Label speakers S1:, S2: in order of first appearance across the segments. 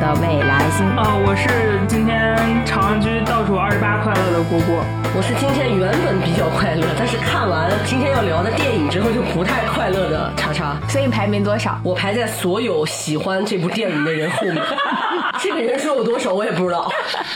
S1: 的未来星。
S2: 呃，我是今天长安居倒数二十八快乐的果果。
S3: 我是今天原本比较快乐，但是看完今天要聊的电影之后就不太快乐的叉叉。
S4: 所以排名多少？
S3: 我排在所有喜欢这部电影的人后面。 这个人数有多少我也不知道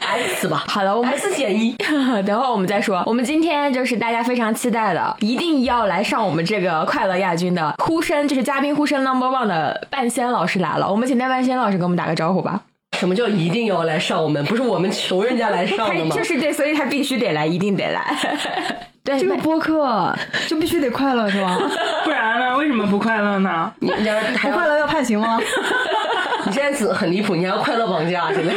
S3: ，X 吧。
S4: 好了，
S1: 哎
S4: 我们
S3: ，X 减一。
S4: 等会儿我们再说。我们今天就是大家非常期待的，一定要来上我们这个快乐亚军的呼声，就是嘉宾呼声 number one 的半仙老师来了。我们请那半仙老师给我们打个招呼吧。
S3: 什么叫一定要来上我们？不是我们求人家来上 的吗？
S4: 哎就是对，所以他必须得来，一定得 来。对，
S1: 这个
S4: 半
S1: 播客就必须得快乐是吗？
S2: 不然呢？为什么不快乐呢？
S3: 你你还
S1: 不快
S3: 还
S1: 乐要判刑吗？
S3: 你现在是很离谱，你还要快乐绑架，真的。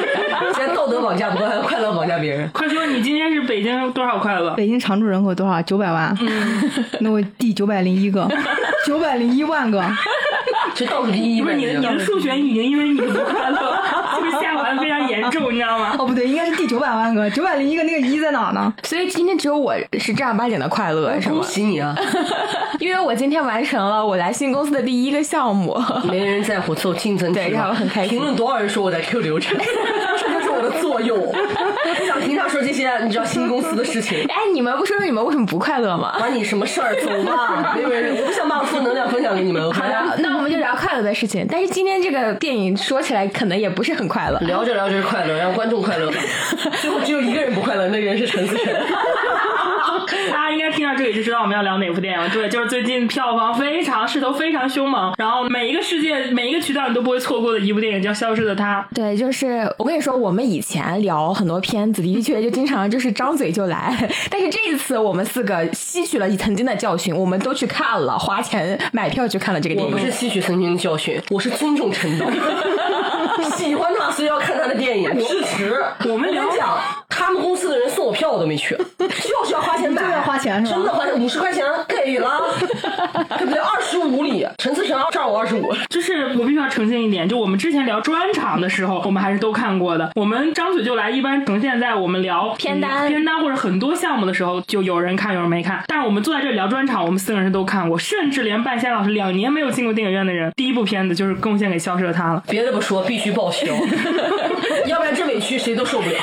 S3: 现在道德绑架不够，还要快乐绑架别人。
S2: 快说你今天是北京多少快乐？
S1: 北京常住人口多少？九百万。 那我第九百零一 个，九百零一万个。
S3: 就倒数第一啊
S2: 不
S3: 呗，
S2: 是你的你的数学已经因为你的不快乐 就是下滑的非常严重，你知道吗？
S1: 哦，不对，应该是第九百万个，九百零一个那个一在哪呢？
S4: 所以今天只有我是正儿八经的快乐，是
S3: 恭
S4: 吗？
S3: 喜你啊！
S4: 因为我今天完成了我来新公司的第一个项目。
S1: 哎
S3: 没人在乎，凑竞争
S4: 对
S3: 体
S4: 让我很开心
S3: 评论多少人说我在 Q 流程， 这就是我的作用。不想听他说这些，你知道新公司的事情。
S4: 哎，你们不说说你们为什么不快乐吗？
S3: 管你什么事儿，走吧，没有人，我不想把我负能量分享给你们。
S4: 好的，那我们就聊快乐的事
S1: 嗯
S4: 情。但是今天这个电影说起来可能也不是很快乐。
S3: 聊着聊着是快乐，让观众快乐吧。最后只有一个人不快乐，那个人是陈思诚。
S2: 大家应该听到这里就知道我们要聊哪部电影了。对，就是最近票房非常势头非常凶猛，然后每一个世界每一个渠道你都不会错过的一部电影叫《消失的她》。
S4: 对，就是我跟你说，我们以前聊很多片子，的确就经常就是张嘴就来。但是这一次，我们四个吸取了曾经的教训，我们都去看了，花钱买票去看了这个电
S3: 我不是
S4: 影。
S3: 吸取曾经的教训，我是尊重陈导， 喜欢他，所以要看他的电影，支持。
S2: 我们
S3: 跟
S2: 聊
S3: 你讲，他们公司的人送我票我都没去，就是要花钱买，
S1: 就是要花钱是吧
S3: 真的花钱，五十块钱给了，对不对？二十五里，陈思诚占我二十五，
S2: 就是我必须要澄清一点，就我们之前聊专场的时候，我们还是都看过的。我们张嘴就来，一般呈现在我们聊
S4: 片单
S2: 嗯片单或者很多项目的时候，就有人看，有人没看。但是我们坐在这里聊专场，我们四个人都看过，甚至连半仙老师两年没有进过电影院的人，第一部片子就是贡献给消失的她了。
S3: 别的不说，必须报销， 要不然这委屈谁都受不了。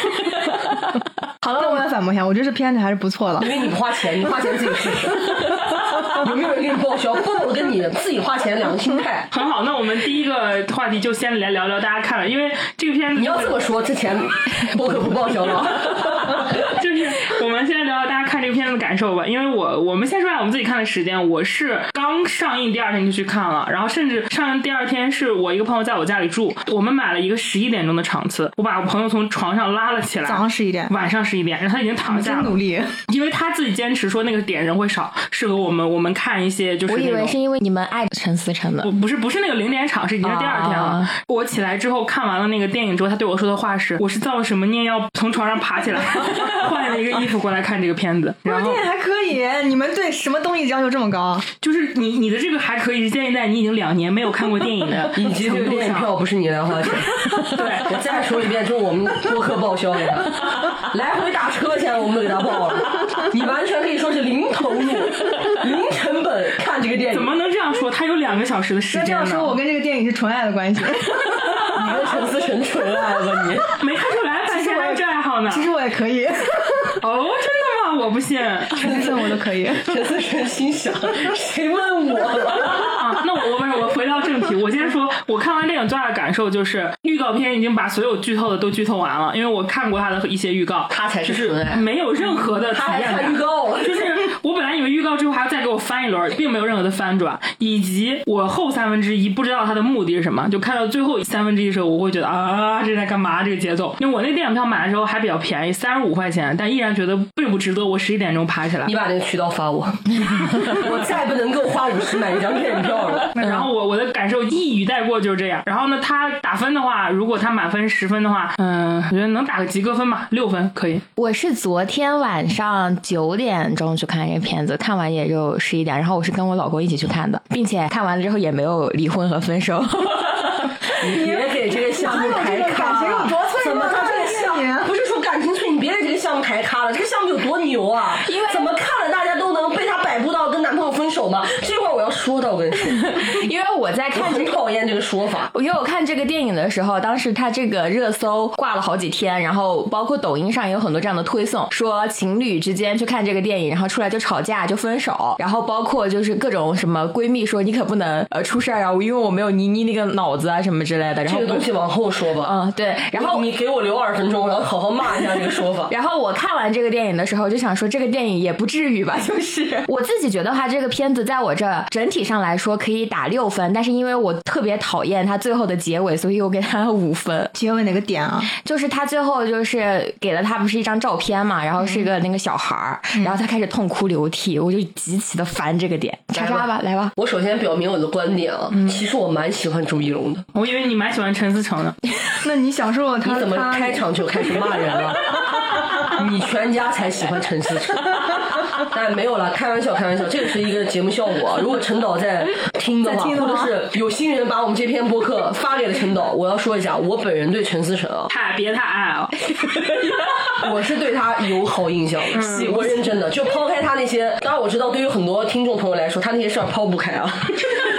S1: 好了，我来反驳一下，我觉得这片子还是不错的
S3: 因。为你不花钱，你花钱自己试 试。有没有人给你报销？不能跟你自己花钱两个心态。
S2: 很好，那我们第一个话题就先来聊聊大家看了，因为这个片子
S3: 你要这么说，之前我可不报销 了。
S2: 就是我们现在聊聊大家看这个片子的感受吧，因为我我们先说一下我们自己看的时间，我是刚上映第二天就去看了，然后甚至上映第二天是我一个朋友在我家里住，我们买了一个十一点钟的场次，我把我朋友从床上拉了起来，
S1: 早上11点
S2: 晚上十一点，然后他已经躺下
S1: 真
S2: 了
S1: 努，力，
S2: 因为他自己坚持说那个点人会少，适合我们我们看一些就是
S4: 我以
S2: 那
S4: 为
S2: 种
S4: 是因为你们爱陈思诚的
S2: 不，不是不是那个零点场，是已经是第二天了。
S4: 啊
S2: 我起来之后看完了那个电影之后，他对我说的话是：“我是造了什么孽要从床上爬起来， 换了一个衣服过来看这个片 子。”然后
S1: 电影还可以。你们对什么东西要求这么高？
S2: 就是你你的这个还可以是建立在你已经两年没有看过电影 的
S3: 以及这
S2: 程
S3: 个
S2: 度
S3: 电影
S2: 上。
S3: 票不是你来花钱，
S2: 对
S3: 我再说一遍，就是我们播客报销给他，来回打车钱我们都给他报了，你完全可以说是零投入、零成本看这个电影。
S2: 怎么能这样说？他有两个小时的时
S1: 那这
S2: 间
S1: 样
S2: 呢
S1: 说，，我跟这个电影是纯爱的关系。
S3: 你跟陈思诚纯爱吧你？
S2: 没看出来，白天还有这爱好呢。
S1: 其实我也可以，
S2: 哦，真的吗？我不信。
S1: 陈思诚我都可以。
S3: 陈思诚心想，谁问我了？
S2: 啊，那我我不是我回到正题，我先说，我看完电影最大的感受就是，预告片已经把所有剧透的都剧透完了，因为我看过他的一些预告，
S3: 他才是
S2: 就是
S3: 纯爱
S2: 没有任何的体
S3: 他还
S2: 验
S3: 看
S2: 感
S3: 预。告了，
S2: 就是我本来以为预告之后还要再给我翻一轮，并没有任何的翻转，以及我后三分之一不知道它的目的是什么，就看到最后三分之一的时候，我会觉得啊，这在干嘛？这个节奏。因为我那电影票买的时候还比较便宜，三十五块钱，但依然觉得并不值得我十一点钟爬起来
S3: 你。把那个渠道发我， 我再不能够花五十买一张电影票了。
S2: 那然后我我的感受一语带过就是这样。然后呢，他打分的话，如果他满分十分的话，嗯，我觉得能打个及格分吧，六分可以。
S4: 我是昨天晚上九点钟去看这个片子，看完也就十一点，然后我是跟我老公一起去看的，并且看完了之后也没有离婚和分手。
S3: 你别给这个项 目抬咖，怎么他这个项不是说感情脆，你别给这个项目抬咖了。这个项目有多牛啊？因为怎么看了大家都能被他摆布到跟男朋友分手吗？这块我要说到跟 说，
S4: 因为我在
S3: 我
S4: 看这
S3: 很
S4: 个。
S3: 讨厌这个说法。
S4: 因为我看这个电影的时候，当时它这个热搜挂了好几天，然后包括抖音上也有很多这样的推送，说情侣之间去看这个电影，然后出来就吵架就分手，然后包括就是各种什么闺蜜说你可不能呃出事儿啊，因为我没有妮妮那个脑子啊什么之类的，然
S3: 这
S4: 后
S3: 个东西往后说吧。
S4: 嗯对，然后
S3: 你给我留二十分钟，我要好好骂一下这个说法。
S4: 然后我看完这个电影的时候，就想说这个电影也不至于吧， 就是我自己觉得话，这个片子在我这儿整体上来说可以打六分，但是因为我特别讨厌它最后的结尾，所以我给它五分。
S1: 结尾哪个点啊？
S4: 就是他最后就是给了他不是一张照片嘛，然后是一个那个小孩儿，然后他开始痛哭流涕，我就极其的烦这个点。 叉叉吧，来吧，
S3: 我首先表明我的观点啊，其实我蛮喜欢朱一龙的。
S2: 我以为你蛮喜欢陈思诚 的，
S1: 那你享受了他
S3: 你怎么
S1: 他
S3: 开场就开始骂人 了？你全家才喜欢陈思诚，但没有啦，开玩笑，开玩笑，这个是一个节目效果啊。如果陈导在听的话，
S1: 在听的
S3: 或
S1: 话
S3: 者是有新人把我们这篇播客发给了陈导，我要说一下，我本人对陈思诚啊，
S2: 太别太爱了。
S3: 我是对他有好印象的，
S1: 嗯
S3: 我认真的，就抛开他那些，当然我知道对于很多听众朋友来说，他那些事儿抛不开啊。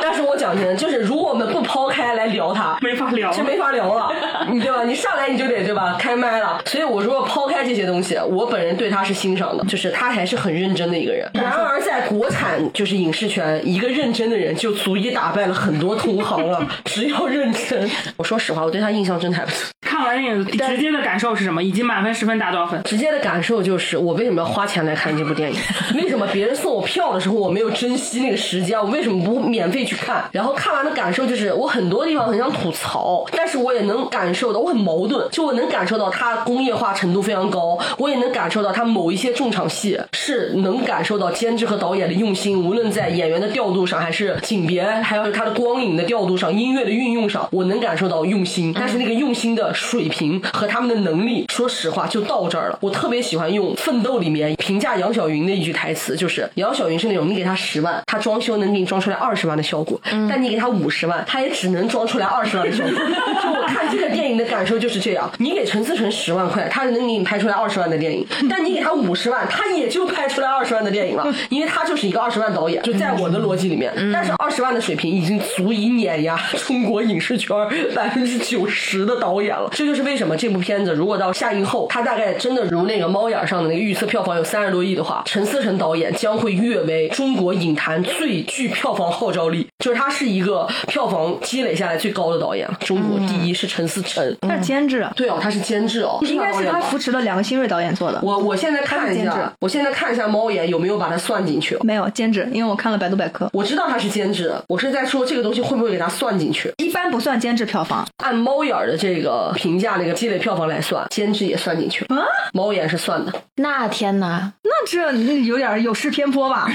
S3: 但是我讲真的，就是如果我们不抛开来聊他，
S2: 没法聊
S3: 这没法聊了，你对吧？你上来你就得对吧，开麦了。所以我说抛开这些东西，我本人对他是欣赏的，就是他还是很认真的一个人。然而在国产就是影视圈，一个认真的人就足以打败了很多同行了，只要认真。我说实话，我对他印象真的还不错。
S2: 看完电影直接的感受是什么？以及满分十分打多少分？
S3: 直接的感受就是，我为什么要花钱来看这部电影？为什么别人送我票的时候我没有珍惜那个时间？我为什么不免费去看？然后看完的感受就是，我很多地方很想吐槽，但是我也能感受到，我很矛盾，就我能感受到它工业化程度非常高，我也能感受到它某一些重场戏是能感受到监制和导演的用心，无论在演员的调度上，还是景别，还有它的光影的调度上，音乐的运用上，我能感受到用心，但是那个用心的水平和他们的能力，说实话就到这儿了。我特别喜欢用《奋斗》里面评价杨晓云的一句台词，就是杨晓云是那种你给他十万，他装修能给你装出来二十万的效果，但你给他五十万，他也只能装出来二十万的效果。就我看这个电影的感受就是这样，你给陈思诚十万块，他能给你拍出来二十万的电影，但你给他五十万，他也就拍出来二十万的电影了， 因为他就是一个二十万导演，就在我的逻辑里面，
S1: 嗯
S3: 但是二十万的水平已经足以碾压 中国影视圈百分之九十的导演了。这就是为什么这部片子如果到下映后，它大概真的如那个猫眼上的那个预测票房有三十多亿的话，陈思诚导演将会跃为中国影坛最具票房号召力，就是他是一个票房积累下来最高的导演，中国第一是陈思诚。
S1: 他是监制，啊
S3: 对哦，他是监制哦，
S1: 嗯应该是他扶持了两个新锐导演做的。
S3: 我我现在
S1: 他
S3: 看
S1: 是
S3: 一
S1: 监制
S3: 下，我现在看一下猫眼有没有把它算进去。哦
S1: 没有监制，因为我看了百度百科，
S3: 我知道他是监制，我是在说这个东西会不会给他算进去。
S1: 一般不算监制票房。
S3: 按猫眼儿的这个评价那个积累票房来算，监制也算进去。
S1: 啊，
S3: 猫眼是算的，
S4: 那天呐，
S1: 那这有点有失偏颇 吧？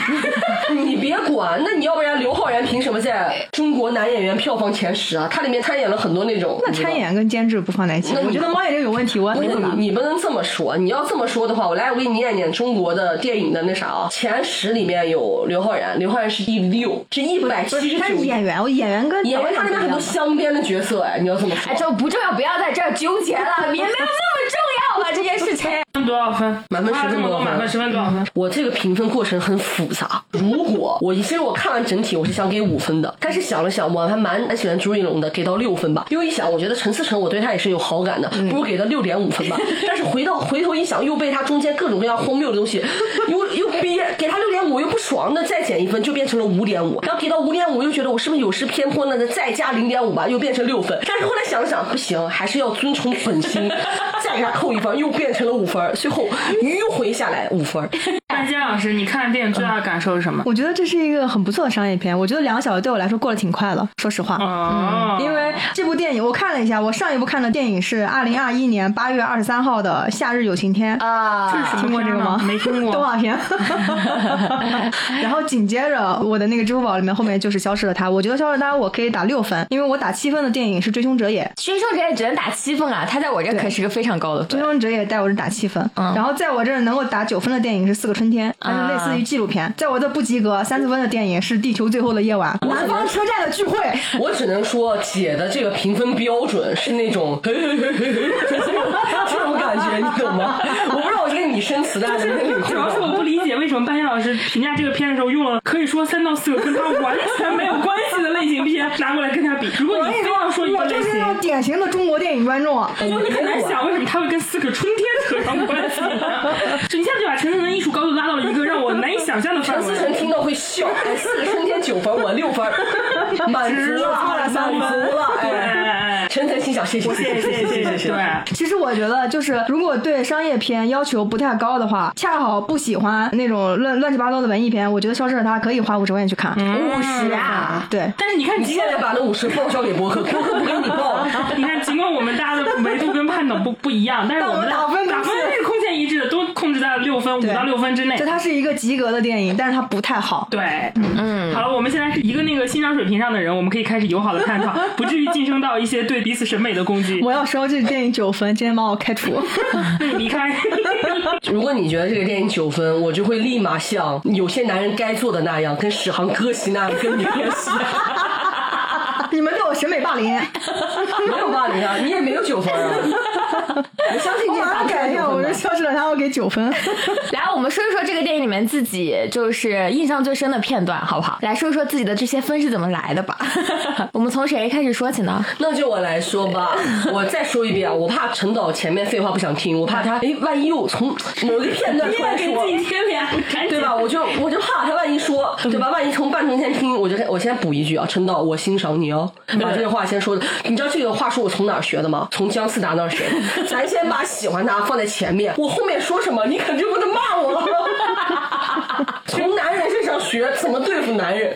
S3: 你别管。那你要不然刘昊然凭什么在中国男演员票房前十啊？他里面参演了很多那种
S1: 那参。演跟监制不放在一起，
S3: 那你
S1: 我觉得猫眼这个有问题，我
S3: 你
S1: 没
S3: 知道不
S1: 办法
S3: 是。你，你不能这么说。你要这么说的话，我来，我给你念念中国的电影的那啥啊，前十里面有刘昊然，刘昊然是第六，是一百
S1: 不
S3: 七
S1: 是，
S3: 十
S1: 他
S3: 九
S1: 是
S3: 亿。
S1: 演员，我演员跟
S3: 演员他那边
S1: 导不一
S3: 很
S1: 样
S3: 多镶边的角色，哎，你要这么说
S4: 哎，，这不重要，不要在这儿纠结了，也没有那么重要吧这件事情。
S2: 多少分？
S3: 满分
S2: 花了
S3: 10分
S2: 这么
S3: 多
S2: 多
S3: 少分
S2: 满分十分多少分？
S3: 我这个评分过程很复杂。如果我其实我看完整体，我是想给五分的，但是想了想，我还蛮蛮喜欢朱一龙的，给到六分吧。因为一想，我觉得陈思诚我对他也是有好感的，不如给到六点五分吧。但是回到回头一想，又被他中间各种各样荒谬的东西， 又又憋，给他六点五又不爽，那再减一分就变成了五点五，然后给到五点五又觉得我是不是有失偏颇呢？那再加零点五吧，又变成六分。但是后来想了想，不行，还是要遵从本心， 再给他扣一分，又变成了五分，最后迂回下来五分。
S2: 范坚老师，你看电影最大的感受是什么？
S1: 我觉得这是一个很不错的商业片，我觉得两个小时对我来说过得挺快的，说实话。
S2: 哦，
S1: 因为这部电影我看了一下，我上一部看的电影是二零二一年八月二十三号的《夏日有晴天》
S4: 啊
S2: 这是什么
S1: 听过这个吗
S2: 片？呢没 听过
S1: 动画片。然后紧接着我的那个支付宝里面后面就是《消失的他》，我觉得《消失的他》我可以打六分，因为我打七分的电影是《追凶者也》，《
S4: 追凶者也只能打七分啊，他在我这可是个非常高的
S1: 追
S4: 分。
S1: 凶者也》在我这打七分，然后在我这儿能够打九分的电影是《四个春天》，它是类似于纪录片；在我这不及格三四分的电影是《地球最后的夜晚》，南方车站的聚会。
S3: 我只能说，姐的这个评分标 准是那种这种感觉，你懂吗？我不知道我这个拟声词的，你们领会
S2: 主要是我
S3: 到。
S2: 不理解为什么半夏老师评价这个片的时候用了 可以说三到四个跟他完全没有关系的类型片拿过来跟他比。如果
S1: 我
S2: 你
S1: 跟你
S2: 非要说一
S1: 说，
S2: 个
S1: 我就
S2: 类
S1: 是
S2: 型
S1: 那，种典型的中国电影观众啊。
S2: 我就很难想为什么他会跟四个春天扯上关 系。就一下就把陈思诚的艺术高度拉到了一个让我难以想象的范
S3: 陈
S2: 围
S3: 思。诚听到会笑，哎，四个春天九分，我六分，满足
S2: 值
S3: 了，满足了，哎。
S2: 哎，
S3: 陈诚心想，谢谢，
S2: 谢谢谢谢谢，对。啊
S1: 其实我觉得，就是如果对商业片要求不太高的话，恰好不喜欢那种乱乱七八糟的文艺片，我觉得《消失的她》可以花五十块钱去看。
S3: 五十啊！
S1: 对，
S2: 但是你看，
S3: 你
S2: 尽
S3: 现
S2: 管
S3: 在把那五十报销给博客，博客不给你报，
S2: 你看，尽管我们大家的维度跟判断不不一样，但是
S1: 但
S2: 我
S1: 我
S2: 们
S1: 们
S2: 的
S1: 打分都
S2: 打分
S1: 是
S2: 是空前一致的，都控制在了六分，五
S1: 对
S2: 到六分之内
S1: 就。它是一个及格的电影，但是它不太好。
S2: 对，嗯，好了，我们现在是一个那个欣赏水平上的人，我们可以开始友好的探讨，不至于晋升到一些对彼此审美的攻击。
S1: 我要收这电影九分，今天把我开 除。
S2: 那你离开。
S3: 如果你觉得这个电影九分，我就会立马像有些男人该做的那样，跟史航割席那样跟你割席，
S1: 你们对我审美霸凌，
S3: 没有霸凌啊，你也没有九分 啊。我相信你
S1: 我
S3: 也
S1: 马
S3: 达
S1: 上
S3: 不到
S1: 改一下，
S3: 九
S1: 我
S3: 分
S1: 就
S3: 吧。
S1: 消失了她，我给九分。
S4: 来，我们说一说这个电影里面自己就是印象最深的片段，好不好？来说一说自己的这些分是怎么来的吧。 我们从谁开始说起呢？
S3: 那就我来说吧，我再说一遍啊，我怕陈导前面废话不想听，我怕他哎，万一又从某一个片段出来说，
S2: 贴脸，赶
S3: 对吧？我就我就怕他万一说，对吧？万一从半程前听，我就我先补一句啊，陈导，我欣赏你哦，把这个话先说的。你知道这个话说我从哪儿学的吗？从姜思达那儿学的。咱先把喜欢他放在前面，我后面说什么，你可就不能骂我了。 从男人身上学怎么对付男人，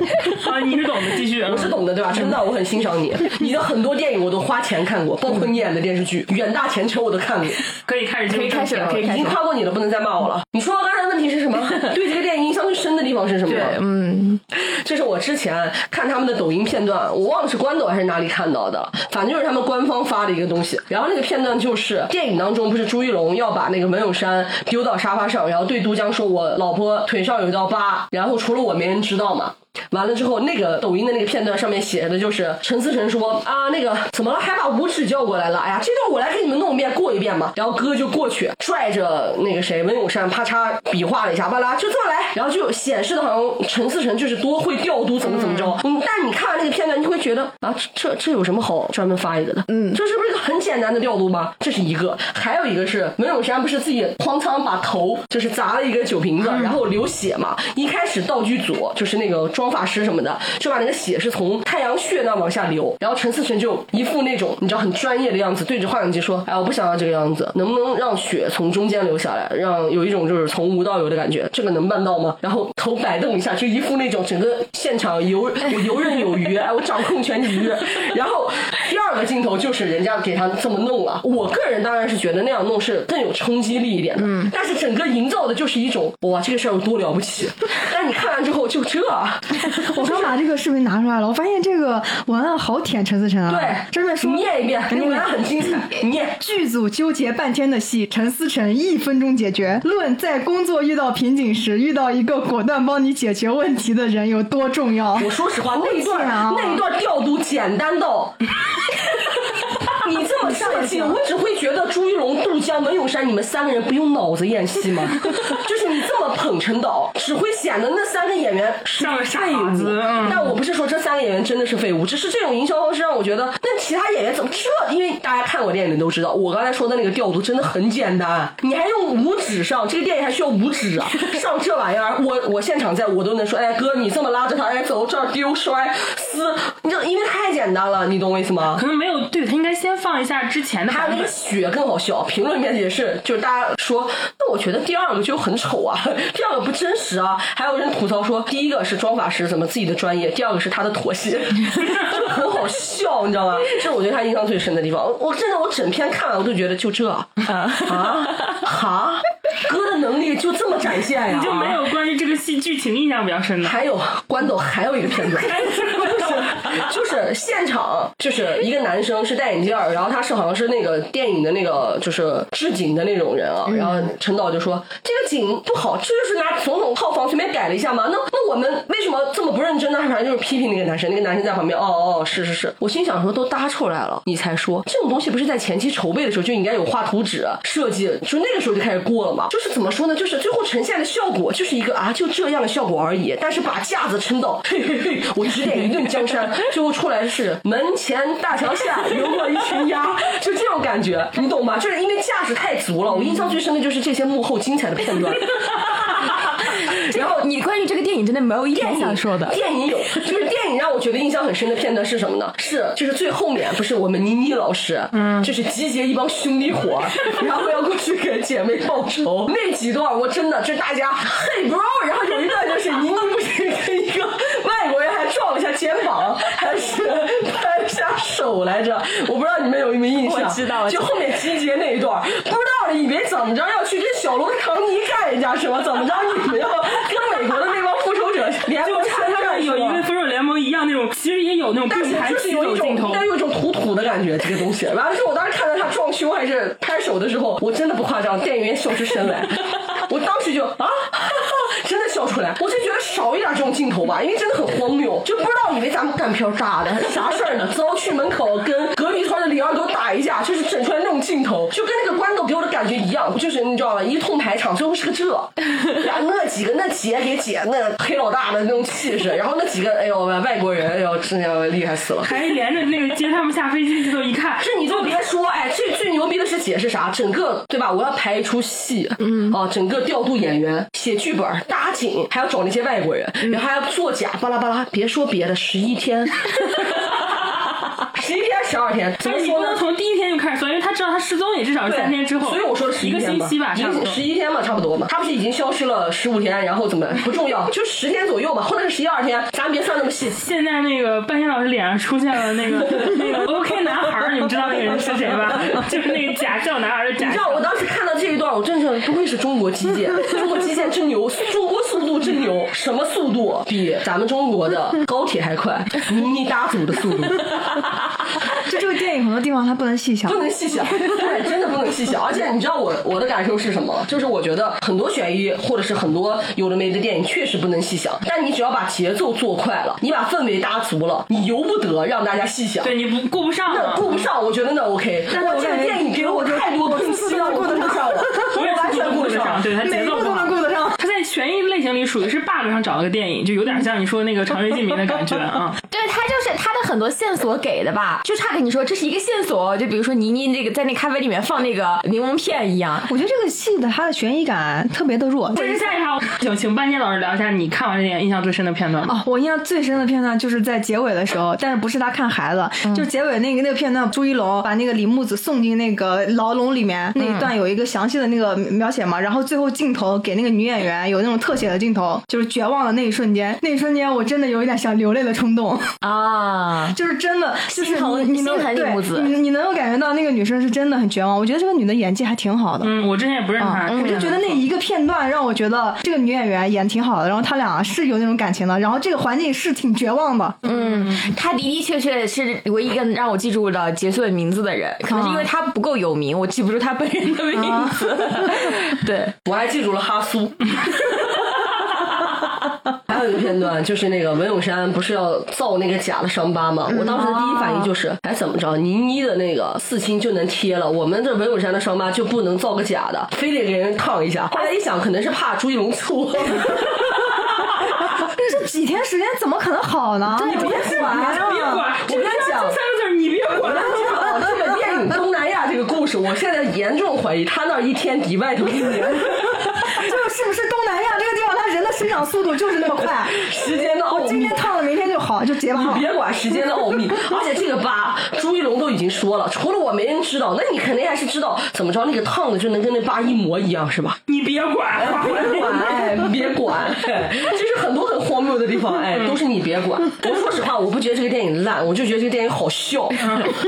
S2: 啊，你是懂的，继续。
S3: 我是懂的，对吧？陈导，我很欣赏你，你的很多电影我都花钱看过，包括你演的电视剧《远大前程》我都看过。
S2: 可以开始，
S4: 可以开始了可以
S3: 已
S4: 开始
S3: 经
S4: 了
S3: 夸过你了，不能再骂我了。你说刚才的问题是什么？ 对这个电影印象最深的地方是什么？
S2: 对
S3: 嗯，就是我之前看他们的抖音片段，我忘了是关抖还是哪里看到的，反正就是他们官方发的一个东西。然后那个片段就是电影当中不是朱一龙要把那个文咏珊丢到沙发上，然后对都江说：“我老婆腿上有一道疤，然后除了我没人知道嘛。”完了之后，那个抖音的那个片段上面写的就是陈思诚说啊，那个怎么了，还把五指叫过来了？哎呀，这段我来给你们弄一遍，过一遍嘛。然后哥就过去拽着那个谁文咏珊，啪嚓比划了一下，巴拉就这么来，然后就显示的好像陈思诚就是多会调度，怎么怎么着。嗯，但你看完那个片段，你会觉得啊，这这这有什么好专门发一个的？嗯，这是不是一个很简单的调度吗？这是一个，还有一个是文咏珊不是自己哐当把头就是砸了一个酒瓶子，然后流血嘛。一开始道具组就是那个妆发师什么的，就把那个血是从太阳穴那往下流，然后陈思诚就一副那种你知道很专业的样子，对着化妆机说：“哎，我不想要这个样子，能不能让血从中间流下来，让有一种就是从无到有的感觉？这个能办到吗？”然后头摆动一下，就一副那种整个现场 游我游刃有余，哎，我掌控全局。然后第二个镜头就是人家给他这么弄了，我个人当然是觉得那样弄是更有冲击力一点的，嗯，但是整个营造的就是一种哇，这个事儿有多了不起。但你看完之后就这，
S1: 我刚把这个视频拿出来了，我发现这个文案好舔陈思诚啊。
S3: 对，
S1: 这边说
S3: 你念一遍，
S1: 肯
S3: 你
S1: 定
S3: 文案很精 彩，你念。
S1: 剧组纠结半天的戏，陈思诚一分钟解决。论在工作遇到瓶颈时，遇到一个果断帮你解决问题的人有多重要。
S3: 我说实话，那一段、
S1: 贱啊
S3: 那一段调度简单到。 你这么设计，我只会觉得朱一龙、杜江、文咏珊，你们三个人不用脑子演戏吗？ 就是你这么捧陈导，只会显得那三个演员是
S2: 像个傻
S3: 废物
S2: 子嗯。
S3: 但我不是说这三个演员真的是废物，只是这种营销方式让我觉得，那其他演员怎么这？因为大家看过电影的都知道，我刚才说的那个调度真的很简单，你还用五指上，这个电影还需要五指啊，上这玩意儿，我我现场在我都能说，哎哥，你这么拉着他，哎走这儿丢摔撕，你知道，因为太简单了，你懂我意思吗？
S2: 可能没有对，他应该先放一下之前的
S3: 还
S2: 版
S3: 有那
S2: 本
S3: 个。雪更好笑，评论里面也是，就是大家说，那我觉得第二个就很丑啊， 第二个不真实啊。还有人吐槽说，第一个是妆发师怎么自己的专业，第二个是他的妥协，就很好笑，你知道吗？这是我对他印象最深的地方。我我真的我整篇看完我都觉得就这啊哈，哥的能力就这么展现呀、
S2: 你就没有关于这个戏剧情印象比较深的？哎
S3: 还有关斗还有一个片段，就是就是现场就是一个男生是戴眼镜儿，然后他是好像是那个电影的那个就是置景的那种人啊，然后陈导就说这个景不好，这就是拿总统套房随便改了一下嘛，那那我们为什么这么不认真呢？反正就是批评那个男生，那个男生在旁边哦哦是是是，我心想说都搭出来了，你才说这种东西不是在前期筹备的时候就应该有画图纸设计，就那个时候就开始过了嘛，就是怎么说呢，就是最后呈现的效果就是一个啊就这样的效果而已，但是把架子撑到嘿嘿嘿，我指点一顿江山，最后出来是门前大桥下游过一群鸭，就这种感觉，你懂吗？就是因为架势太足了，我印象最深的就是这些幕后精彩的片 段。然后
S4: 你关于这个电影真的没有一
S3: 电
S4: 点
S3: 影
S4: 想说的，
S3: 电影有， 就是电影让我觉得印象很深的片段是什么呢？是就是最后面不是我们倪妮老师，嗯，就是集结一帮兄弟伙 儿，然后要过去给姐妹报仇。
S4: 哦
S3: 那几段我真的就是大家嘿 bro，然后有一段就是倪妮不是跟一个外国人还撞了一下肩膀，还是拍了一下手来着？我不知道你们有没有印象？
S4: 我知道我知
S3: 就
S4: 道
S3: 后面集结那一段，不知道你别怎么着要去跟小罗唐尼干一架是吧？怎么着你们要跟美国的那帮复仇者联
S2: 就
S3: 盟
S2: 差
S3: 参
S2: 他
S3: 战
S2: 们有一
S3: 是
S2: 个
S3: 吧
S2: 复仇者联盟一样那种，其实也有那种
S3: 但
S2: 并
S3: 是
S2: 排
S3: 就是
S2: 行走
S3: 有一种
S2: 镜，头。
S3: 但有一种土土的感觉，这个东西。完了之后，我 当时看到他撞胸还是拍手的时候，我真的不夸张，电影院笑出声来。 我当时就啊， 真的笑出来。我就觉得少一点这种镜头吧，因为真的很荒谬，就不知道以为咱们干票炸的啥事儿呢？走去门口跟隔壁团的李二狗打一架，就是整出来那种镜头，就跟那个关狗给我的感觉一样，就是你知道吧，一通排场，最后是个这，然后那几个那姐给姐那黑老大的那种气势，然后那几个哎呦外国人，哎呦真的厉害死了。
S2: 还连着那个接他们下飞机镜头一看，
S3: 这你就别说，哎，最最牛逼的是姐是啥？整个对吧？我要排一出戏，嗯，啊，整个调度演员、写剧本、搭景，还要找那些外国人，
S2: 嗯
S3: 然后还要作假，巴拉巴拉。别说别的，十一 天，十一天，十二天，怎
S2: 但
S3: 么
S2: 是你
S3: 说
S2: 不
S3: 呢
S2: 能？从第一天就开始算，因为他知道他失踪也至少是
S3: 对
S2: 三天之后，
S3: 所以我说的十
S2: 一个
S3: 天
S2: 星
S3: 吧
S2: 期吧，
S3: 一
S2: 差不
S3: 个
S2: 多。
S3: 十一天嘛，差不多嘛。他不是已经消失了十五天，然后怎么不重要，就十天左右吧，或者是十一二天，咱别算那么细。
S2: 现在那个半仙老师脸上出现了那 个那个 OK 男孩儿，你们知道那个人是谁吧？就是那个假笑男孩儿的假
S3: 你知道
S2: 笑。
S3: 我当时看到这一段，我真是不愧是中国基建，中国基建真牛，中国速度真牛，什么速度比咱们中国的高铁还快？迷你搭组的速度，
S1: 就这个电影很多地方它不能细想
S3: 不，能细想，哎，真的不能细想。而且你知道我我的感受是什么？就是我觉得很多悬疑或者是很多有的没的电影确实不能细想，但你只要把节奏做快了，你把氛围搭足了，你由不得让大家细想。
S2: 对，你不顾不上啊
S3: 那
S2: 了。
S3: 顾不上，我觉得那 OK。
S1: 但是
S3: 我
S1: 我
S3: 这个
S1: 感觉
S3: 电影给我太多冲击了，我
S1: 顾
S3: 顾
S1: 得
S3: 不上了，
S2: 我也
S3: 我完
S2: 是
S3: 全顾
S2: 顾
S3: 不
S2: 不上，
S3: 上。
S2: 对他
S1: 每
S2: 节
S1: 一
S2: 奏
S1: 部
S2: 不
S1: 都
S2: 好
S1: 能。顾得上。
S2: 他在悬疑类型里属于是 bug 上找了个电影，就有点像你说那个《长月烬明》的感觉 啊。
S4: 对他就是他的很多线索给的吧，就差跟你说这是一个线索，就比如说倪妮那个在那咖啡里面放那个柠檬片一样，
S1: 我觉得这个戏的它的悬疑感特别的弱，
S2: 但是下一趴，请请半仙老师聊一下你看完这电影印象最深的片段吧。
S1: 哦，我印象最深的片段就是在结尾的时候，但是不是他看孩子，
S4: 嗯
S1: 就结尾那个那个片段，朱一龙把那个李木子送进那个牢笼里面
S4: 嗯
S1: 那一段有一个详细的那个描写嘛，然后最后镜头给那个女演员有那种特写的镜头，就是绝望的那一瞬间，那一瞬间我真的有一点想流泪的冲动，
S4: 啊，
S1: 就是真的，就是
S4: 心疼
S1: 你你能
S4: 心疼李木子
S1: 对，你你能够感觉到那个女生是真的很绝望，我觉得这个女的演技还挺好的，
S2: 嗯，我之前也不认识
S3: 哦
S2: 他，
S1: 我啊就觉得那一个片段让我觉得这个女演员演挺好的，然后她俩是有那种感情的，然后这个环境是挺绝望的。
S4: 嗯，他的的确确是唯一一个让我记住了杰作的名字的人，可能是因为他不够有名，我记不住他本人的名字。 对，
S3: 我还记住了哈苏。还有一个片段，就是那个文咏珊不是要造那个假的伤疤吗？我当时的第一反应就是，哎，怎么着，倪妮的那个刺青就能贴了，我们这文咏珊的伤疤就不能造个假的，非得给人烫一下。后来一想，可能是怕朱一龙错。
S1: 啊这这几天时间怎么可能好呢？
S3: 你别管，
S1: 啊
S2: 别管，
S3: 我跟你讲
S2: 这三个字儿你别管。
S3: 我哦这个电影东南亚这个故事，我现在严重怀疑他那一天抵外头一年，
S1: 就是不是东南亚这个地方，它人的生长速度就是那 么快。
S3: 时间的奥
S2: 哦
S3: 秘。
S1: 今天烫了，明天就好，就结疤
S3: 你
S1: 了。
S3: 别管时间的奥秘，而且这个疤，朱一龙都已经说了，除了我没人知道，那你肯定还是知道怎么着，那个烫的就能跟那疤一模一样，是吧？
S2: 你别管，
S3: 别管，哎别管，管，就是很多很荒谬的地方，
S2: 嗯
S3: 哎，都是你别管。我说实话，我不觉得这个电影烂，我就觉得这个电影好 笑，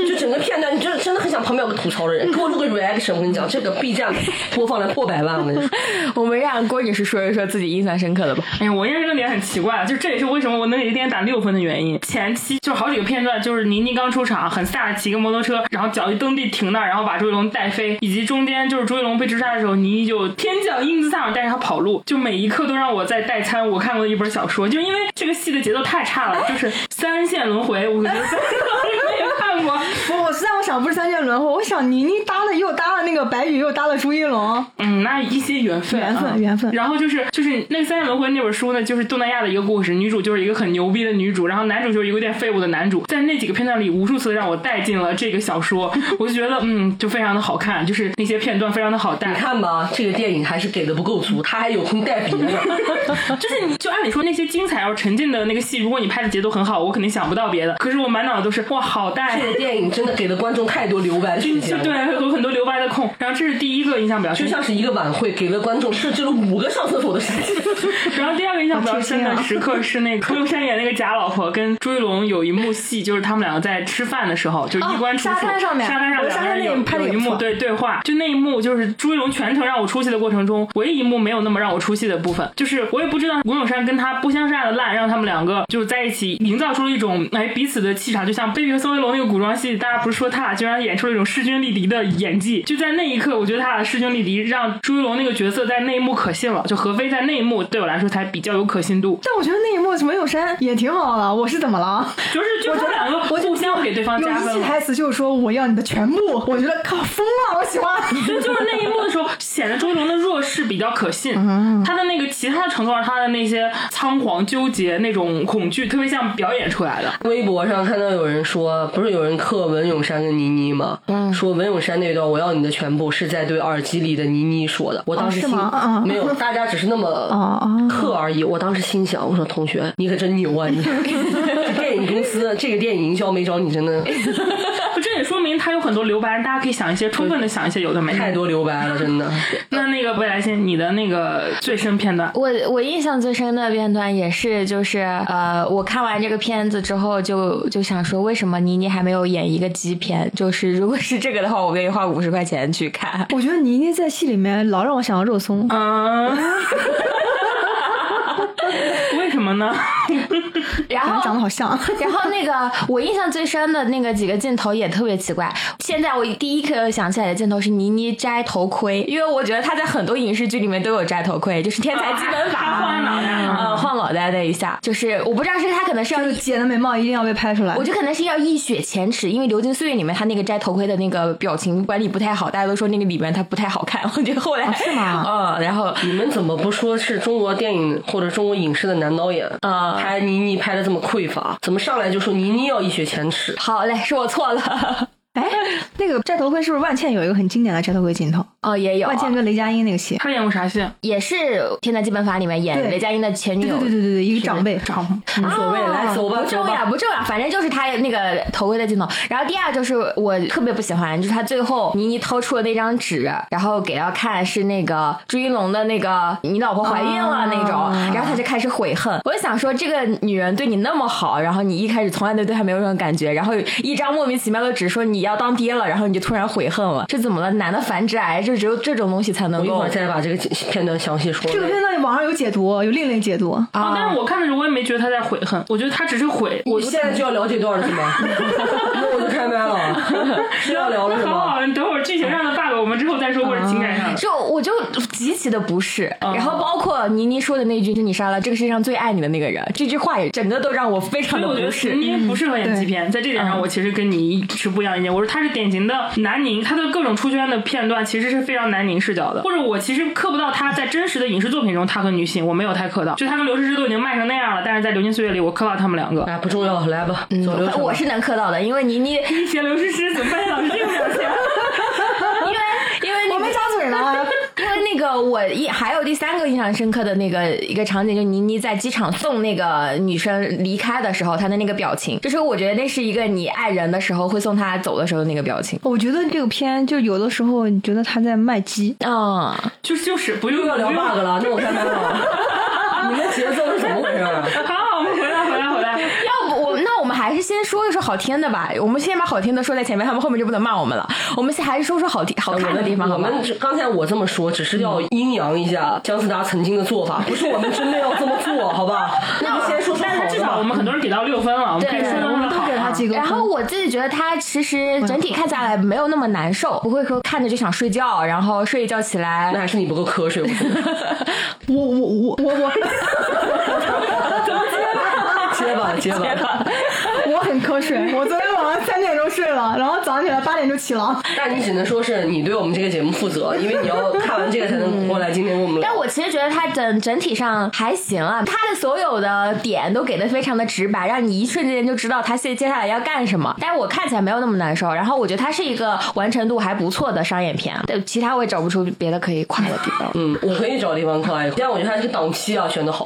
S3: 就整个片段，你真的真的很想旁边有个吐槽的人给我录个 reaction。我跟你讲，这个 B 站播放量破百万，我跟你说。
S4: 我们让郭女士说一说自己印象深刻的吧。
S2: 哎呀，我认识这点很奇怪，啊就这也是为什么我能给这电影打六分的原因。前期就好几个片段，就是倪妮刚出场，很飒地骑个摩托车，然后脚一蹬地停那儿，然后把朱一龙带飞，以及中间就是朱一龙被追杀的时候，倪妮就天降英姿飒爽带着他跑路，就每一刻都让我在代餐我看过的一本小说，就是因为这个戏的节奏太差了，就是三线轮回，我觉得三线轮回没看过。
S1: 我我实在我想不是三线轮回，我想倪妮搭了又搭了那个白宇，又搭了朱一龙，
S2: 嗯，那一些缘分，
S1: 缘分
S2: 啊
S1: 缘分
S2: 然后就是就是那《三世轮回》那本书呢，就是东南亚的一个故事，女主就是一个很牛逼的女主，然后男主就是一个有点废物的男主。在那几个片段里，无数次地让我带进了这个小说，我就觉得嗯，就非常的好看，就是那些片段非常的好
S3: 你
S2: 带。
S3: 看吧，这个电影还是给的不够足，他还有空带 别的。
S2: 就是你就按理说那些精彩而沉浸的那个戏，如果你拍的节奏很好，我肯定想不到别的。可是我满脑子都是哇，好带。啊
S3: 这个电影真的给了观众太多留白的时
S2: 就
S3: 间了。
S2: 对，有很多留白的空，然后这是第一个印象比较深
S3: 就
S2: 刻
S3: 像是一个晚会，给了观众设置了五个上厕所的时间。
S2: 然后第二个印象比较深的时刻是那个 涂山演那个假老婆跟朱一龙有一幕戏，就是他们两个在吃饭的时候，就是衣冠楚楚、
S1: 哦沙滩上面
S2: 沙滩上
S1: 我觉得
S2: 两个人
S1: 沙滩那
S2: 有
S1: 幕拍得
S2: 有
S1: 也
S2: 一
S1: 不
S2: 幕
S1: 错
S2: 对对话，就那一幕就是朱一龙全程让我出戏的过程中，唯一一幕没有那么让我出戏的部分，就是我也不知道吴永山跟他不相上下的烂，让他们两个就是在一起营造出了一种哎彼此的气场，就像《贝与宋威龙》那个古装戏，大家不是说他俩居然演出了一种势均力敌的演技，就在那一刻，我觉得他俩势均力敌，让朱一龙那个角色在那一幕可信了，就合肥在那一幕对我来说才比较有可信度。
S1: 但我觉得那一幕没有删也挺好的。我是怎么了？
S2: 就是就
S1: 我
S2: 他
S1: 觉
S2: 们两个
S1: 得，我就
S2: 互相给对方
S1: 有
S2: 加
S1: 一
S2: 分
S1: 句
S2: 了。
S1: 台词就是说我要你的全部，我觉得靠疯了，我喜欢。
S2: 就就是那一幕的时候，显得周杰伦的弱势比较可信。他的那个其他的程度上，他的那些仓皇纠结、那种恐惧，特别像表演出来的。
S3: 微博上看到有人说，不是有人克文咏珊跟倪妮吗？嗯，说文咏珊那段“我要你的全部”是在对耳机里的倪妮说的。我当时
S1: 是
S3: 心、
S1: 吗嗯嗯
S3: 没有，大家只是那么
S1: 哦
S3: 克而已。我当时心想，我说同学，你可真牛啊！ 你电影公司这个电影营销没找你，真 的
S2: 不，这也说明他有很多留白，大家可以想一些，充分的想一些有的没
S3: 太
S2: 的。
S3: 多留白了，真的。
S2: 那那个未来线，你的那个最深片段，
S4: 我我印象最深的片段也是，就是呃，我看完这个片子之后就就想说，为什么倪妮还没有演一个基片？就是如果是这个的话，我愿意花五十块钱去看。
S1: 我觉得倪妮在戏里面老让我想到肉松，
S2: 嗯， 为什么呢？
S4: 然
S1: 俩人长
S4: 后
S1: 得好像。
S4: 然后那个我印象最深的那个几个镜头也特别奇怪。现在我第一个想起来的镜头是倪妮摘头盔，因为我觉得她在很多影视剧里面都有摘头盔，就是天才基本法，
S2: 啊她换脑袋了
S4: 呃，换脑袋那一下，就是我不知道是她可能是要
S1: 就是姐的美貌一定要被拍出来
S4: 我。觉得可能是要一雪前耻，因为《流金岁月》里面他那个摘头盔的那个表情管理不太好，大家都说那个里面他不太好看。 我觉得后来、
S1: 哦是吗
S4: 嗯，然后
S3: 啊你们怎么不说是中国电影或者中国影视的男导演
S4: 啊
S3: 拍倪妮拍的这么匮乏？怎么上来就说倪妮要一雪前耻？
S4: 好嘞，是我错了。
S1: 哎，那个摘头盔是不是万茜有一个很经典的摘头盔镜头？
S4: 哦，也有
S1: 万茜跟雷佳音那个戏，
S2: 他演过啥戏？
S4: 也是《天才基本法》里面演
S1: 对
S4: 雷佳音的前女
S1: 对
S4: 友。
S1: 对对对对，一个长辈。啊
S2: 长
S4: 无
S3: 所谓来走吧
S4: 啊不重
S3: 走
S4: 要，
S3: 吧
S4: 不重要，反正就是他那个头盔的镜头。然后第二就是我特别不喜欢，就是他最后倪妮掏出了那张纸，然后给他看是那个朱一龙的那个你老婆怀孕了那种，
S1: 啊
S4: 然后他就开始悔恨。我就想说，这个女人对你那么好，然后你一开始从来都对她没有任何感觉，然后一张莫名其妙的纸说你要当爹了，然后你就突然悔恨了，这怎么了？男的繁殖癌，就只有这种东西才
S3: 我
S4: 能
S3: 一会
S4: 够
S3: 儿。再把这个片段详细说。
S1: 这个片段网上有解读，有另类解读。
S2: 哦，但是我看的时候我也没觉得他在悔恨，我觉得他只是悔，
S3: 我现在就要聊这段了是吗？那我就开麦了，是要聊了是
S2: 那 好好
S3: 吗？
S2: 了，等会儿剧情上的 bug 我们之后再说，或者情感上的。
S4: 就我就极其的不适，
S2: 嗯
S4: 然后包括倪妮说的那句“就你杀了这个世界上最爱你的那个人”，这句话也整个都让我非
S2: 所
S4: 常
S2: 以
S4: 的
S2: 我觉
S4: 不
S2: 得
S4: 适。
S2: 倪妮不适合演基片，在这点上我其实跟你持不一样的意见。我说她是典型的南宁，她的各种出圈的片段其实是非常南宁视角的，或者我其实刻不到她在真实的影视作品中她和女性，我没有太刻到。就她跟刘诗诗都已经卖成那样了，但是在《流金岁月》里我刻到他们两个。
S3: 哎，不重要，来吧，走流程吧。
S4: 我是能磕到的，因为倪 妮，因为
S2: 你写刘诗诗怎么办？老师这个表情。
S4: 因为
S1: 我
S4: 那
S1: 没
S4: 个
S1: 插嘴呢。
S4: 因为那个我一还有第三个印象深刻的那个一个场景，就倪妮在机场送那个女生离开的时候，她的那个表情，就是我觉得那是一个你爱人的时候会送她走的时候的那个表情。
S1: 我觉得这个片就有的时候你觉得他在卖鸡，
S4: 嗯，
S2: 就是就是不用
S3: 又要聊
S2: 不用
S3: bug 了，那我开麦了。你们节奏是怎么回事啊？
S2: 好 好，我们回来，回来，回来。
S4: 要不我那我们还是先说一说好听的吧。我们先把好听的说在前面，他们后面就不能骂我们了。我们先还是说说好听好看的地方，好
S3: 呃我
S4: 吗？
S3: 们这刚才我这么说，只是要阴阳一下姜思达曾经的做法，不是我们真的要这么做，好吧？那我们先说说
S2: 但
S3: 好
S2: 是至
S3: 的
S2: 少我
S3: 吧。
S2: 们很多人给到六分了，我们可以
S4: 对
S2: 说
S1: 我们
S2: 到
S1: 都
S2: 好
S1: 给他
S2: 啊。
S1: 几个
S4: 然
S1: 分
S4: 后我自己觉得它其实整体看下来没有那么难受，不会说看着就想睡觉，然后睡一觉起
S3: 那
S4: 来。
S3: 还是你不够瞌睡，我觉得
S1: 我我我我 我
S3: 结巴结巴。
S1: 我很瞌睡，我昨天晚上三点钟睡了，然后早上起来八点就起了。
S3: 但你只能说是你对我们这个节目负责，因为你要看完这个才能过来今天跟我们
S4: 嗯
S3: 聊。
S4: 但我其实觉得它整整体上还行啊，它的所有的点都给的非常的直白，让你一瞬间就知道它接接下来要干什么。但是我看起来没有那么难受，然后我觉得它是一个完成度还不错的商业片，对，其他我也找不出别的可以夸的地方。
S3: 嗯，我可以找地方夸一夸，但我觉得他这个档期啊选 的好。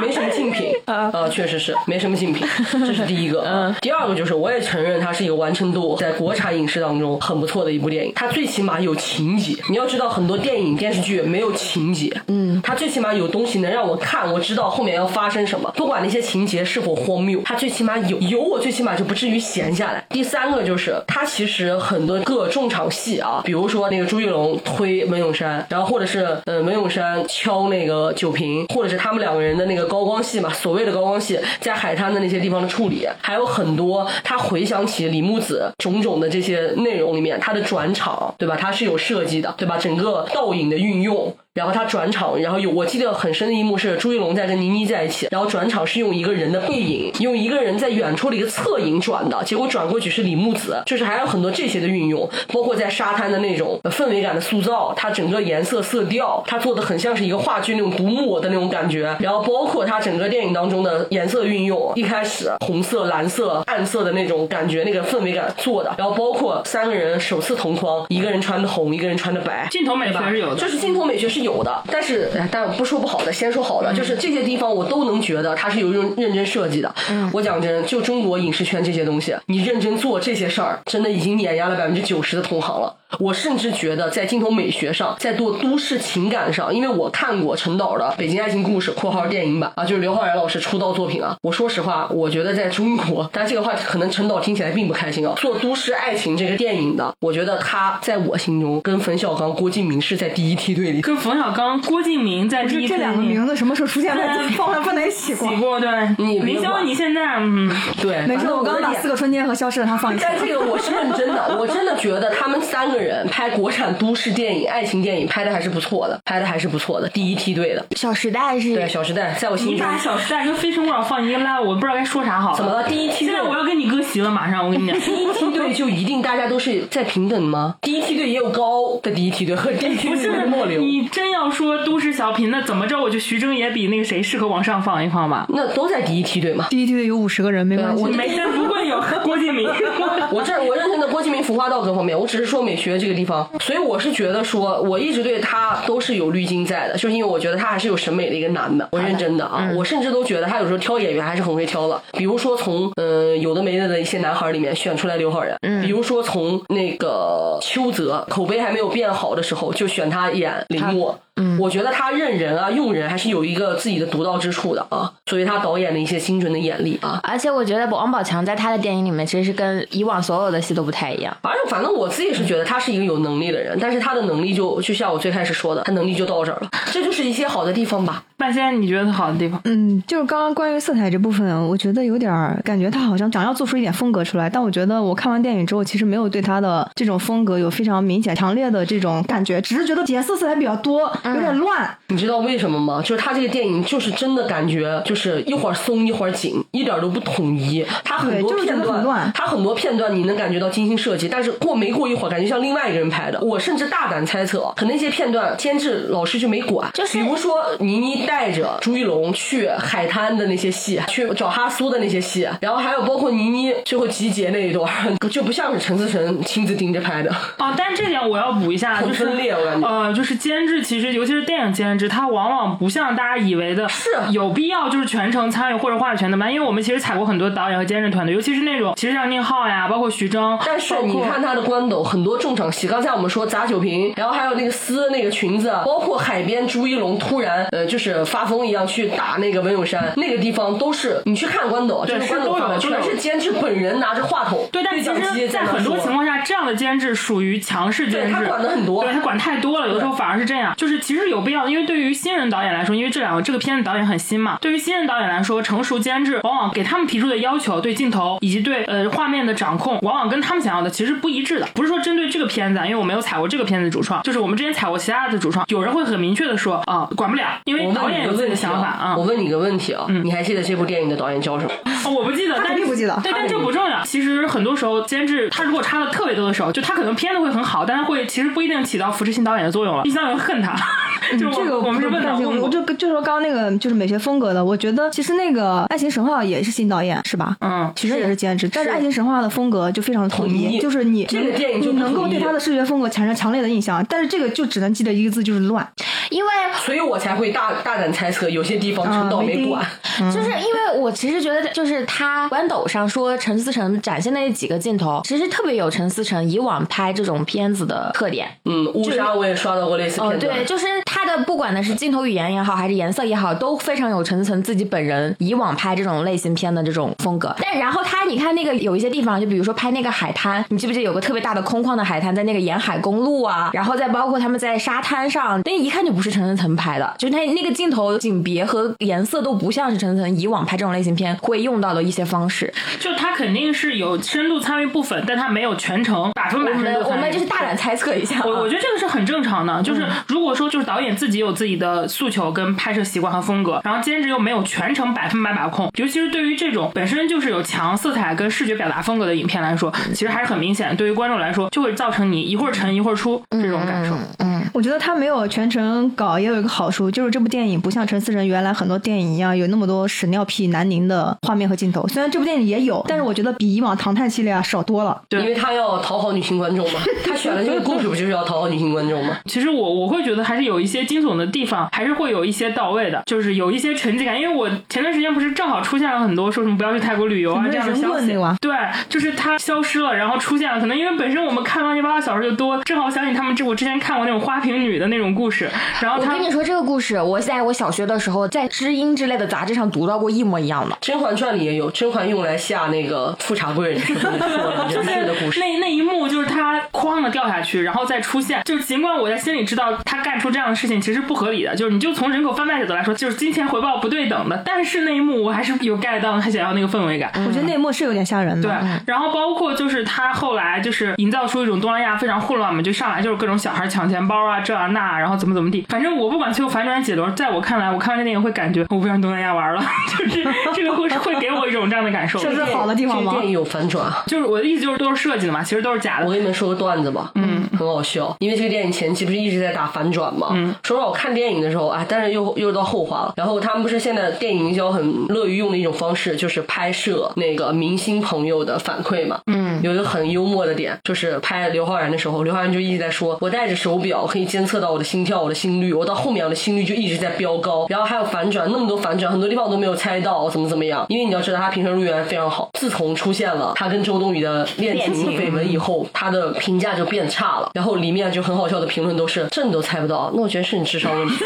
S3: 没什么竞品，
S4: 啊
S3: 呃，确实是没什么竞品，这是第一个。嗯，第二个就是，我也承认它是一个完成度在国产影视当中很不错的一部电影。它最起码有情节，你要知道很多电影电视剧没有情节，嗯，它最起码有东西能让我看，我知道后面要发生什么，不管那些情节是否荒谬，它最起码有有，我最起码就不至于闲下来。第三个就是，它其实很多个重场戏啊，比如说那个朱一龙推文咏珊，然后或者是呃文咏珊敲那个酒瓶，或者是他们两个人的那个高光戏嘛，所谓的高光戏，在海滩的那些地方的处理，还有很多他回想起李木子种种的这些内容里面，他的转场，对吧？他是有设计的，对吧？整个倒影的运用，然后他转场，然后有我记得很深的一幕是朱一龙在跟倪妮在一起，然后转场是用一个人的背影，用一个人在远处的一个侧影转的，结果转过去是李木子，就是还有很多这些的运用，包括在沙滩的那种呃氛围感的塑造，它整个颜色色调，它做的很像是一个话剧那种独幕的那种感觉，然后包括它整个电影当中的颜色运用，一开始红色、蓝色、暗色的那种感觉，那个氛围感做的，然后包括三个人首次同框，一个人穿的红，一个人穿的白，
S2: 镜头美学是有的
S3: 就，是镜头美学是有的，但是哎但不说不好的，先说好的，
S2: 嗯
S3: 就是这些地方我都能觉得它是有认认真设计的。
S2: 嗯
S3: 我讲真，就中国影视圈这些东西，你认真做这些事儿，真的已经碾压了百分之九十的同行了。我甚至觉得，在镜头美学上，在做都市情感上，因为我看过陈导的《北京爱情故事》（括号电影版）啊，就是刘昊然老师出道作品啊。我说实话，我觉得在中国，但这个话可能陈导听起来并不开心啊。做都市爱情这个电影的，我觉得他在我心中跟冯小刚、郭敬明是在第一梯队里。
S2: 跟冯小刚、郭敬明在第
S1: 这
S2: 一
S1: 这两个名
S2: 字
S1: 字什么时候出现在
S2: 对啊
S1: 放在放在一起过
S2: 洗？过，对。
S3: 你别
S2: 林
S3: 管
S2: 霄，你现在嗯，
S3: 对，
S1: 没
S3: 反
S1: 事，
S3: 正
S1: 我刚
S3: 的
S1: 把
S3: 眼
S1: 四个春天和消失的 他放一起。
S3: 但这个我是认真的，我真的觉得他们三个人拍国产都市电影、爱情电影拍的还是不错的，拍的还是不错的，第一梯队的。
S4: 小时代是
S3: 对，《小时代》在我心
S2: 你
S3: 中
S2: 把《小时代》跟《非诚勿扰》放一个拉，我不知道该说啥好。
S3: 怎么了？？第一梯
S2: 现
S3: 队
S2: 在，我要跟你割席了，马上我跟你 讲。
S3: 第一梯队就一定大家都是在平等吗？第一梯队也有高的第一梯队和第一梯
S2: 不
S3: 队
S2: 是
S3: 的末流。
S2: 你真要说都市小品，那怎么着？我觉得徐峥也比那个谁适合往上放一放吧。
S3: 那都在第一梯队嘛？
S1: 第一梯队有五十个人，没关系。
S3: 我
S2: 没事，不会有郭敬明。
S3: 我这我认真的郭敬明服化道各方面，我只是说美学这个地方，所以我是觉得说，我一直对他都是有滤镜在的，就是因为我觉得他还是有审美的一个男的，我认真的啊，我甚至都觉得他有时候挑演员还是很会挑的，比如说从嗯、呃有的没的的一些男孩里面选出来刘昊然，比如说从那个邱泽口碑还没有变好的时候就选他嗯演林默。我觉得他认人啊，用人还是有一个自己的独到之处的啊，所以他导演的一些精准的眼力啊，
S4: 而且我觉得王宝强在他的电影里面其实是跟以往所有的戏都不太一样。
S3: 反正反正我自己是觉得他是一个有能力的人，但是他的能力就就像我最开始说的，他能力就到这儿了，这就是一些好的地方吧。
S2: 半仙，你觉得好的地方？
S1: 嗯，就是刚刚关于色彩这部分，我觉得有点儿感觉他好像想要做出一点风格出来，但我觉得我看完电影之后，其实没有对他的这种风格有非常明显、强烈的这种感觉，只是觉得颜色色彩比较多，有点乱。
S3: 你知道为什么吗？就是他这个电影就是真的感觉就是一会儿松一会儿紧，一点儿都不统一。他很多
S1: 对就是觉
S3: 片
S1: 得
S3: 段，
S1: 很乱
S3: 他很多片段你能感觉到精心设计，但是过没过一会儿，感觉像另外一个人拍的。我甚至大胆猜测，可能一些片段监制老师就没管。
S4: 就是
S3: 比如说倪妮带着朱一龙去海滩的那些戏，去找哈苏的那些戏，然后还有包括倪妮最后集结那一段， 就不像是陈思诚亲自盯着拍的。
S2: 哦，但是这点我要补一下，
S3: 很
S2: 就是
S3: 分裂我感觉
S2: 呃，就是监制其实尤其是电影监制，他往往不像大家以为的，
S3: 是啊
S2: 有必要就是全程参与或者话语权的班。因为我们其实采过很多导演和监制团队，尤其是那种其实像宁浩呀，包括徐峥，
S3: 但是你
S2: 包括
S3: 看他的关斗，很多重场戏，刚才我们说砸酒瓶，然后还有那个撕那个裙子，包括海边朱一龙突然呃就是发疯一样去打那个文咏珊，那个地方都是你去看关斗，就
S2: 对
S3: 是关斗
S2: 是都有
S3: 范围
S2: 都有
S3: 全是监制本人拿着话筒
S2: 对，但其
S3: 讲机
S2: 实，
S3: 在
S2: 在
S3: 那
S2: 很多
S3: 说
S2: 情况下，这样的监制属于强势监制，
S3: 对他管得很多啊
S2: 对他管太多了，有的时候反而是这样。就是其实有必要，因为对于新人导演来说，因为这两个这个片子导演很新嘛，对于新人导演来说，成熟监制往往给他们提出的要求，对镜头以及对呃画面的掌控，往往跟他们想要的其实不一致的。不是说针对这个片子，啊，因为我没有采过这个片子主创，就是我们之前采过其他的主创，有人会很明确的说啊、管不了，因为
S3: 我
S2: 导
S3: 问你
S2: 演
S3: 个
S2: 有自己
S3: 问
S2: 的
S3: 题
S2: 想法啊。嗯
S3: 啊！我问你个问题啊，你还记得这部电影的导演叫什么？
S2: 哦，我不记得，但
S1: 肯定不记得啊
S2: 对，但这不重要。其实很多时候，监制他如果插的特别多的时候，就他可能片子会很好，但是会其实不一定起到扶持新导演的作用了。新导演会恨他， 就是我
S1: 嗯这个
S2: 我们是
S1: 不
S2: 问他
S1: 太清
S2: 问
S1: 楚
S2: 过。
S1: 我就就说刚刚那个就是美学风格的，我觉得其实那个《爱情神话》也是新导演是吧？
S2: 嗯，
S1: 其实也是监制，但是《爱情神话》的风格就非常统
S3: 统
S1: 一，
S3: 一
S1: 就是你
S3: 这个电影就
S1: 你能
S3: 不统
S1: 够
S3: 一
S1: 对他的视觉风格产生强烈的印象，但是这个就只能记得一个字，就是乱。
S4: 因为
S3: 所以我才会大大胆猜测，有些地方陈导
S1: 啊没
S3: 没
S1: 定
S3: 管。
S4: 就是因为我其实觉得，就是他关斗上说陈思诚展现那几个镜头，其实特别有陈思诚以往拍这种片子的特点。
S3: 嗯，乌纱我也刷到过类似
S4: 哦，
S3: 片段。
S4: 对，就是他的不管呢是镜头语言也好，还是颜色也好，都非常有陈思诚自己本人以往拍这种类型片的这种风格。但然后他，你看那个有一些地方，就比如说拍那个海滩，你记不记得有个特别大的空旷的海滩，在那个沿海公路啊，然后再包括他们在沙滩上，那一看就不是陈思诚拍的，就是他那个镜头景别和颜色都不像是陈思诚以往拍这种类型片会用到的一些方式。
S2: 就他肯定是有深度参与部分，但他没有全程百分
S4: 我
S2: 百深
S4: 们
S2: 度参与。
S4: 我们就是大胆猜测一下啊，嗯
S2: 我我觉得这个是很正常的，就是如果说就是导演自己有自己的诉求跟拍摄习惯和风格，然后监制又没有全程百分百把控，尤其是对于这种本身就是有强色彩跟视觉表达风格的影片来说，
S4: 嗯
S2: 其实还是很明显，对于观众来说就会造成你一会儿沉一会儿出这种感受。
S1: 我觉得他没有全程搞，也有一个好处，就是这部电影不像陈思诚原来很多电影一样有那么多屎尿屁南宁的画面和镜头。虽然这部电影也有，但是我觉得比以往唐探系列啊少多了。
S2: 对
S3: 因为他要讨好女性观众嘛，他选的这 个故事不就是要讨好女性观众吗？
S2: 其实我我会觉得还是有一些惊悚的地方，还是会有一些到位的，就是有一些沉浸感。因为我前段时间不是正好出现了很多说什么不要去泰国旅游啊
S1: 你
S2: 这
S1: 不是
S2: 样的
S1: 人
S2: 消
S1: 问
S2: 息
S1: 那个吗，
S2: 对，就是它消失了，然后出现了。可能因为本身我们看乱七八糟小说就多，正好想起他们这我之前看过那种花瓶女的那种故事，然后
S4: 我
S2: 他
S4: 跟你说这个故事，我在我小学的时候在知音之类的杂志上读到过一模一样的。
S3: 《甄嬛传》里也有，甄嬛用来吓那个富察贵人是怎么说的
S2: 就
S3: 人
S2: 是
S3: 质的故 事。
S2: 那那一幕，就是他哐的掉下去，然后再出现。就是尽管我在心里知道他干出这样的事情其实不合理的，就是你就从人口贩卖角度来说，就是金钱回报不对等的。但是那一幕我还是有 get 到他想要那个氛围感。
S1: 我觉得那一幕是有点吓人
S2: 嗯
S1: 的。
S2: 对，
S3: 嗯
S2: 然后包括就是他后来就是营造出一种东南亚非常混乱嘛，就上来就是各种小孩抢钱包啊，这啊那啊，然后怎么怎么地。反正我不管最后反转几轮，在我看来，我看完这电影会感觉我不想东南亚玩了， 就是这个故事会给我一种这样的感受。
S1: 是好的地方
S3: 这个
S1: 吗
S3: 电影有反转啊。
S2: 就是我的意思就是都是设计的嘛，其实都是假的
S3: 我。给你们说个段子吧，嗯，很好笑，因为这个电影前期不是一直在打反转嘛，嗯，说让我看电影的时候啊，但是又又到后话了。然后他们不是现在电影营销很乐于用的一种方式，就是拍摄那个明星朋友的反馈嘛，嗯，有一个很幽默的点，就是拍刘昊然的时候，刘昊然就一直在说，我戴着手表可以监测到我的心跳、我的心率，我到后面我的心率就一直在飙高，然后还有反转，那么多反转，很多地方我都没有猜到，怎么怎么样，因为你要知道他平时入园非常好，自从出现了他跟周冬雨的恋
S4: 恋
S3: 情
S4: 情
S3: 绯闻以后，他的评价就变差了。然后里面就很好笑的评论都是：这你都猜不到，那我觉得是你智商问题。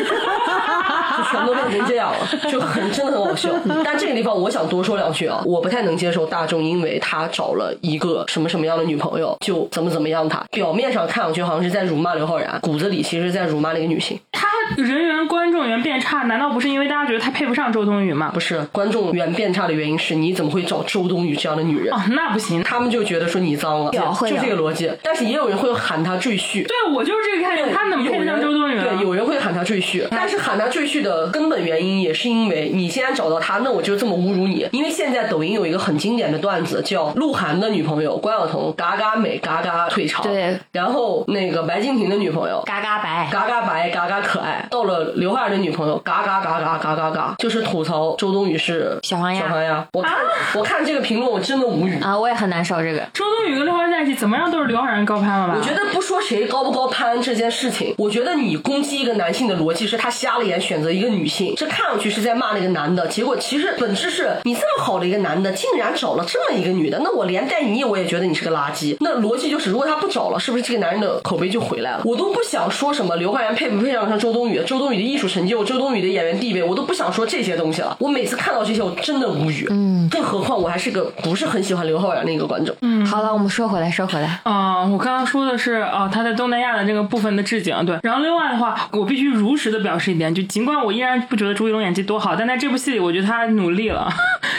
S3: 就全都变成这样了，就很真的很好笑。但这个地方我想多说两句啊，我不太能接受大众因为他找了一个什么什么样的女朋友就怎么怎么样他，表面上看上去好像是在辱骂刘昊然，骨子里其实是在辱骂那个女性。
S2: 他人员观众缘变差，难道不是因为大家觉得他配不上周冬雨吗？
S3: 不是观众缘变差的原因是你怎么会找周冬雨这样的女人？
S2: 哦，那不行。
S3: 他们就觉得说你脏了，
S4: 有
S3: 就
S4: 会有
S3: 这个逻辑。但是也有人会喊他赘婿，
S2: 对，我就是这个概念，他们怎么配得上周冬雨啊嗯
S3: 对，
S2: 呢？
S3: 有人会喊他赘婿，但是喊他赘婿的根本原因也是因为你现在找到他，那我就这么侮辱你。因为现在抖音有一个很经典的段子，叫鹿晗的女朋友关晓彤，嘎嘎美，嘎嘎腿长。
S4: 对，
S3: 然后那个白敬亭的女朋友，
S4: 嘎嘎白，
S3: 嘎嘎白，嘎嘎可爱。到了刘海儿的女朋友，嘎嘎嘎嘎嘎嘎嘎，就是吐槽周冬雨是
S4: 小黄鸭
S3: 小黄鸭，我看、我看这个评论，我真的无语。
S4: 啊，我也很难受这个。
S2: 周冬雨跟刘昊然在一起，怎么样都是刘昊然高攀了吧？
S3: 我觉得不说谁高不高攀这件事情，我觉得你攻击一个男性的逻辑是他瞎了眼选择一个女性，这看上去是在骂那个男的，结果其实本质是你这么好的一个男的，竟然找了这么一个女的，那我连带你我也觉得你是个垃圾。那逻辑就是，如果他不找了，是不是这个男人的口碑就回来了？我都不想说什么刘昊然配不配得上周冬雨，周冬雨的艺术成就，周冬雨的演员地位，我都不想说这些东西了。我每次看到这些，我真的无语。嗯，更何况我还是个不是很喜欢刘昊然的一个观众。嗯，
S4: 好了，我们说回来，说回来，
S2: 啊、我刚刚说的是啊、他在东南亚的这个部分的置景，对。然后另外的话，我必须如实的表示一点，就尽管我依然不觉得朱一龙演技多好，但在这部戏里，我觉得他努力了，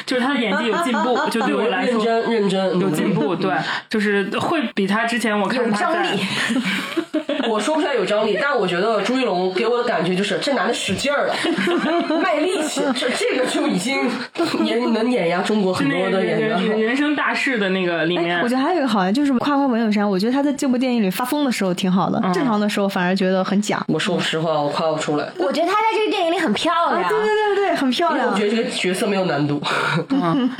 S2: 就是他的演技有进步，就对我来
S3: 认
S2: 说。
S3: 真认真
S2: 有进。步，对，就是会比他之前我看他在
S4: 有张力
S3: 我说不出来有张力，但我觉得朱一龙给我的感觉就是这男的使劲儿了， 卖力气，这这个就已经碾能碾压中国很
S2: 那
S3: 多
S2: 个
S3: 的
S2: 人
S3: 演员
S2: 人
S3: 了。
S2: 人生大事的那个里面，
S1: 哎，我觉得还有一个好像就是夸夸文咏珊，我觉得她在这部电影里发疯的时候挺好的，
S2: 嗯
S1: 正常的时候反而觉得很假。
S3: 我说实话，我夸不出来，
S4: 我觉得她在这个电影里很漂亮，
S1: 啊，对对对对，很漂
S3: 因为我
S2: 哎
S1: 亮
S3: 觉。得这个角色没有难度。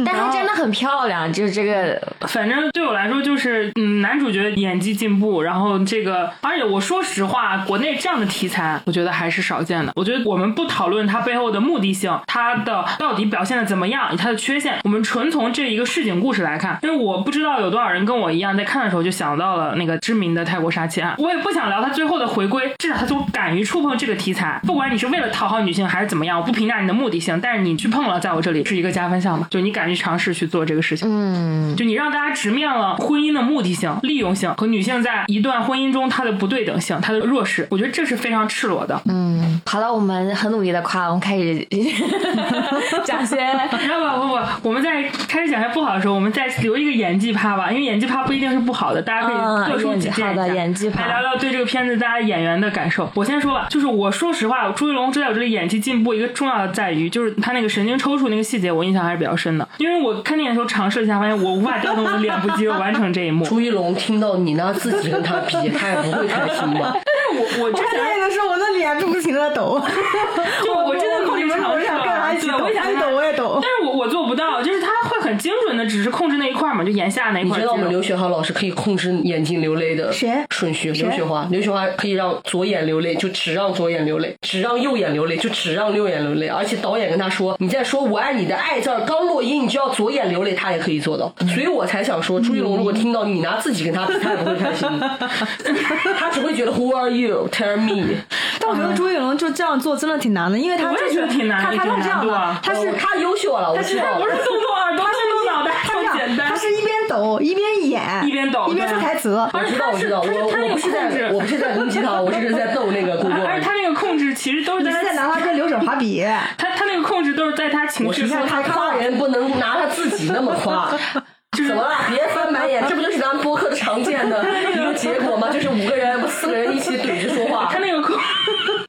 S4: 但她真的很漂亮，就是这个
S2: 反正对我来说就是，嗯，男主角演技进步，然后这个，而且我说实话，国内这样的题材，我觉得还是少见的。我觉得我们不讨论它背后的目的性，它的到底表现的怎么样，它的缺陷，我们纯从这一个市井故事来看。因为我不知道有多少人跟我一样，在看的时候就想到了那个知名的泰国杀妻案，我也不想聊它最后的回归，至少它总敢于触碰这个题材，不管你是为了讨好女性还是怎么样，我不评价你的目的性，但是你去碰了，在我这里是一个加分项嘛，就你敢于尝试去做这个事情。就你让大家直面了婚姻的目的性、利用性和女性在一段婚姻中她的不对等性、她的弱势，我觉得这是非常赤裸的。
S4: 好了，我们很努力的夸，我们开 始讲些
S2: 然后不不不，我们在开始讲一下不好的时候，我们再留一个演技趴吧，因为演技趴不一定是不好的，大家可以各抒己见一
S4: 嗯好
S2: 下。
S4: 的演技趴
S2: 来聊聊对这个片子大家演员的感受。我先说吧，就是我说实话，朱一龙在我这里演技进步一个重要的在于，就是他那个神经抽搐那个细节，我印象还是比较深的，因为我看电影的时候尝试了一下，发现我无法调动我的脸部肌肉完成这一幕。
S3: 朱一龙听到你那自己跟他比，他也不会开心的。
S2: 但是我我之
S1: 看
S2: 前
S1: 电影的时候，我的脸不停的抖，
S2: 就 我真的
S1: 我
S2: 不
S1: 你
S2: 经
S1: 们
S2: 常
S1: 我想跟他一起
S2: 对
S1: 抖，
S2: 我也想
S1: 你抖我也抖
S2: 但。是我我做不到，就是他会很精准的，只是控制那一块儿嘛，就眼下那一
S3: 你
S2: 块儿
S3: 知
S2: 肌
S3: 道我们
S2: 肉。
S3: 刘雪华老师可以控制眼睛流泪的
S1: 谁
S3: 顺序？刘雪华，刘雪华可以让左眼流泪，就只让左眼流泪；只让右眼流泪，就只让右眼流泪。而且导演跟他说：“你在说我爱你的爱字儿刚落音，你就要左眼流泪。”他也可以做到。
S2: 嗯
S3: 所以我才想说，朱一龙如果听到你拿自己跟他比，他也不会开心的， 他只会觉得 Who are you? Tell me。
S1: 但我觉得朱一龙就这样做真的挺难的，因为他
S2: 嗯我也
S1: 就
S2: 觉
S1: 是
S2: 得挺难
S1: 他
S2: 的
S1: 他
S2: 挺
S1: 是
S2: 难
S1: 这样
S2: 度
S1: 的
S2: 啊，
S1: 他是
S3: 哦他优秀了，我
S2: 是
S3: 知道
S2: 不
S3: 了
S2: 是。动啊动耳朵，是动脑袋，
S1: 他这
S2: 这么简
S1: 样，
S2: 单
S1: 他。是一边抖一边演，
S2: 一边抖
S1: 一边
S2: 对嗯
S1: 说台词。
S3: 我知道，我知道，我
S2: 而且他是他是他是有
S3: 我不是
S2: 控
S3: 在，
S2: 制
S3: 我不是在攻击他，我只是在逗那个姑姑
S2: 而
S3: 而
S2: 且
S3: 已。
S2: 他那个控制其实都是
S1: 你
S2: 在
S1: 是在拿他跟刘水华比？
S2: 他他那个控制都是在他情
S3: 我
S2: 绪
S3: 是说他夸人不能拿他自己那么 夸。
S2: 就是
S3: 怎么了？别翻白眼，这不就是咱们播客的常见的一个结果吗？就是五个人、四个人一起怼着说话
S2: 他，那个控，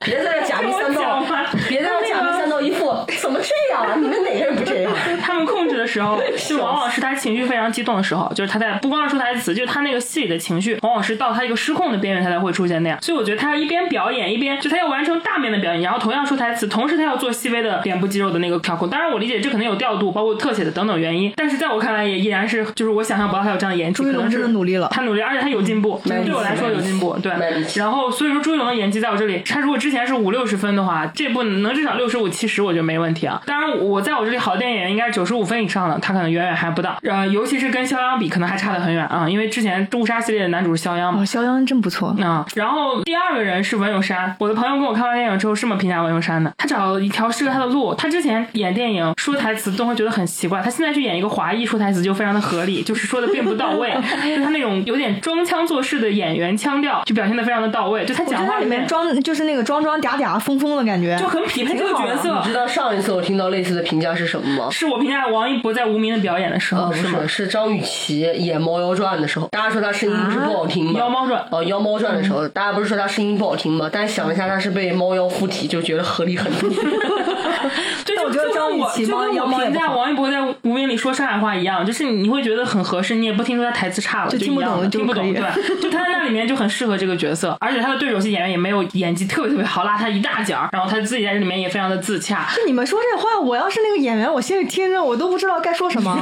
S3: 别在这假
S2: 跟
S3: 逼
S2: 我
S3: 三道
S2: 讲吧，
S3: 别在这假逼三道一副，怎么这样啊？你们哪个人不这样？啊
S2: 他们控制的时候，就往往是他情绪非常激动的时候，就是他在不光是说台词，就是他那个戏里的情绪，往往是到他一个失控的边缘，他才会出现那样。所以我觉得他要一边表演，一边就他要完成大面的表演，然后同样说台词，同时他要做细微的脸部肌肉的那个调控。当然，我理解这可能有调度，包括特写的等等原因，但是在我看来，也依然是就是我想象不到他有这样的演技，
S1: 朱一
S2: 可
S1: 龙
S2: 能
S1: 真
S2: 是
S1: 的努力了
S2: 他努力，而且他有进步，
S3: 嗯
S2: 对我来说有进步，对
S3: 嗯。
S2: 然后所以说朱一龙的演技在我这里，他如果之前是五六十分的话，这部能至少六十五七十，我觉得没问题啊。当然，我在我这里好的电影应该是九十五分以上的，他可能远远还不到。呃，尤其是跟肖央比，可能还差得很远啊，因为之前《误杀》系列的男主是肖央嘛
S1: 哦，。肖央真不错。
S2: 啊、然后第二个人是文咏珊，我的朋友跟我看完电影之后是这么评价文咏珊的：他找了一条适合他的路。他之前演电影说台词都会觉得很奇怪，他现在去演一个华裔说台词就非常的合理，就是说的并不到位，就他那种有点装腔作势的演员腔调就表现的非常的到位，就他
S1: 哦我觉
S2: 讲
S1: 得
S2: 话
S1: 他里面装就是那个装装嗲嗲、疯疯的感觉，
S2: 就很匹配这个角
S1: 挺
S2: 色
S3: 你。知道上一次我听到类似的评价是什么吗？
S2: 是我评价下王一博在无名的表演的时候、
S3: 呃，不
S2: 是吗
S3: 是，？是张雨绮演《猫妖传》的时候，大家说她声音不是不好听吗？
S2: 妖猫传
S3: 哦，《妖猫传》的时候，大家不是说她声音不好听吗？但是想了一下，她是被猫妖附体，就觉得合理很 多。
S2: 对，
S1: 但
S2: 就
S1: 我觉得
S2: 就
S1: 张
S2: 跟
S1: 雨
S2: 我
S1: 绮
S2: 就
S1: 猫
S2: 跟
S1: 妖
S2: 我
S1: 猫也
S2: 评
S1: 不
S2: 价
S1: 好
S2: 王一博在无名里说上海话一样，就是你会觉得很合适，你也不听出他台词差了，
S1: 就
S2: 就
S1: 听不
S2: 一样
S1: 懂
S2: 的
S1: 就
S2: 听不
S1: 可
S2: 懂，
S1: 以
S2: 对吧？ 就他在那里面就很适合这个角色，而且他的对手戏演员也没有演技特别特别好，拉他一大截儿，然后他自己在这里面也非常的自洽。
S1: 你们说这话，我要是那个演员，我心里听着我都不知道该说 什么。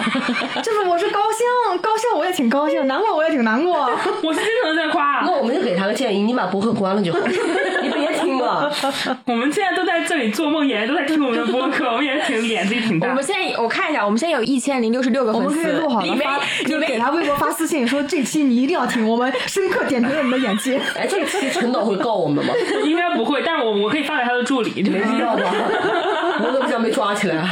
S1: 就是我是高兴，高兴我也挺高兴，难过我也挺 难过。
S2: 我是真的在夸啊
S3: 那，我们就给她个建议，你把博客关了就好了，你别听了。
S2: 我们现在都在这里做梦，演员都在听我们的播客，我们也挺脸自己挺
S4: 我
S2: 大
S4: 们。现在我看一下，我们现在有一千零六十六个
S1: 我
S4: 粉
S1: 们
S4: 丝，
S1: 可以录好
S4: 里
S1: 了
S4: 面
S1: 发，
S4: 里
S1: 就
S4: 面
S1: 给他微博发私信说这期你一定要听，我们深刻点评了你的演技。
S3: 哎，这期陈导会告我们吗？
S2: 应该不会，但是我我可以发给他的助理，就
S3: 没
S2: 是
S3: 必
S1: 嗯
S3: 要吧？我怎么想被抓起来啊？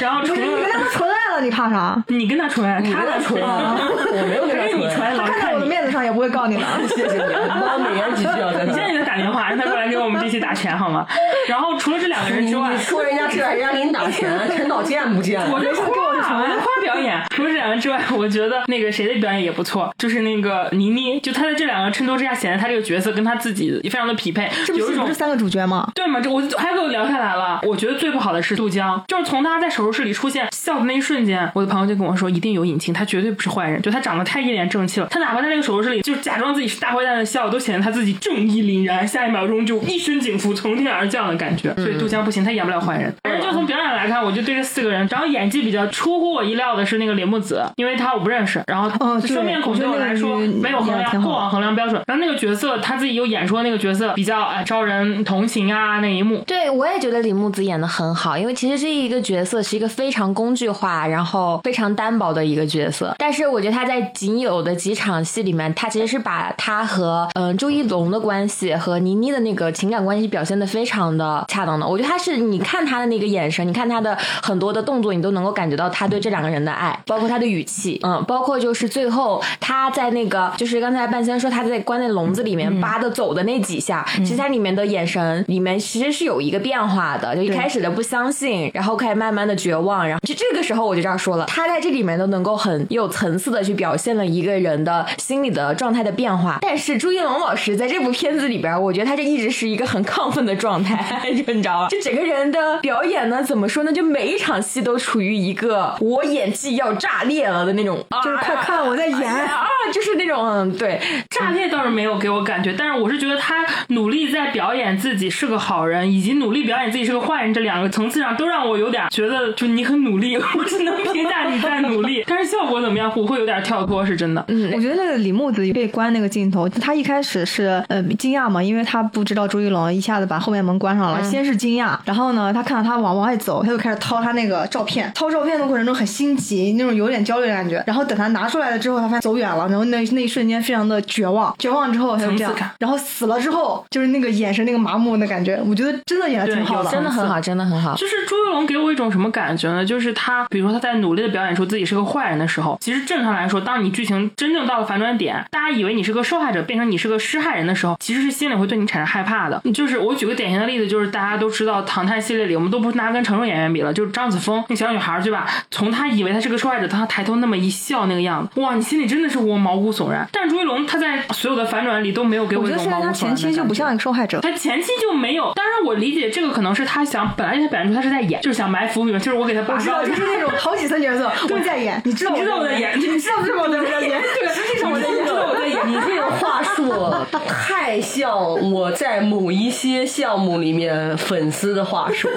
S2: 然后
S1: 不
S2: 除
S1: 是你
S2: 了
S1: 跟他们纯爱了，你怕啥？
S2: 你跟他纯爱，
S3: 你
S2: 他
S3: 跟他
S2: 纯
S3: 纯
S2: 爱，
S3: 啊？我没有跟
S2: 还
S3: 他
S2: 是
S3: 纯
S2: 你纯
S3: 啊。
S2: 爱，老
S1: 他
S2: 是
S1: 看在
S2: 看
S1: 我的
S2: 你。
S1: 面子上也不会告你的。
S3: 谢谢你，妈美言几句啊，咱
S2: 你现在
S3: 们。
S2: 给他打电话，让他过来给我们这期打钱好 吗？然后除了这两个人
S3: 你
S2: 之外
S3: 你，说人家这，人家给你打钱，陈导贱不贱？
S2: 我就
S1: 没事跟我是
S2: 夸
S1: 朋友
S2: 夸表演。除了这两个之外，我觉得那个谁的表演也不错，就是那个倪妮，就她在这两个衬托之下，显得她这个角色跟她自己非常的匹配，
S1: 这
S2: 有
S1: 不
S2: 一
S1: 是
S2: 种
S1: 不是三个主角吗？
S2: 对嘛，这我还给我聊下来了。我觉得最不好的是杜江，就是从他在手术室里出现笑的那一瞬间，我的朋友就跟我说，一定有隐情，他绝对不是坏人，就他长得太一脸正气了。他哪怕在那个手术室里，就是假装自己是大坏蛋的笑，都显得他自己正义凛然，下一秒钟就一身警服从天而降的感觉。
S1: 嗯
S2: 所以杜江不行，他演不了坏人。反正就从表演来看，我就对这四个人，然后演技比较出乎我意料的是那个铃木子，因为他我不认识，然后
S1: 哦对
S2: 双面孔
S1: 我觉
S2: 对
S1: 得
S2: 我
S1: 那个
S2: 来说
S1: 女
S2: 没有衡
S1: 演得挺
S2: 量
S1: 好
S2: 过往衡量标准。然后那个角色他自己又演出了那个角色比较哎招人同情啊那一幕。
S4: 对，我也觉得李木子演的很好，因为其实这一个角色是一个非常工具化，然后非常单薄的一个角色。但是我觉得他在仅有的几场戏里面，他其实是把他和嗯、呃周一龙的关系和倪妮的那个情感关系表现的非常的恰当的。我觉得他是你看他的那个眼神，你看他的很多的动作，你都能够感觉到他对这两个人的爱，包括他的语气，嗯，包括就是最后他在那个就是刚才半仙说他在关在笼子里面扒的走的那几下，其实他里面的眼神里面其实是有一个变化的，就一开始的不相信，然后开始慢慢的绝望，然后就这个时候我就这样说了，他在这里面都能够很有层次的去表现了一个人的心理的状态的变化。但是朱一龙老师在这部片子里边，我觉得他这一直是一个很亢奋的状 态，就你知道吧？就整个人的表演呢，怎么说呢？就每一场戏都处于一个我演技要炸裂了的那种，啊
S1: 就是快看我在演。
S4: 啊，就是那种嗯，对，
S2: 炸裂倒是没有给我感觉，但是我是觉得他努力在表演自己是个好人，以及努力表演自己是个坏人这两个层次上，都让我有点觉得，就你很努力， 我只能评价你在努力，但是效果怎么样，我会有点跳脱，是真的。
S1: 我觉得那个李木子被关那个镜头，他一开始是呃惊讶嘛，因为他不知道朱一龙一下子把后面门关上
S2: 嗯
S1: 了，先是惊讶，然后呢，他看到他往往外走，他就开始掏他那个照片，掏照片的过程中很心急，那种有点焦虑的感觉。然后等他拿出来了之后，他发现走远了，然后那那一瞬间非常的绝望，绝望之后他就这样
S2: 层次感，
S1: 然后死了之后就是那个眼神那个麻木的感觉，我觉得真的演的挺好
S2: 对有
S1: 的。
S4: 真的很好，真的很好。
S2: 就是朱一龙给我一种什么感觉呢？就是他，比如说他在努力的表演出自己是个坏人的时候，其实正常来说，当你剧情真正到了反转点，大家以为你是个受害者，变成你是个施害人的时候，其实是心里会对你产生害怕的。就是我举个典型的例子，就是大家都知道《唐探》系列里，我们都不拿跟成人演员比了，就是张子枫那小女孩，对吧？从她以为她是个受害者，到她抬头那么一笑那个样子，哇，你心里真的是我毛骨悚然。但是朱一龙他在所有的反转里都没有给
S1: 我
S2: 我一
S1: 觉得
S2: 种
S1: 虽
S2: 毛
S1: 然
S2: 骨悚然的
S1: 他前期就
S2: 感
S1: 不
S2: 觉
S1: 像一个受害者，
S2: 他前期就没有，当然我理解这个可能是他想，本来他表现出他是在演，就是想埋伏你们，就是 我给他拔
S1: 我知
S2: 高，
S1: 道，就是那种好几层角 色，我在演，你知道
S2: 你知道
S1: 我
S2: 我在演
S1: 你知道为什么我 在演？ 对，实际上我在演，
S3: 你这个话术太像我在某一些项目里面粉丝的话术。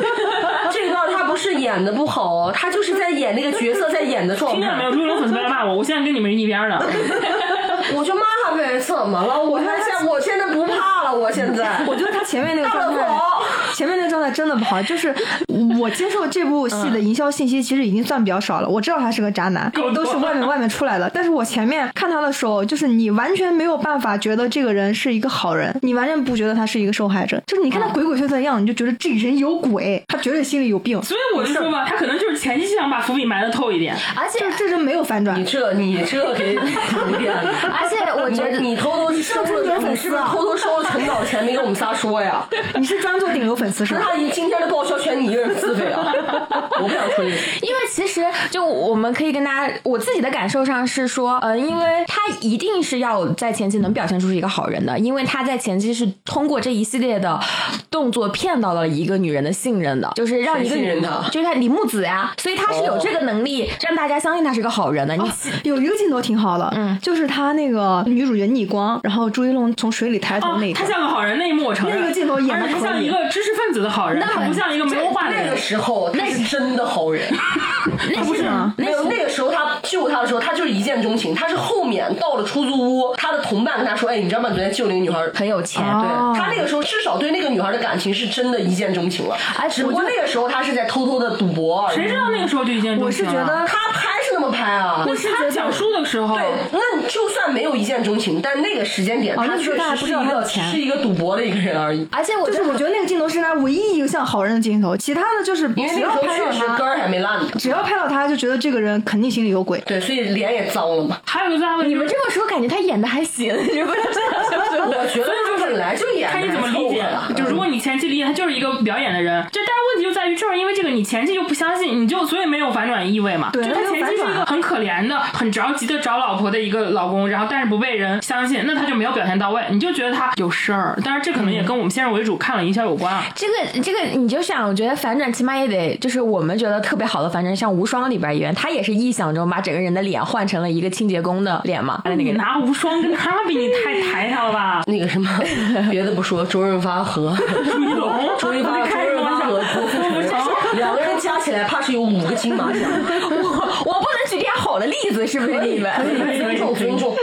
S3: 这段他不是演的不好哦，他就是在演那个角色在演的状
S2: 听见了没
S3: 态
S2: 有？。朱一龙粉丝不要骂我，我现在跟你们一边儿的。
S3: 我就骂他呗，怎么了？我 现在我现在不怕了，我现在
S1: 我觉得他前面那个
S3: 大
S1: 状
S3: 老
S1: 态，
S3: 婆。
S1: 前面那个状态真的不好。 就是我接受这部戏的营销信息，其实已经算比较少了。我知道他是个渣男
S2: 够，多
S1: 都是外面外面出来的。但是我前面看他的时候，就是你完全没有办法觉得这个人是一个好人，你完全不觉得他是一个受害者。就是你
S2: 嗯
S1: 看他鬼鬼祟祟的样子，你就觉得这人有鬼，他绝对心里有病。
S2: 所以我就说吧，他可能就是前期想把伏笔埋的透一点，
S4: 而且
S1: 就是这人没有反转
S3: 你，这你这给图点了。
S4: 而 且我觉得
S3: 你偷偷收了，你是不是偷偷收了陈导 钱没跟我们仨说呀？
S1: 你是专做顶流粉丝是
S3: 那
S1: 吧？
S3: 他今天的报销全你一个人自费啊？我不想处理。
S4: 因为其实就我们可以跟大家，我自己的感受上是说，呃，因为他一定是要在前期能表现出是一个好人的，因为他在前期是通过这一系列的动作骗到了一个女人的信任的，就是让一个
S3: 谁
S4: 女
S3: 信任哦他
S4: 就是他李木子呀，所以他是有这个能力让大家相信他是个好人的。
S3: 哦
S4: 你
S1: 有一个镜头挺好的，嗯，就是他那个女主角逆光，然后朱一龙从水里抬头
S2: 哦
S1: 那一，
S2: 他
S1: 段，
S2: 像个好人那一幕，我承认。
S1: 那个镜头演得
S2: 而且他
S1: 可
S2: 像
S1: 以
S2: 一个知识分子的好人，他不像一个没文化的
S3: 那
S2: 人
S3: 个。时候，那是真的好 人。
S4: 那不是
S3: 没有，那个时候他救他的时候，他就是一见钟情。他是后面到了出租屋，他的同伴跟他说：“哎，你知道吗？昨天救那个女孩儿。”
S4: 很有钱，
S1: 哦
S3: 对他那个时候至少对那个女孩的感情是真的一见钟情了，啊
S4: 哎
S3: 只不过
S4: 我就
S3: 那个时候他是在偷偷的赌博而已。
S2: 谁知道那个时候就一见钟
S1: 我
S2: 情
S1: 是
S2: 了？
S1: 觉得
S3: 他拍是那么拍啊？
S2: 那是他讲述的时候，
S3: 对，那你就算没有一见钟情，但那个时间点，
S1: 哦
S3: 他
S1: 那时
S3: 确
S1: 候大
S3: 实
S1: 家不
S3: 是
S1: 知道
S3: 一
S1: 他有
S3: 个
S1: 钱
S3: 是一个赌博的一个人而已。
S4: 而且我
S1: 就是我觉得那个镜头是他唯一一个像好人的镜头，其他的就是
S3: 因为
S1: 只
S3: 那个时候
S1: 要拍到
S3: 确实根
S1: 他，
S3: 儿还没烂呢，
S1: 只要拍到他就觉得这个人肯定心里有鬼。
S3: 对，所以脸也脏了嘛。
S2: 还有一个最大的问题
S4: 你
S2: 就是
S4: 们这么说，感觉他演的还行，你不能这样说。
S3: 我觉得他本来就演
S2: 看你
S3: 的？
S2: 怎么理解了。就如果你前期理解他就是一个表演的人，这但是问题就在于，正是因为这个你前期就不相信，你就所以没有反转意味嘛。
S1: 对
S2: 就他
S1: 没有
S2: 前
S1: 反
S2: 期是一个
S1: 转
S2: 很可怜的、很着急的找老婆的一个老公，然后但是不被人相信，那他就没有表现到位，你就觉得他有事儿。当然，这可能也跟我们先入为主看了营销有关啊。
S4: 这个这个，你就想，我觉得反转起码也得，就是我们觉得特别好的反转，像《无双》里边演员，他也是臆想中把整个人的脸换成了一个清洁工的脸嘛，他的 那
S2: 你
S4: 个脸。
S2: 拿无双跟他比，你太抬他了吧
S3: 那个什么，别的不说，周润 发和
S2: 朱一龙，
S3: 周润发、周
S2: 开什
S3: 润
S2: 么玩
S3: 发
S2: 笑？
S3: 和郭富
S2: 我不
S3: 城
S2: 是
S3: 两个人加起来，怕是有五个金马 奖。
S4: 我我不能举点好的例子，是不是你们？
S3: 尊重尊重，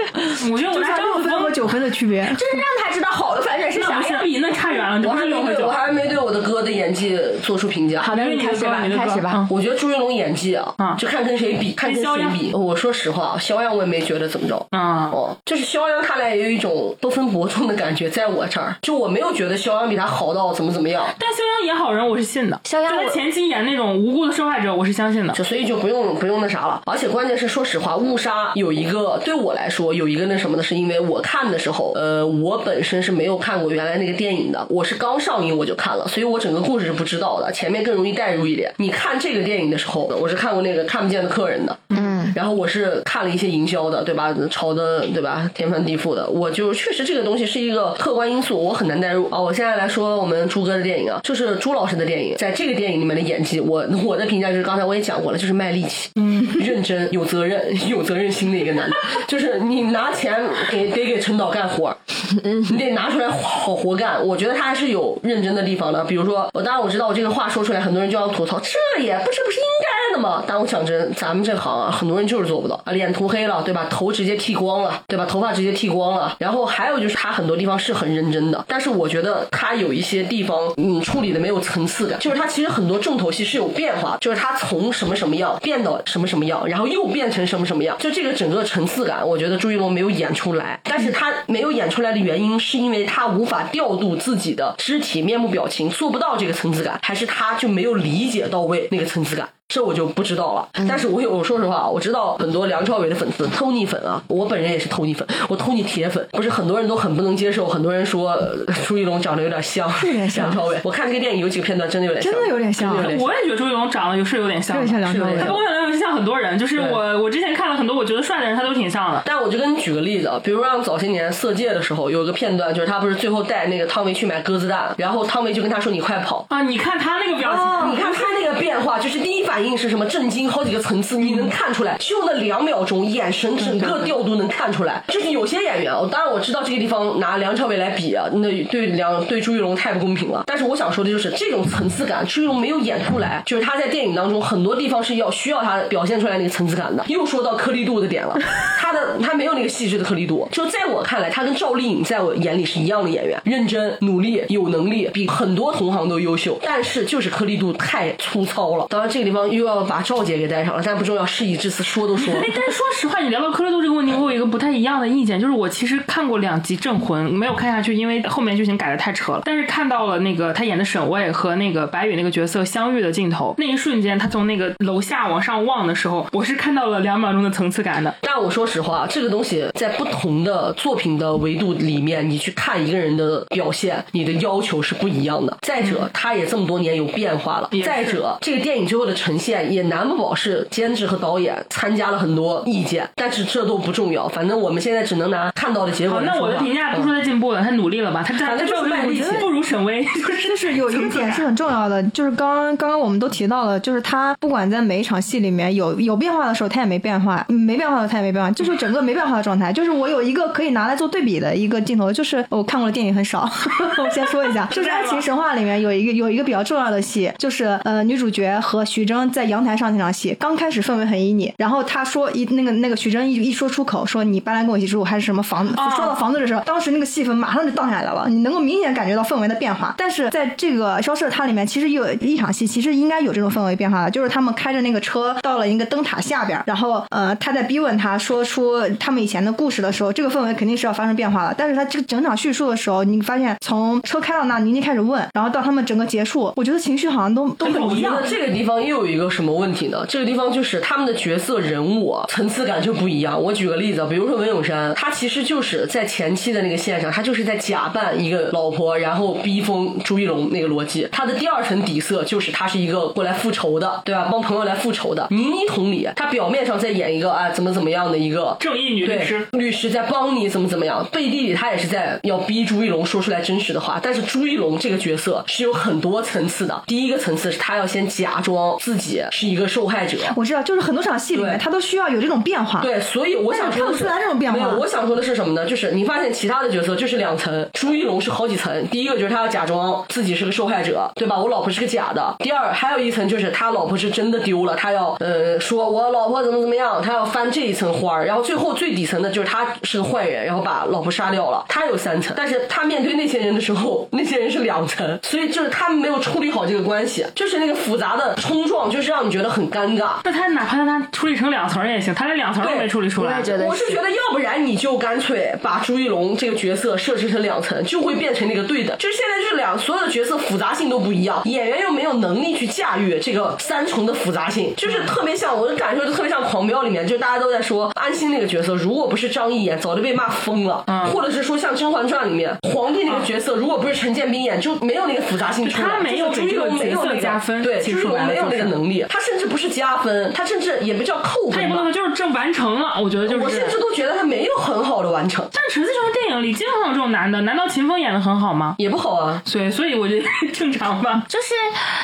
S2: 我觉得我
S1: 就是
S2: 拿张
S1: 六
S2: 子
S1: 分和
S2: 枫
S1: 九分的区别，
S4: 就是让他知道好的反转是
S2: 那
S4: 啥
S2: 不是
S4: 样。
S2: 比那差远了，这
S3: 我
S2: 不
S3: 还
S2: 是
S3: 没
S2: 六和
S3: 对
S2: 九
S3: 我。还没对我的哥的演技做出评价。
S4: 好的，
S2: 你
S4: 开始吧，
S2: 你的歌
S4: 开始吧。
S2: 嗯
S3: 我觉得朱云龙演技啊，
S2: 嗯
S3: 就看跟谁比，看跟
S2: 肖
S3: 谁
S2: 央
S3: 比。我说实话，啊肖央我也没觉得怎么着。
S2: 啊，
S3: 哦，就是肖央，他俩也有一种不分伯仲的感觉，在我这儿，就我没有觉得肖央比他好到怎么怎么样，
S2: 但肖央演好人，我是信的。
S4: 肖央
S2: 就
S4: 我
S2: 他前期演那种无辜的受害者，我是相信的。
S3: 就所以就不用不用那啥了。而且关键是，说实话，误杀有一个对我来说有一个那什么的，是因为我看的时候，呃，我本身是没有看过原来那个电影的，我是刚上映我就看了，所以我整个故事是不知道的，前面更容易代入一点。你看这个电影的时候，我是看过那个看不见的客人的，嗯，然后我是看了一些营销的，对吧？炒的对吧？天翻地覆的，我就确实这个东西是一个客观因素，我很难代入啊。我现在来说我们朱哥的电影啊，就是朱老师的电影，在这个电影里面的演技，我我的评价就是刚才我也讲过了，就是卖力气，嗯， 认真、有责任、有责任心的一个男的，就是你拿钱给得给陈导干活儿， 你得拿出来好活干。我觉得他还是有认真的地方的。比如说，我当然我知道我这个话说出来，很多人就要吐槽，这也不是不是应该的吗？但我讲真，咱们这行啊，很多人就是做不到啊，脸涂黑了，对吧？头直接剃光了，对吧？头发直接剃光了。然后还有就是他很多地方是很认真的，但是我觉得他有一些地方，嗯，处理的没有层次感。就是他其实很多重头戏是有变化，就是他从什么什么样变到什么什么样，然后又变成什么什么样，就这个整个层次感，我觉得朱一龙没有演出来。但是他没有演出来的原因，是因为他无法调度自己的肢体、面部表情，做不到这个层次感，还是他就没有理解到位那个层次感？这我就不知道了。
S1: 嗯
S3: 但是我有，我说实话，我知道很多梁朝伟的粉丝，Tony 粉啊，我本人也是 Tony 粉，我 Tony 铁粉，不是很多人都很不能接受，很多人说呃朱一龙长得有点像
S1: 有点像
S3: 梁朝伟。我看这个电影有几个片段，真的有点像，
S1: 啊真的有点像
S3: 真的有点
S2: 我也觉得周杰伦长得有是有点像
S1: 有
S2: 的，
S1: 点像梁
S3: 是
S1: 朝
S3: 有
S1: 伟
S2: 他
S3: 点。
S2: 跟我想的像很多人，就是
S3: 对
S2: 我我之前看了很多我觉得帅的人，他都挺像的。
S3: 但我就跟你举个例子，啊，比如让早些年《色戒》的时候，有一个片段，就是他不是最后带那个汤唯去买鸽子蛋，然后汤唯就跟他说：“你快跑。”
S2: 啊，你看他那个表情，
S3: 你看他那个变化，就是第一反应是什么震惊，好几个层次，你能看出来，就那两秒钟，眼神整个调度能看出来。就是有些演员，我当然我知道这个地方拿梁朝伟来比啊，那对梁对朱一龙太不公平了。但是我想说的就是这种层次感，朱一龙没有演出来，就是他在电影当中很多地方是要需要他表现出来那个层次感的。又说到颗粒度的点了，他的他没有那个细致的颗粒度，就在我看来，他跟赵丽颖在我眼里是一样的演员，认真、努力、有能力，比很多同行都优秀，但是就是颗粒度太粗糙了。当然，这个地方方又要把赵姐给带上了，但不重要，事已至此，说都说了
S2: 哎，。但是说实话，你聊到克雷多这个问题，我有一个不太一样的意见，就是我其实看过两集《镇魂》，没有看下去，因为后面剧情改的太扯了。但是看到了那个他演的沈巍和那个白宇那个角色相遇的镜头，那一瞬间，他从那个楼下往上望的时候，我是看到了两秒钟的层次感的。
S3: 但我说实话，这个东西在不同的作品的维度里面，你去看一个人的表现，你的要求是不一样的。再者，他也这么多年有变化了
S2: 嗯也。是
S3: 再者，这个电影最后的呈现也难不保是监制和导演参加了很多意见，但是这都不重要。反正我们现在只能拿看到的结果
S2: 好，
S3: 来
S2: 那
S3: 说
S2: 我的
S3: 话
S2: 评价不说他进步了，他努力了吧？他他
S3: 反正就是卖力气
S2: 不如沈巍， 就是
S1: 就是有一个点是很重要的，就是刚刚刚刚我们都提到了，就是他不管在每一场戏里面有有变化的时候，他也没变化；嗯没变化的时候他也没变化，就是整个没变化的状态。就是我有一个可以拿来做对比的一个镜头，就是我看过的电影很少， 我先说一下，就是《爱情神话》里面有一个有一个比较重要的戏，就是呃女主角和徐峥在阳台上那场戏，刚开始氛围很旖旎，然后他说一那个那个徐峥一一说出口说你搬来跟我一起住还是什么房
S4: 哦
S1: 子，说到房子的时候，当时那个气氛马上就荡下来了，你能够明显感觉到氛围的变化。但是在这个《消失的她》里面，其实有一场戏，其实应该有这种氛围变化的，就是他们开着那个车到了一个灯塔下边儿，然后呃他在逼问他说出他们以前的故事的时候，这个氛围肯定是要发生变化了。但是他这个整场叙述的时候，你发现从车开到那，宁宁开始问，然后到他们整个结束，我觉得情绪好像都都很
S3: 我
S1: 一
S3: 觉
S1: 样
S3: 得。这个地方又有一个什么问题呢？这个地方就是他们的角色人物啊，层次感就不一样。我举个例子啊，比如说文咏珊，她其实就是在前期的那个线上，她就是在假扮一个老婆，然后逼疯朱一龙那个逻辑。她的第二层底色就是她是一个过来复仇的，对吧？帮朋友来复仇的。倪妮同理，她表面上在演一个啊、怎么怎么样的一个
S2: 正义女律
S3: 对
S2: 师，。
S3: 律师在帮你怎么怎么样，背地里他也是在要逼朱一龙说出来真实的话。但是朱一龙这个角色是有很多层次的，第一个层次是他要先假装自己是一个受害者。
S1: 我知道，就是很多场戏里面，
S3: 对
S1: 他都需要有这种变化。
S3: 对，所以我想说的是，
S1: 看不出来这种变化
S3: 没有，我想说的是什么呢？就是你发现其他的角色就是两层，朱一龙是好几层。第一个就是他要假装自己是个受害者，对吧？我老婆是个假的。第二，还有一层就是他老婆是真的丢了，他要呃说我老婆怎么怎么样，他要翻这一层花儿。然后最后最底层的就是他是个坏人，然后把老婆杀掉了。他有三层，但是他面对那些人的时候， 那些人是两层，所以就是他们没有处理好这个关系，就是那个复杂的冲撞，就是让你觉得很尴尬。
S2: 那他哪怕他处理成两层儿也行，他连两层儿都
S3: 对
S2: 没处理出来。
S4: 我也觉得
S3: 我是觉得，要不然你就干脆把朱一龙这个角色设置成两层，就会变成那个对的。就是现在就是两所有的角色复杂性都不一样，演员又没有能力去驾驭这个三重的复杂性，
S2: 嗯
S3: 就是特别像我的感受，就特别像《狂飙》里面，就大家都在说安心那个角色，如果不是张译演，早就被骂疯了。
S2: 嗯
S3: 或者是说像《甄嬛传》里面皇帝那个角色，如果不是陈建斌演，就没有那个复杂性出来。
S2: 他没有
S3: 就是朱一龙没有那
S2: 给这个角色加分
S3: 对，
S2: 其实
S3: 朱一
S2: 说白
S3: 龙
S2: 了
S3: 没有
S2: 就是
S3: 那个能力，他甚至不是加分，他甚至也不叫扣分吧。
S2: 他也不能说就是这完成了，我觉得就是
S3: 我甚至都觉得他没有很好的完成，
S2: 但是陈思诚的电影里经常有这种男的，难道秦风演的很好吗？
S3: 也不好啊。
S2: 所以，所以我觉得 正常吧。
S4: 就是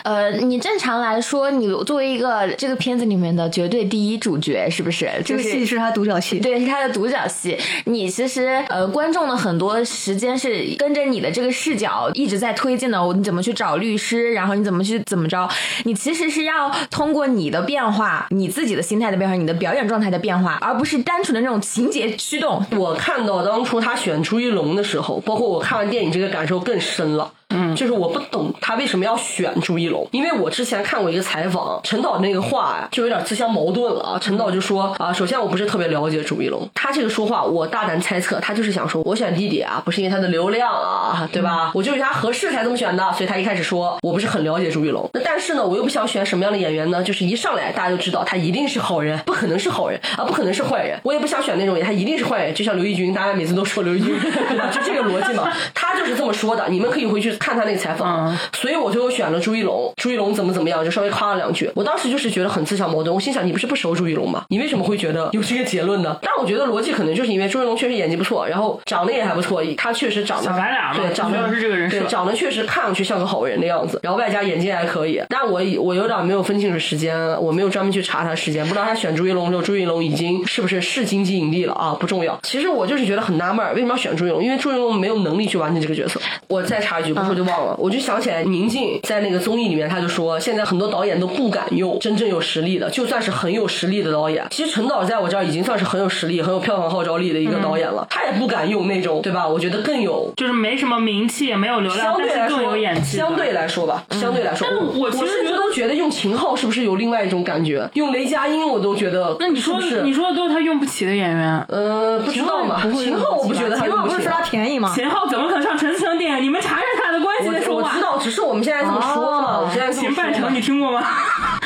S4: 呃，你正常来说，你作为一个这个片子里面的绝对第一主角，是不是？就
S1: 这个戏
S4: 是。
S1: 是他独角戏。
S4: 对，是他的独角戏。你其实呃，观众的很多时间是跟着你的这个视角一直在推进的。你怎么去找律师，然后你怎么去怎么着？你其实是要通过你的变化、你自己的心态的变化、你的表演状态的变化，而不是单纯的那种情节驱动。
S3: 我看到当初他选朱一龙的时候，包括我看完电影这个感受更深了。嗯，就是我不懂他为什么要选朱一龙，因为我之前看过一个采访，陈导那个话呀就有点自相矛盾了啊。陈导就说啊，首先我不是特别了解朱一龙，他这个说话我大胆猜测，他就是想说我选弟弟啊，不是因为他的流量啊，对吧？我就是他合适才这么选的，所以他一开始说我不是很了解朱一龙，那但是呢，我又不想选什么样的演员呢？就是一上来大家就知道他一定是好人，不可能是好人啊，不可能是坏人，我也不想选那种人，他一定是坏人，就像刘奕君，大家每次都说刘奕君，对吧？就这个逻辑嘛，他就是这么说的，你们可以回去看他那个采
S2: 嗯
S3: 访。所以我就选了朱一龙，朱一龙怎么怎么样，就稍微夸了两句。我当时就是觉得很自相矛盾，我心想你不是不熟朱一龙吗？你为什么会觉得有这个结论呢？但我觉得逻辑可能就是因为朱一龙确实演技不错，然后长得也还不错，他确实长得
S2: 小白脸嘛
S3: 对，长
S2: 主要
S3: 得
S2: 是这个人设
S3: 对，长得确实看上去像个好人的样子，然后外加演技还可以。但我我有点没有分清楚时间，我没有专门去查他时间，不知道他选朱一龙之后，朱一龙已经是不是市经济影帝了啊？不重要。其实我就是觉得很纳闷儿，为什么要选朱一龙？因为朱一龙没有能力去完成这个角色。我再插一句，不是我就忘忘
S2: 嗯
S3: 了，我就想起来宁静在那个综艺里面，他就说现在很多导演都不敢用真正有实力的，就算是很有实力的导演，其实陈导在我这儿已经算是很有实力、很有票房号召力的一个导演
S2: 嗯
S3: 了，他也不敢用那种对吧？我觉得更有
S2: 就是没什么名气，也没有流量
S3: 相，对来
S2: 啊但是
S3: 说
S2: 更有演技的。嗯
S3: 相对来说吧，相对来说，
S2: 但是我
S3: 我
S2: 其实觉
S3: 甚至
S2: 得
S3: 都觉得用秦昊是不是有另外一种感觉？用雷佳音我都觉得，
S2: 那你说
S3: 是不是
S2: 你说的都是他用不起的演员。
S3: 呃，不知道嘛，秦昊我不觉得他
S1: 秦昊
S3: 用
S1: 不是
S3: 起
S1: 说
S3: 来
S1: 他便宜吗？
S2: 秦昊怎么可能上陈思诚电影？你们查查他的关系再
S3: 我
S2: 说
S3: 我
S2: 吧
S3: 知。道，只是我们现在这么说嘛，
S1: 哦
S3: 我们现在这么
S2: 秦
S3: 说
S2: 半城，
S3: 嘛
S2: 你听过吗？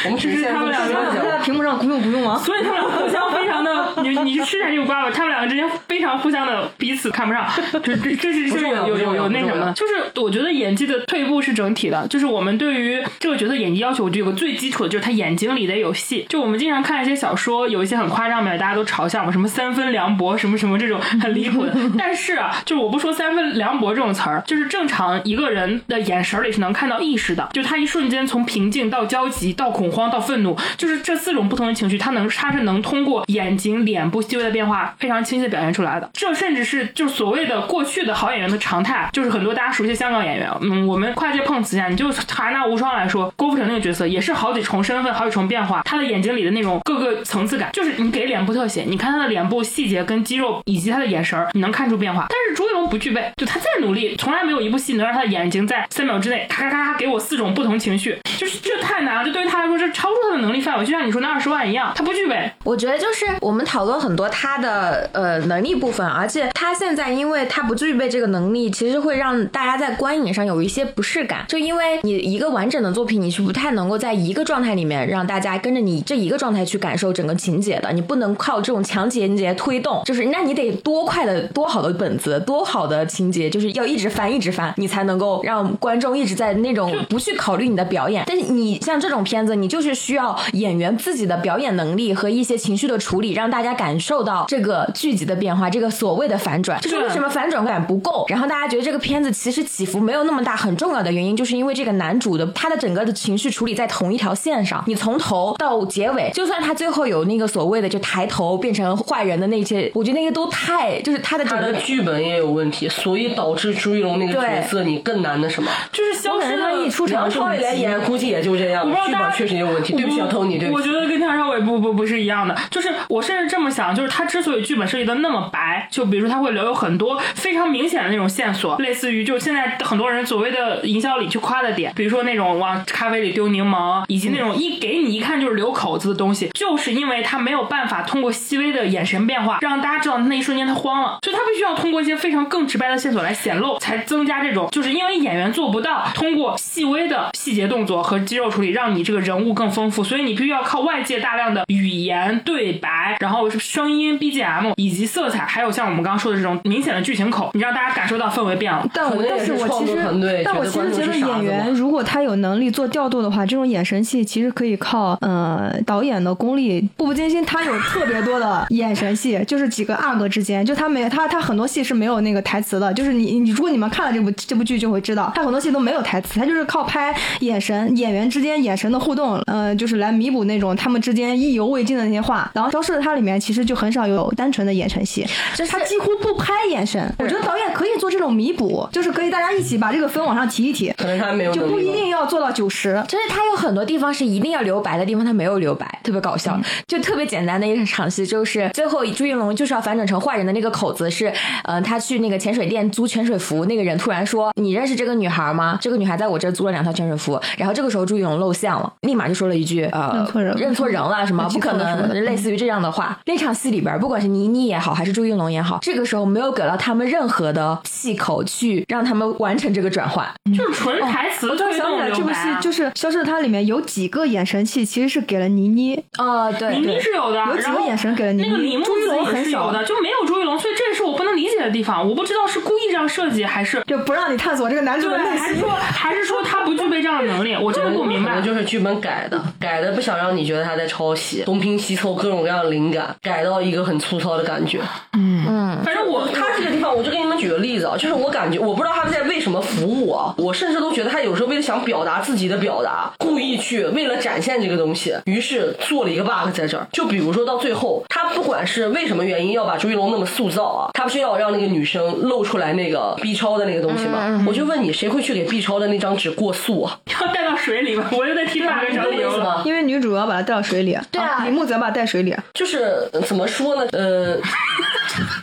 S3: 我们只是
S2: 这是他们
S3: 现在这么
S2: 两
S3: 说
S2: 个
S1: 他
S3: 嘛
S1: 在屏幕上不用不用啊。
S2: 所以他们互相非常的，你你去吃下这个瓜吧，他们两个之间非常互相的彼此看不上，这这这是这
S3: 不
S2: 是
S3: 重要
S2: 有有有有
S3: 不重要
S2: 那
S3: 不
S2: 什
S3: 重
S2: 么
S3: 要
S2: 的，就是我觉得演技的退步是整体的，就是我们对于这个角色演技要求，我觉得有个最基础的就是他眼睛里得有戏，就我们经常看一些小说，有一些很夸张的，大家都嘲笑嘛，什么三分凉薄，什么什么这种很离谱的，但是啊，就是我不说三分凉薄这种词儿，就是正常一个人的眼神儿里是能看到意识的，就他一瞬间从平静到焦急到恐慌到愤怒，就是这四种不同的情绪，他能他是能通过眼睛、脸部细微的变化非常清晰的表现出来的。这甚至是就所谓的过去的好演员的常态，就是很多大家熟悉的香港演员，嗯，我们跨界碰瓷一下，你就查那无双来说，郭富城那个角色也是好几重身份、好几重变化，他的眼睛里的那种各个层次感，就是你给脸部特写，你看他的脸部细节跟肌肉以及他的眼神儿，你能看出变化。但是朱一龙不具备，就他再努力，从来没有一部戏能让他的眼睛在三秒之内咔咔咔咔给我四种不同情绪，就是这太难了，这对于他来说这超出他的能力范围，就像你说那二十万一样，他不具备。
S4: 我觉得就是我们讨论很多他的呃能力部分，而且他现在因为他不具备这个能力，其实会让大家在观影上有一些不适感，就因为你一个完整的作品，你是不太能够在一个状态里面让大家跟着你这一个状态去感受整个情节的，你不能靠这种强情节推动，就是那你得多快的、多好的本子、多好的情节，就是要一直翻、一直翻，你才能够让观众一直在那种不去考虑你的表演。但是你像这种片子，你就是需要演员自己的表演能力和一些情绪的处理，让大家感受到这个剧集的变化，这个所谓的反转，
S2: 啊
S4: 就是为什么反转感不够，然后大家觉得这个片子其实起伏没有那么大，很重要的原因就是因为这个男主的他的整个的情绪处理在同一条线上，你从头到结尾，就算他最后有那个所谓的就抬头变成坏人的那些，我觉得那些都太就是他的整
S3: 他
S4: 个
S3: 的剧本也有问题，所以导致朱一龙那个角色你更难那什么。
S2: 就是消
S4: 我感
S2: 失
S4: 觉
S2: 的
S4: 他一出
S3: 梁
S4: 场就
S3: 朝伟来演估计也就这样
S2: 我不，知
S3: 剧
S2: 道大
S3: 本
S2: 家
S3: 确实也有问题。对不起，要偷你，对不
S2: 我
S3: 起
S2: 觉。得跟梁朝伟不不不是一样的，就是我甚至这么想，就是他之所以剧本设计的那么白，就比如说他会留有很多非常明显的那种线索，类似于就现在很多人所谓的营销里去夸的点，比如说那种往咖啡里丢柠檬，以及那
S3: 嗯
S2: 种一给你一看就是留口子的东西，就是因为他没有办法通过细微的眼神变化让大家知道那一瞬间他慌了，所以他必须要通过一些非常更直白的线索来显露，才增加这种，就是因为演员做不到通过细微的细节动作和肌肉处理，让你这个人物更丰富，所以你必须要靠外界大量的语言对白，然后声音、BGM 以及色彩，还有像我们刚刚说的这种明显的剧情口，你让大家感受到氛围变了。
S1: 但
S3: 可
S1: 我
S3: 能也
S1: 但
S3: 是
S1: 是我
S3: 创
S1: 其
S3: 作
S1: 实
S3: 团队，
S1: 但我
S3: 觉得观
S1: 其实
S3: 众
S1: 觉
S3: 是
S1: 得
S3: 傻子嘛
S1: 演员如果他有能力做调度的话，这种眼神戏其实可以靠呃导演的功力。步步惊心他有特别多的眼神戏，就是几个阿哥之间，就他没他他很多戏是没有那个台词的，就是你你如果你们看了这部这部剧就会知道，他很多戏都没有台词，他就是靠拍眼神演员之间眼神的互动，呃，就是来弥补那种他们之间意犹未尽的那些话。然后《消失的他》里面其实就很少有单纯的眼神戏，
S4: 就是
S1: 他几乎不拍眼神。我觉得导演可以做这种弥补，就是可以大家一起把这个分往上提一提，
S3: 可能他没有
S1: 就
S3: 能
S1: 不
S3: 力
S1: 一
S3: 吧
S1: 定要做到九十。
S4: 就是他有很多地方是一定要留白的地方，他没有留白，特别搞笑。就特别简单的一场戏，就是最后朱一龙就是要反转成坏人的那个口子是，呃，他去那个潜水店租潜水服，那个人突然说：“你认识这个女孩吗？”这个女孩在我这儿租了两套潜水服。然后这个时候朱一龙露馅了，立马就说了一句：“呃，
S1: 认错人了
S4: 嗯认错人了，什么不
S1: 记错
S4: 可
S1: 了什么
S4: 能
S1: 的，
S4: 类似于这样的话。那场戏里边，不管是倪妮也好，还是朱一龙也好，这个时候没有给到他们任何的气口去让他们完成这个转换。
S2: 就是纯台词
S1: 嗯哦我突然
S2: 推
S1: 想起
S2: 动
S1: 来，
S2: 留
S1: 这部戏
S2: 白啊。
S1: 就是《消失的他》里面有几个眼神戏其实是给了倪妮，
S4: 哦，对，
S2: 倪妮
S4: 对
S2: 是有的，
S1: 有
S2: 啊
S1: 几
S2: 然
S1: 个
S2: 后
S1: 眼神给了倪妮
S2: 那个李木
S1: 朱一龙
S2: 子也
S1: 很
S2: 是
S1: 少
S2: 有的，就没有朱一龙，所以这也是我不能理解的地方。我不知道是故意这样设计，还是
S1: 就不让你探索这个男主的
S2: 对，
S1: 内
S2: 还是
S1: 心
S2: 说。还是说他不具备这样的能力？我真的不明
S3: 可
S2: 白
S3: 能。就是剧本改的，改的不想让你觉得他在抄袭，东拼西凑各种各样的灵感，改到一个很粗糙的感觉。
S2: 反正我嗯
S3: 他这个地方，我就跟你们举举个例子啊，就是我感觉我不知道他们在为什么服务啊，我甚至都觉得他有时候为了想表达自己的表达，故意去为了展现这个东西，于是做了一个 bug 在这儿。就比如说到最后，他不管是为什么原因要把朱一龙那么塑造啊，他不是要让那个女生露出来那个 B 超的那个东西吗？我就问你，谁会去给 B 超的那张纸过塑啊？
S2: 要带到水里吧，我又在替大哥找理
S3: 你懂我
S2: 由
S3: 意思
S2: 了。
S3: 吗？
S1: 因为女主要把他带到水里，
S4: 对啊
S1: 李木泽把他带水里，啊
S3: 就是呃怎么说呢？呃，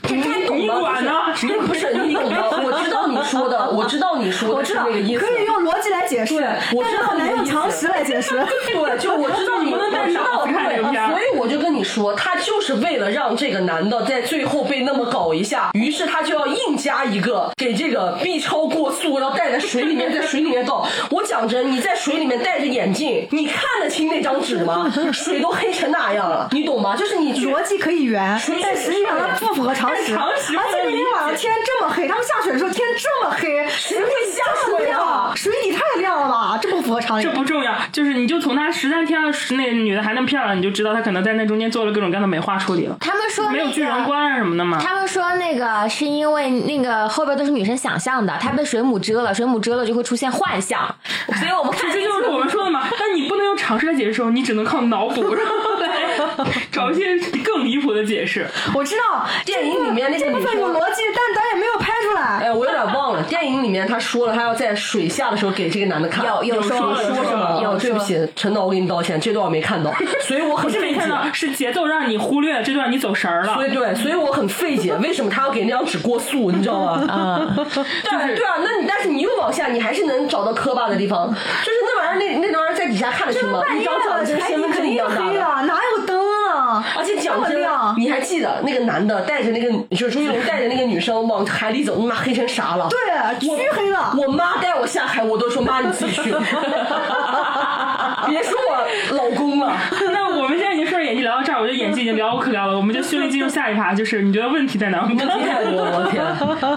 S3: 你懂
S2: 你
S3: 吗？
S2: 管呢？
S3: 就是不是你懂吗？我知道你说的，我知道你说的是那个意思。
S1: 可以用逻辑来解释，
S3: 对我
S1: 但
S3: 知
S1: 是
S3: 道
S1: 很难
S3: 你的
S1: 用
S3: 意思
S1: 常识来 解释。
S3: 对，就我知道你，
S2: 你不能带
S3: 我知道
S2: 脑子看这个片
S3: 对，
S2: 儿
S3: 所以我就跟你说，他就是为了让这个男的在最后被那么搞一下，于是他就要硬加一个给这个 B 超过塑，然后带在水里面，在水里面搞。我讲真，你在水里面戴着眼镜，你看得清那张纸吗？水都黑成那样了，你懂吗？就是你去
S1: 逻辑可以圆
S3: 水，
S1: 但实际上它不符合常识。
S2: 但常识
S1: 而
S2: 不
S1: 且
S2: 能
S1: 那天晚上天这么黑，他们下水的时候天这么黑，
S3: 谁会下
S1: 这么
S3: 水啊
S1: 亮？水底太亮了吧？这不符合常理
S2: 这。不重要，就是你就从她十三天那女的还能漂亮，你就知道她可能在那中间做了各种各样的美化处理了，
S4: 他们说
S2: 没有
S4: 那
S2: 巨
S4: 个
S2: 人观啊什么的嘛。
S4: 他们说那个是因为那个后边都是女生想象的，她被水母蛰了，水母蛰了就会出现幻象，所以我们看
S2: 这就是我们说的嘛，但你不能用常识来解释的时候，你只能靠脑补，然后 来找一些更离谱的解释。
S1: 我知道
S3: 电影里面那些
S1: 这部
S3: 女
S1: 分有
S3: 生。
S1: 逻辑，但导演没有拍出来。
S3: 哎，我有点忘了，电影里面他说了，他要在水下的时候给这个男的看。
S4: 有有
S3: 说
S4: 说有
S3: 说
S4: 说
S3: 什么？
S4: 有
S3: 哦对不起，陈导，我给你道歉，这段我没看到，所以我很
S2: 不是
S3: 费
S2: 没
S3: 解
S2: 看。到，是节奏让你忽略了这段，你走神儿
S3: 所
S2: 了。
S3: 以对，所以我很费解，为什么他要给那张纸过塑，你知道吗？ 啊，对对啊，那你但是你又往下，你还是能找到磕巴的地方，就是那玩意儿，那那玩意儿在底下看得清吗？一张长得跟
S1: 海
S3: 身
S1: 底
S3: 份
S1: 肯
S3: 证一
S1: 定
S3: 样大
S1: 黑
S3: 的。
S1: 了，哪有灯啊？
S3: 而且
S1: 这
S3: 讲
S1: 么
S3: 真
S1: 亮，，
S3: 你还记得那个男的带着那个，就是朱一龙带着那个女生往海里走，他妈黑成啥了？
S1: 对，
S3: 我
S1: 黢黑了。
S3: 我妈带我下海，我都说妈你自己 去，别说我老公了。
S2: 那我们现在已经顺着演技聊到这儿，我觉得演技已经聊无可聊了，我们就顺利进入下一趴，就是你觉得问题在哪？我们
S3: 问题太多了，我天！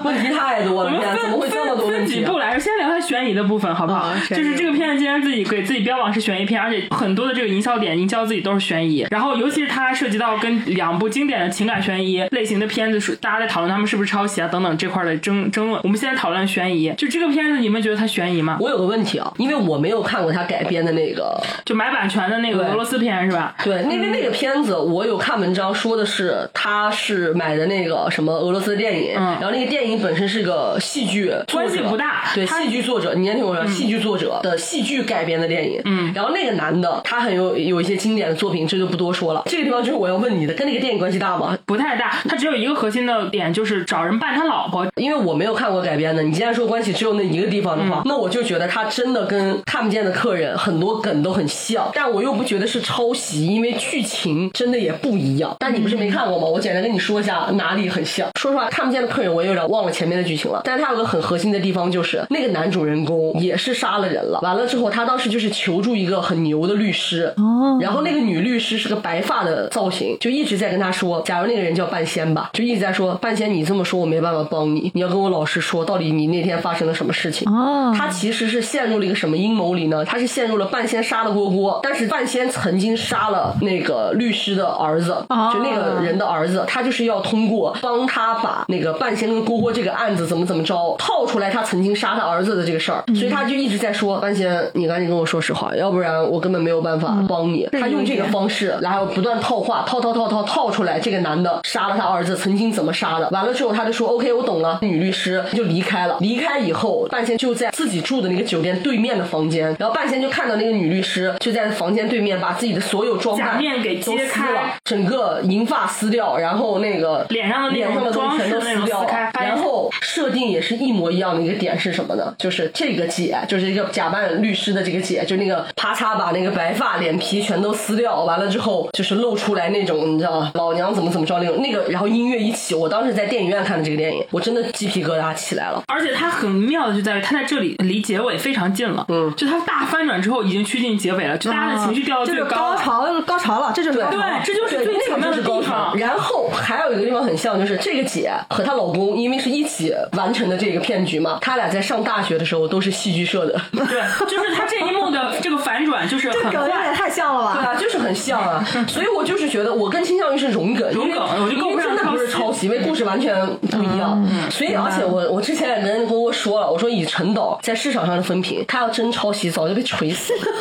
S3: 问题太多
S2: 我
S3: 了，
S2: 们
S3: 天！
S2: 分
S3: 怎么会这么多问
S2: 分
S3: 题、
S2: 几
S3: 啊
S2: 步？来说，先聊一下悬疑的部分，好不好？
S1: 啊悬疑
S2: 就是这个片子，既然自己给自己标榜是悬疑片，而且很多的这个营销点、营销自己都是悬疑，然后尤其是它涉及到跟两部经典的情感悬疑类型的片子，是大家在讨论他们是不是抄袭啊等等这块的争争论。我们现在讨论悬疑，就这个片子，你们觉得它悬疑吗？
S3: 我有个问题啊，因为我没有看过他改编的那个，
S2: 就买版权的那个
S3: 对
S2: 俄罗斯片是吧？
S3: 对，因为那个片子我有看文章说的是他是买的那个什么俄罗斯电影，
S2: 嗯
S3: 然后那个电影本身是个戏剧作者，
S2: 关系不大
S3: 对，
S2: 他
S3: 戏剧作者，你先听我说，戏剧作者的戏剧改编的电影，嗯，然后那个男的他很有有一些经典的作品，这就不多说了。这个地方就是我要问你的，跟那个电影关系大吗？
S2: 不太大，它只有一个核心的点，就是找人扮他老婆，
S3: 因为我没有看过改编的，你既然说关系只有那一个地方的话，那我就觉得他真的跟看不见的客人很多梗都很像，但我又不觉得是抄袭，因为剧情真的也不一样。但你不是没看过吗？我简单跟你说一下哪里很像。说实话，看不见的客人我也有点忘了前面的剧情了，但是他有个很核心的地方就是那个男主人公也是杀了人了，完了之后他当时就是求助一个很牛的律师，
S1: 哦
S3: 然后那个女律师是个白发的造型，就一直在跟他说，假如那个人叫半仙吧，就一直在说半仙，你这么说我没办法帮你，你要跟我老实说，到底你那天发生了什么事情。
S1: 哦，
S3: 他其实是陷入了一个什么阴谋里呢？他是陷入了半仙杀了郭郭，但是半仙曾经杀了那个律师的儿子，
S1: 哦
S3: 就那个人的儿
S2: 嗯
S3: 子，他就是要通过帮他把那个半仙跟郭郭这个案子怎么怎么着套出来，他曾经杀他儿子的这个事儿，
S2: 嗯
S3: 所以他就一直在说半仙，你赶紧跟我说实话，要不然我根本没有办法
S2: 嗯
S3: 帮你。他用这个方式，然后不断套话，套套套套套出来，这个男的杀了他儿子，曾经怎么杀的？完了之后，他就说 OK，我懂了。女律师就离开了。离开以后，半仙就在自己住的那个酒店对面的房间，然后半仙就看到那个女律师就在房间对面把自己的所有装
S2: 假
S3: 扮
S2: 面给
S3: 都
S2: 揭
S3: 撕了
S2: 开，
S3: 整个银发撕掉，然后那个
S2: 脸上的那
S3: 脸上
S2: 种
S3: 的东西
S2: 装饰
S3: 全都
S2: 的那
S3: 撕
S2: 种
S3: 掉
S2: 撕开
S3: 了，
S2: 发现
S3: 然后。后设定也是一模一样的一个点是什么呢？就是这个姐，就是一个假扮律师的这个姐，就那个啪嚓把那个白发脸皮全都撕掉，完了之后就是露出来那种，你知道吗？老娘怎么怎么着那种那个，然后音乐一起，我当时在电影院看的这个电影，我真的鸡皮疙瘩起来了。
S2: 而且它很妙的就在于，它在这里离结尾非常近了，嗯，就它大翻转之后已经趋近结尾了，就大家的情绪掉到
S1: 啊这
S2: 最
S1: 是
S2: 高
S1: 高
S2: 了
S1: 潮高潮了，这就是高潮
S2: 对，这就是
S3: 对
S2: 最
S3: 那
S2: 巧
S3: 个
S2: 妙的
S3: 就是
S2: 地
S3: 高潮。
S2: 方。
S3: 然后还有一个地方很像，就是这个姐和她老公，因为是一起完成的这个骗局嘛，他俩在上大学的时候 都是戏剧社的。
S2: 对，就是他这一幕的这个反转，就是
S1: 这
S2: 很
S1: 梗有点
S2: 快。
S1: 太像了
S3: 对
S1: 吧？
S3: 啊，就就是很像啊，所以我就是觉得我更倾向于是融梗，
S2: 融梗嗯我就
S3: 因
S2: 够
S3: 为
S2: 不上嗯
S3: 真的不是
S2: 抄袭
S3: 抄袭，因为故事完全不一样。所以而且我我之前也跟郭郭说了，我说以陈导在市场上的风评，他要真抄袭早就被锤死。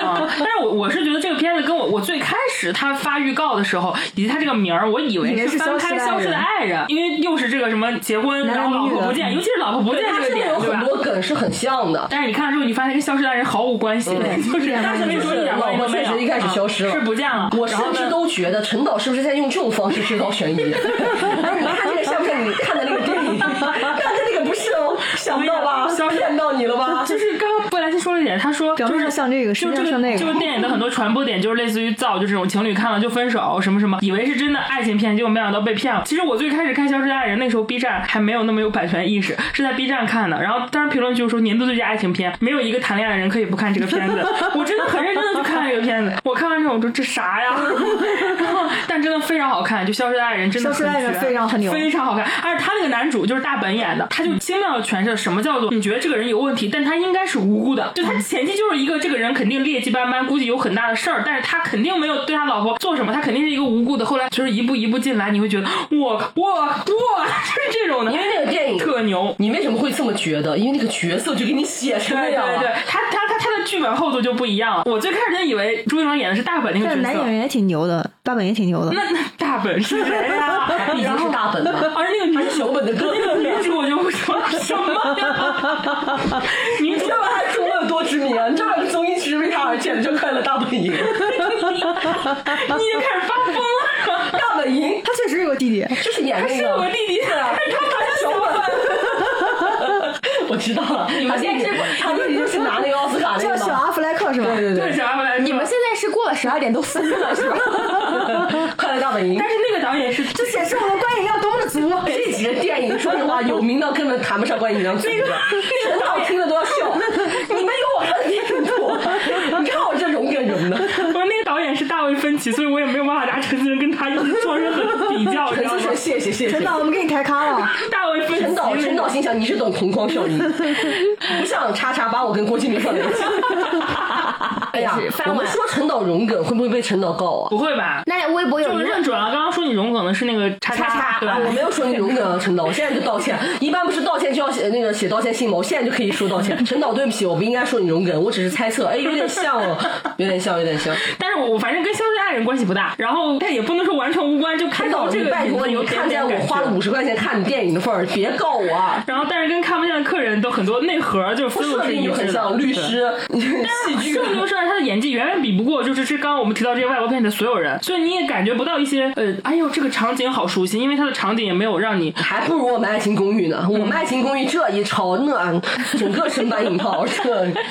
S2: 啊，但是我我是觉得这个片子跟我我最开始他发预告的时候，以及他这个名儿，我以
S1: 以
S2: 为
S1: 为是
S2: 翻拍《消
S1: 消
S2: 失
S1: 失
S2: 的
S1: 的
S2: 爱人》，因为又是这个什么结婚，
S1: 男
S2: 然后
S1: 男
S2: 老
S1: 女
S2: 婆
S1: 的
S2: 不见，尤其是老婆不见
S3: 他
S2: 这个
S3: 真的
S2: 点，
S3: 有
S2: 对吧
S3: 很？多梗是很像的，
S2: 但是你看了之后，你发现跟《消失的爱人》毫无关系， 就是但是那时候一点关系都没
S3: 确
S2: 有，
S3: 实一开始消失了
S2: 啊是不见了。
S3: 我
S2: 然
S3: 甚
S2: 后
S3: 至
S2: 呢？
S3: 都觉得陈导是不是在用这种方式制造悬疑？ 哎你看这个像不像你看的那个电影？ 看的那个不是哦，想 到吧
S2: 消，失
S3: 骗到你了吧？
S2: 就是刚刚布莱希说了一点，他说
S1: 表
S2: 就
S1: 面
S2: 是
S1: 上像这
S2: 就
S1: 个实际
S2: 这
S1: 上像那个
S2: 这个电影的很多传播点就是类似于造就这种情侣看了就分手什么什么，以为是真的爱情片，结果没想到被骗了。其实我最开始看《消失的爱人》那时候 B 站还没有那么有版权意识，是在 B 站看的。然后当时评论区说年度最佳爱情片，没有一个谈恋爱的人可以不看这个片子。我真的很认真的去看这个片子，我看完之后我说这啥呀？ 然后但真的非常好看，就《消失的爱人》真的
S1: 消失的
S2: 很
S1: 爱人
S2: 绝
S1: 非常很牛
S2: 非常好看，而且他那个男主就是大本演的，
S3: 嗯
S2: 他就精妙的诠释了什么叫做你觉得这个人有问题，但他应该是无辜
S3: 嗯
S2: 的。就他前期就是一个这个人肯定劣迹斑斑，估计有很大的事儿，但是他肯定没有对他老婆做什么，他肯定是一个无辜的。后来就是一步一步进来，你会觉得我我我 就是这种的，
S3: 因为那个电影
S2: 特牛。
S3: 你为什么会这么觉得？因为那个角色就给你写成那
S2: 对对
S3: 样
S2: 对
S3: 了。，
S2: 他他他他的剧本厚度就不一样了。我最开始真以为朱一龙演的是大本那个
S1: 但
S2: 角色，
S1: 是男演员也挺牛的，大本也挺牛的。
S2: 那那大本是谁 呀、
S3: 啊毕竟是大本嘛，
S2: 而那个女主
S3: 小本的哥
S2: 那个 女主我就不说了什么呀，女主
S3: 你知道吧他中了有多知名啊？你知道这个综艺其实为啥而建的叫《快乐大本营》？
S2: 你已经开始发疯了。
S3: 大本营
S1: 他确实有个弟弟，
S3: 就是演哎那个，
S2: 是我弟弟
S3: 对啊，他是小本。我知道了，
S4: 们
S3: 他弟
S4: 现
S3: 弟
S4: 在是
S3: 他弟弟就是拿那个奥斯卡那
S1: 叫
S3: 个
S1: 小
S3: 嘛。
S1: 阿弗莱克是吧？
S3: 对对
S2: 对，
S3: 对，
S2: 小阿来
S4: 你们现在是过了十二点都分了是吧？
S3: 快乐大本营
S2: 但。是那个导演是
S1: 这显示我们观影量多么的 足。
S3: 这几个电影，说实 话，有名到根本谈不上关于杨紫的，陈导听了都要笑。你们有我们电影多，你看我这容忍 人呢。
S2: 我说那个导演是大卫芬奇，所以我也没有办法拿陈思诚跟他一起做任何比 较，你知
S3: 陈
S2: 道
S3: 思
S2: 吗
S3: 诚，？谢谢谢谢
S1: 陈。导，我们给你抬咖了。
S2: 大卫芬奇
S3: 陈导，
S2: 那
S3: 陈
S2: 个
S3: 导心想你是懂同框效 应，不像叉叉把我跟郭敬明放在一起。哎呀
S4: 也是，翻
S3: 我
S4: 碗
S3: 们说陈导容梗会不会被陈导告啊？
S2: 不会吧？
S4: 那微博有
S2: 就
S4: 人
S2: 认准了，刚刚说你容梗的是那个叉
S4: 叉叉嗯
S2: 对吧
S3: 啊，？我没有说你容梗啊，陈导，我现在就道歉。一般不是道歉就要写那个写道歉信吗？我现在就可以说道歉。陈导，对不起，我不应该说你容梗，我只是猜测，哎，有点像哦，有点像，有点像。
S2: 但是我反正跟《消失的爱人》关系不大，然后但也不能说完全无关，就开
S3: 陈
S2: 头
S3: 导，
S2: 这
S3: 你
S2: 个
S3: 拜托
S2: 有
S3: 你
S2: 点
S3: 看
S2: 点
S3: 在我
S2: 感
S3: 花
S2: 觉
S3: 了五十块钱看你电影的份儿，别告我啊。
S2: 然后，但是跟看不见的客人都很多内核就是
S3: 我
S2: 思路
S3: 设
S2: 是
S3: 定
S2: 一
S3: 就
S2: 致
S3: 很
S2: 的。
S3: 像律师、戏 剧
S2: 这。个就是他的演技远远比不过，就是这刚刚我们提到这些外国片里的所有人，所以你也感觉不到一些呃，哎呦这个场景好熟悉，因为他的场景也没有让你
S3: 还不如我们《爱情公寓》呢，我
S2: 嗯
S3: 们《爱情公寓》这一抄，那整个身 板引号，这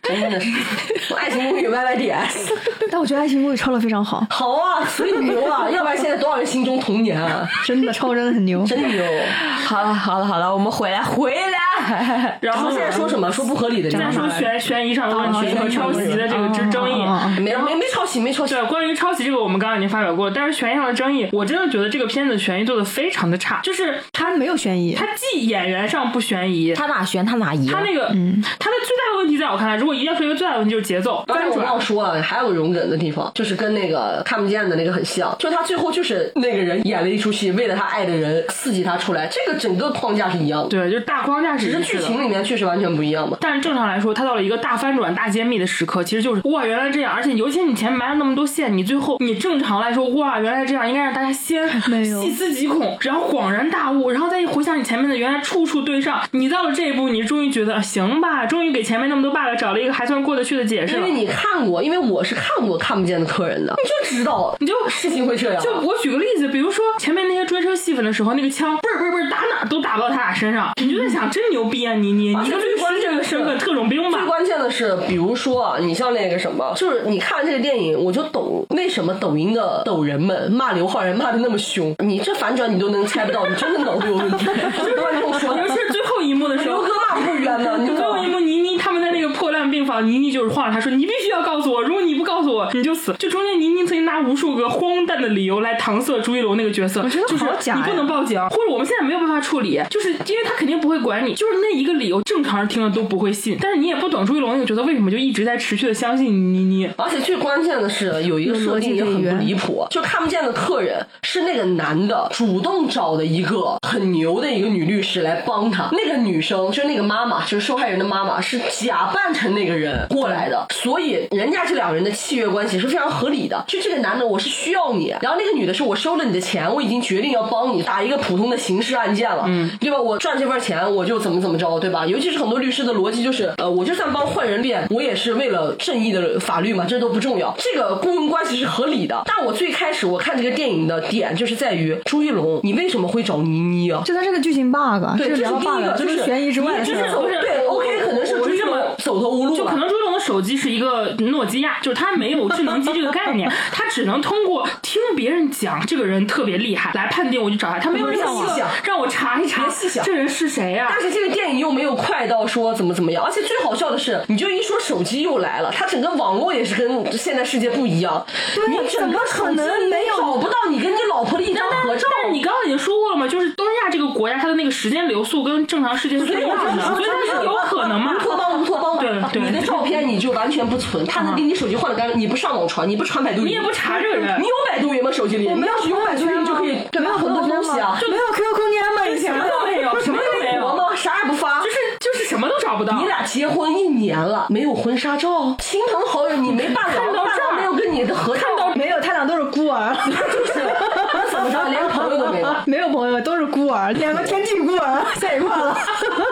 S3: 真的是《爱情公寓》YYDS，
S1: 但我觉得《爱情公寓》抄的非常好，
S3: 好啊，所以牛啊，要不然现在多少人心中童年啊，
S1: 真的 抄真的很牛。
S3: 真 牛！
S4: 好了好了好了，我们回来回来。
S2: 然
S3: 然
S2: 后
S3: 后现在说什么？啊说不合理的地
S2: 再
S3: 方，
S2: 说悬悬疑上的问题和抄袭的这个
S3: 啊
S2: 之争议。
S3: 没没没抄袭，没抄袭
S2: 对，。关于抄袭这个，我们刚刚已经发表过，但是悬疑上的争议，我真的觉得这个片子悬疑做的非常的差，就是
S1: 他没有悬疑，
S2: 它既演员上不悬疑，
S4: 他哪悬他哪疑啊？
S2: 它那个它的最大的问题在我看来，如果一定要说一个最大的问题就是节奏
S3: 嗯刚才
S2: 翻
S3: 我
S2: 转，
S3: 忘说了，还有容忍的地方，就是跟那个看不见的那个很像，就他最后就是那个人演了一出戏，为了他爱的人刺激他出来，这个整个框架是一样的，
S2: 对，就是大框架是
S3: 只
S2: 一
S3: 是
S2: 致
S3: 剧
S2: 的。
S3: 情里面确实完全不一样嘛。
S2: 但是正常来说，它到了一个大翻转、大揭秘的时刻，其实就是哇，原来这样！而且尤其你前面埋了那么多线，你最后你正常来说，哇，原来这样，应该让大家 先
S1: 没有
S2: 细思极恐，然后恍然大悟，然后再一回想你前面的，原来处处对上。你到了这一步，你终于觉得啊行吧，终于给前面那么多 bug 找了一个还算过得去的解释
S3: 因
S2: 了
S3: 为。你看过，因为我是看过看不见的客人的，你就知道
S2: 你就
S3: 事情会这样。啊
S2: 就我举个例子，比如说前面那些追车戏份的时候，那个枪嘣儿嘣儿嘣儿打哪儿都打不到他俩身上，你就在想，真牛逼啊！你你
S3: 嗯而
S2: 你
S3: 且
S2: 个
S3: 最
S2: 律
S3: 关
S2: 师
S3: 键
S2: 这个
S3: 是
S2: 身份特种兵吧
S3: 最？关键的是，比如说啊，你像那个什么，就是你看这个电影，我就懂为什么抖音的抖人们骂刘昊然骂的那么凶。你这反转你都能猜不到，你真的脑子有问 题。就是观众说
S2: 尤其是最后一幕的时
S3: 刘
S2: 候
S3: 哥。骂不冤呢，你知
S2: 最
S3: 道
S2: 后
S3: 吗
S2: 一幕，倪妮他们在那个破烂病房，倪妮就是晃着他说：“你必须要告诉我，如果你不告诉我，我你就死。这中间倪妮曾经拿无数个荒诞的理由来搪塞朱一龙那个角色，我
S1: 觉得
S2: 就是
S1: 好假
S2: 你
S1: 呀
S2: 不能报警，或者我们现在没有办法处理，就是因为他肯定不会管你，就是那一个理由，正常人听了都不会信。但是你也不懂朱一龙那个角色为什么就一直在持续的相信倪妮。
S3: 而且最关键的是，有一个设定也很不离谱，就看不见的客人是那个男的主动找的一个很牛的一个女律师来帮他。那个女生就是那个妈妈，就是受害人的妈妈，是假扮成那个人过来的，所以人家这两个人的契约关系是非常合理的。就这个男的，我是需要你，然后那个女的是我收了你的钱，我已经决定要帮你打一个普通的刑事案件了，嗯，对吧？我赚这份钱，我就怎么怎么着，对吧？尤其是很多律师的逻辑就是，呃，我就算帮坏人辩，我也是为了正义的法律嘛，这都不重要。这个雇佣关系是合理的。但我最开始我看这个电影的点就是在于朱一龙，你为什么会找倪妮啊？
S1: 就它是个剧情 bug，
S3: 对，这
S1: 这是
S3: 是
S1: 聊
S3: 第一
S1: bug，
S3: 个，
S1: 这
S3: 就是
S1: 悬疑之外的
S3: 就
S1: 事
S3: 是
S1: 儿。
S3: 走对，OK，可能是
S2: 我
S3: 朱
S2: 是
S3: 一
S2: 这么
S3: 龙走投无路了，
S2: 就可能朱一龙的手机是一个诺基亚，就是他没有智能机这个概念，他只能通过听别人讲这个人特别厉害来判定我去找他，他没有任何
S3: 别细
S2: 一个
S3: 想
S2: 让我查一查
S3: 别细想
S2: 这人是谁 啊呀、
S3: 但是这个电影又没有快到说怎么怎么样，而且最好笑的是，你就一说手机又来了，它整个网络也是跟现在世界不一样，你整个手
S1: 怎么可
S3: 机
S1: 能没有
S3: 找不到你跟你老婆的一张合照。
S2: 但是你刚刚已经说过了嘛，就是东南亚这个国家，它的那个时间流速跟正常世界是不
S3: 所
S2: 一
S3: 以我
S2: 样的，
S3: 说，
S2: 所以它有可能嘛
S3: 乌？托邦，乌托邦嘛，
S2: 对对啊
S3: 你的照片你就完全不存，他能给你手机换了干净，你不上网传，你不传百度云，
S2: 你也不查这个人
S3: 你有百度云吗？手机里，你要是有百度云，你就可以对吧？很多东西啊，
S1: 没有 QQ 空间吗？以前
S2: 啊什么都没 有，什么都没
S3: 微博
S2: 有，
S3: 吗？啥也不发，
S2: 就是就是什么都找不到。
S3: 你俩结婚一年了，没有婚纱照，啊亲朋好友你没伴
S2: 看
S3: 郎，
S2: 到
S3: 伴
S2: 这儿
S3: 郎没有跟你的合照，
S1: 没有，他俩都是孤儿，
S3: 就是 那怎么着，连个朋友都没有。
S1: 没有朋友们都是孤儿，两个天地孤儿在一块儿了。
S3: 所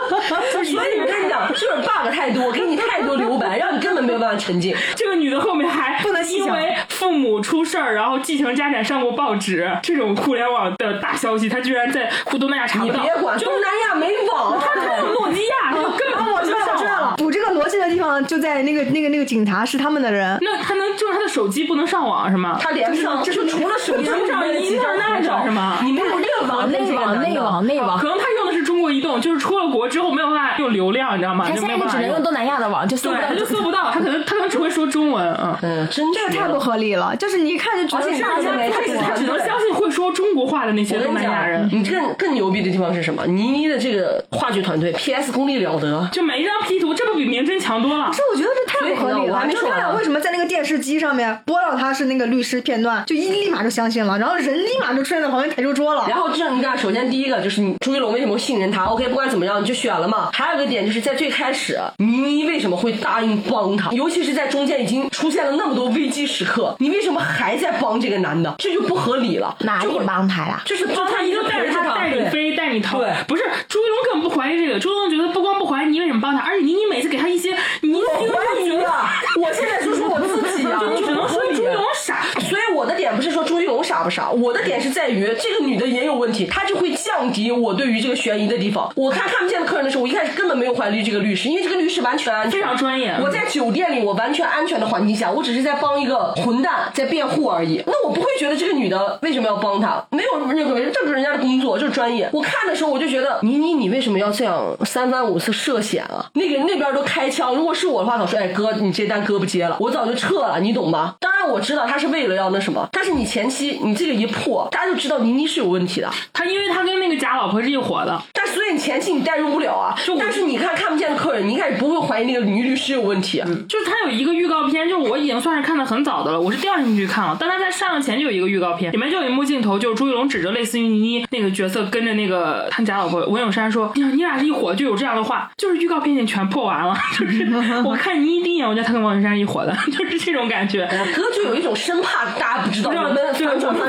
S3: 以我跟你讲，就是 bug 太多，给你太多留白，让你根本没有办法沉浸。
S2: 这个女的后面还
S1: 不能细
S2: 因
S1: 想
S2: 为父母出事儿，然后继承家产上过报纸，这种互联网的大消息，她居然在东南亚查
S3: 你
S2: 不到，
S3: 别管，东南亚没网，啊
S2: 她她有诺基亚，她就根本
S1: 哦我知道，我知道了。。补这个逻辑的地方就在那个那个那个警察是他们的人，
S2: 那她能就是她的手机不能上网是吗？
S3: 他连不上，就是除了手机
S2: 连不上
S3: 里面的几张合照
S2: internet 是吗
S3: 你没有任何
S4: 往
S3: 跟
S4: 内
S3: 这个
S4: 网，
S3: 男的
S4: 内网，内网
S2: 可。能她用的是中国移动，就是出了国之后没有办法用流量，你知道吗？
S4: 他
S2: 就
S4: 现
S2: 没
S4: 在
S2: 有
S4: 就
S2: 办
S4: 只
S2: 法
S4: 能用
S2: 用。
S4: 东南亚的网，就搜
S2: 对
S4: 不，
S2: 她
S4: 到
S2: 就搜不 到，她可能她可能只会说中文，嗯。
S3: 嗯，真
S1: 这个
S3: 绝
S1: 太不合理了。就是你一看就觉
S3: 而
S1: 得
S3: 且
S1: 是
S3: 让人家
S1: 人家
S2: 她
S3: 太
S2: 只
S3: 多
S2: 她
S3: 了
S2: 只能相信会说中国话的那些
S3: 我
S2: 东
S3: 跟你
S2: 南亚
S3: 讲，
S2: 人，
S3: 你更更牛逼的地方是什么？倪妮的这个话剧团队，PS 功力了得，
S2: 就每一张 P 图，这不比明真强多了
S1: 可？是我觉得这太不合
S3: 所以
S1: 理
S3: 呢我还啊
S1: 了。
S3: 没
S1: 你说
S3: 说
S1: 他
S3: 完
S1: 俩为什么在那个电视机上面播到他是那个律师片段，就一立马就相信了，然后人立马就出现在旁边台球桌了。
S3: 然后就像你看，首先第一个就是你朱一龙为什么信任他？OK，不管怎么样，你就选了嘛。还有一个点就是在最开始，倪妮为什么会答应帮他？尤其是在中间已经出现了那么多危机时刻，你为什么还在帮这个男的？这就不合理了。
S4: 哪
S3: 就
S4: 里
S3: 会？
S4: 帮他呀？
S3: 就是就
S2: 就
S3: 他
S2: 他
S3: 一
S2: 一
S3: 个
S2: 个带着
S3: 陪
S2: 他
S3: 他
S2: 带你
S3: 对
S2: 飞，带你逃
S3: 对，
S2: 不是朱一龙根本不怀疑这个，朱一龙觉得不光不怀疑你为什么帮他，而且你你每次给他一些，你一听
S3: 我怀
S2: 就
S3: 疑
S2: 觉得
S3: 了，我现在就说我自己 啊，
S2: 就你只能说朱一龙傻。
S3: 所以我的点不是说朱一龙傻不傻，我的点是在于这个女的也有问题，她就会降低我对于这个悬疑的地方。我看看不见的客人的时候，我一开始根本没有怀疑这个律师，因为这个律师完全安
S2: 非
S3: 全，
S2: 常专业
S3: 我在酒店里，我完全安全的环境下，我只是在帮一个混蛋在辩护而已。那我不会觉得这个女的为什么要帮他，没有任何原因，这不是人家的工作，就是专业。我看的时候我就觉得，倪妮，你为什么要这样三番五次涉险啊？那个那边都开枪，如果是我的话，早说，哎哥，你这单哥不接了，我早就撤了，你懂吧？当然我知道他是为了要那什么，但是你前期你这个一破，大家就知道倪妮是有问题的。
S2: 他因为他跟那个假老婆是一伙的，
S3: 但所以你前期你代入不了啊
S2: 我，
S3: 但是你看看不见的客人，你一开始不会怀疑那个女律师有问题，啊
S2: 就是他有一个预告片，就是我已经算是看的很早的了，我是第二天进去看了，但他在上映前就有一个预告片，里面就有一幕镜头，就是朱一龙指着类似于倪妮那个角色跟着那个他假老婆文咏珊说：“你哎俩你俩是一伙，就有这样的话。”就是预告片已经全破完了，就是 我看倪妮第一眼，我觉得她跟王咏珊是一伙的， 就是这种感觉。
S3: 我哥就有一种生怕大家不知道，
S2: 不知道
S3: 我们反转
S2: 对
S3: 反转
S2: 反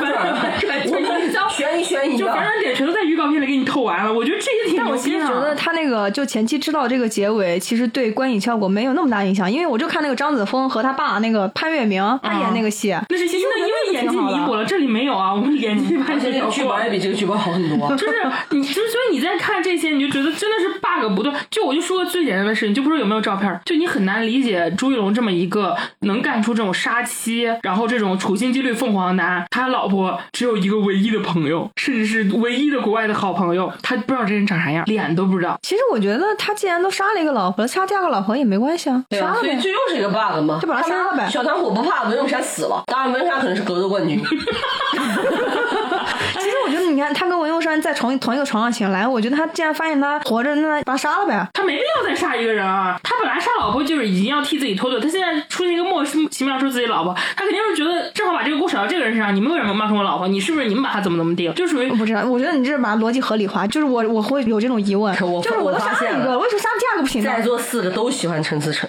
S2: 转
S3: 反转，
S2: 就
S3: 我
S2: 是
S3: 们
S2: 你知道
S3: 悬疑悬疑
S2: 就
S3: 的。
S2: 反正点全都在预告片里给你透完了，我觉得这也挺
S1: 但
S2: 牛
S1: 我其
S2: 逼啊
S1: 实
S2: 的。
S1: 觉得他那个就前期知道这个结尾，其实对观影效果没有那么大影响，因为我就看那个张子枫和他爸那个潘粤明他演那个戏，
S2: 那是因为因为演技弥补了，这里没有啊，我们演技拍
S3: 而
S2: 戏
S3: 且这
S2: 有。
S3: 个剧本也比这个剧本好很多
S2: 就是你，就是所以你在看这些，你就觉得真的是 bug 不断。就我就说个最简单的事情，就不说有没有照片儿，就你很难理解朱一龙这么一个能干出这种杀妻，然后这种处心积虑凤凰男，他老婆只有一个唯一的朋友，甚至是唯一的国外的好朋友，他不知道这人长啥样，脸都不知道。
S1: 其实我觉得他既然都杀了一个老婆了，杀第二个老婆也没关系啊，
S3: 对
S1: 杀
S3: 啊，
S1: 了
S3: 所以
S1: 呗。
S3: 这又是一个 bug 嘛，
S1: 就把他杀了呗
S3: 小团伙不怕文咏珊死了，当然文咏珊可能是格斗冠军。
S1: 其实我觉得，你看他跟文咏珊在同一同一个床上醒来，我觉得他既然发现他活着，那把他杀了呗。
S2: 他没必要再杀一个人啊！他本来杀老婆就是已经要替自己脱罪，他现在出现一个莫名其妙说自己老婆，他肯定是觉得正好把这个锅甩到这个人身上，你们为什么冒充我老婆？你是不是你们把他怎么怎么地了？就 属于
S1: 我不知道，我觉得你这是把逻辑合理化，就是我我会有这种疑问，
S3: 可我
S1: 就是我都
S3: 我发
S1: 杀
S3: 现
S1: 一个
S3: 了
S1: 了，为什么杀第二个不行呢？
S3: 在座四个都喜欢陈思诚，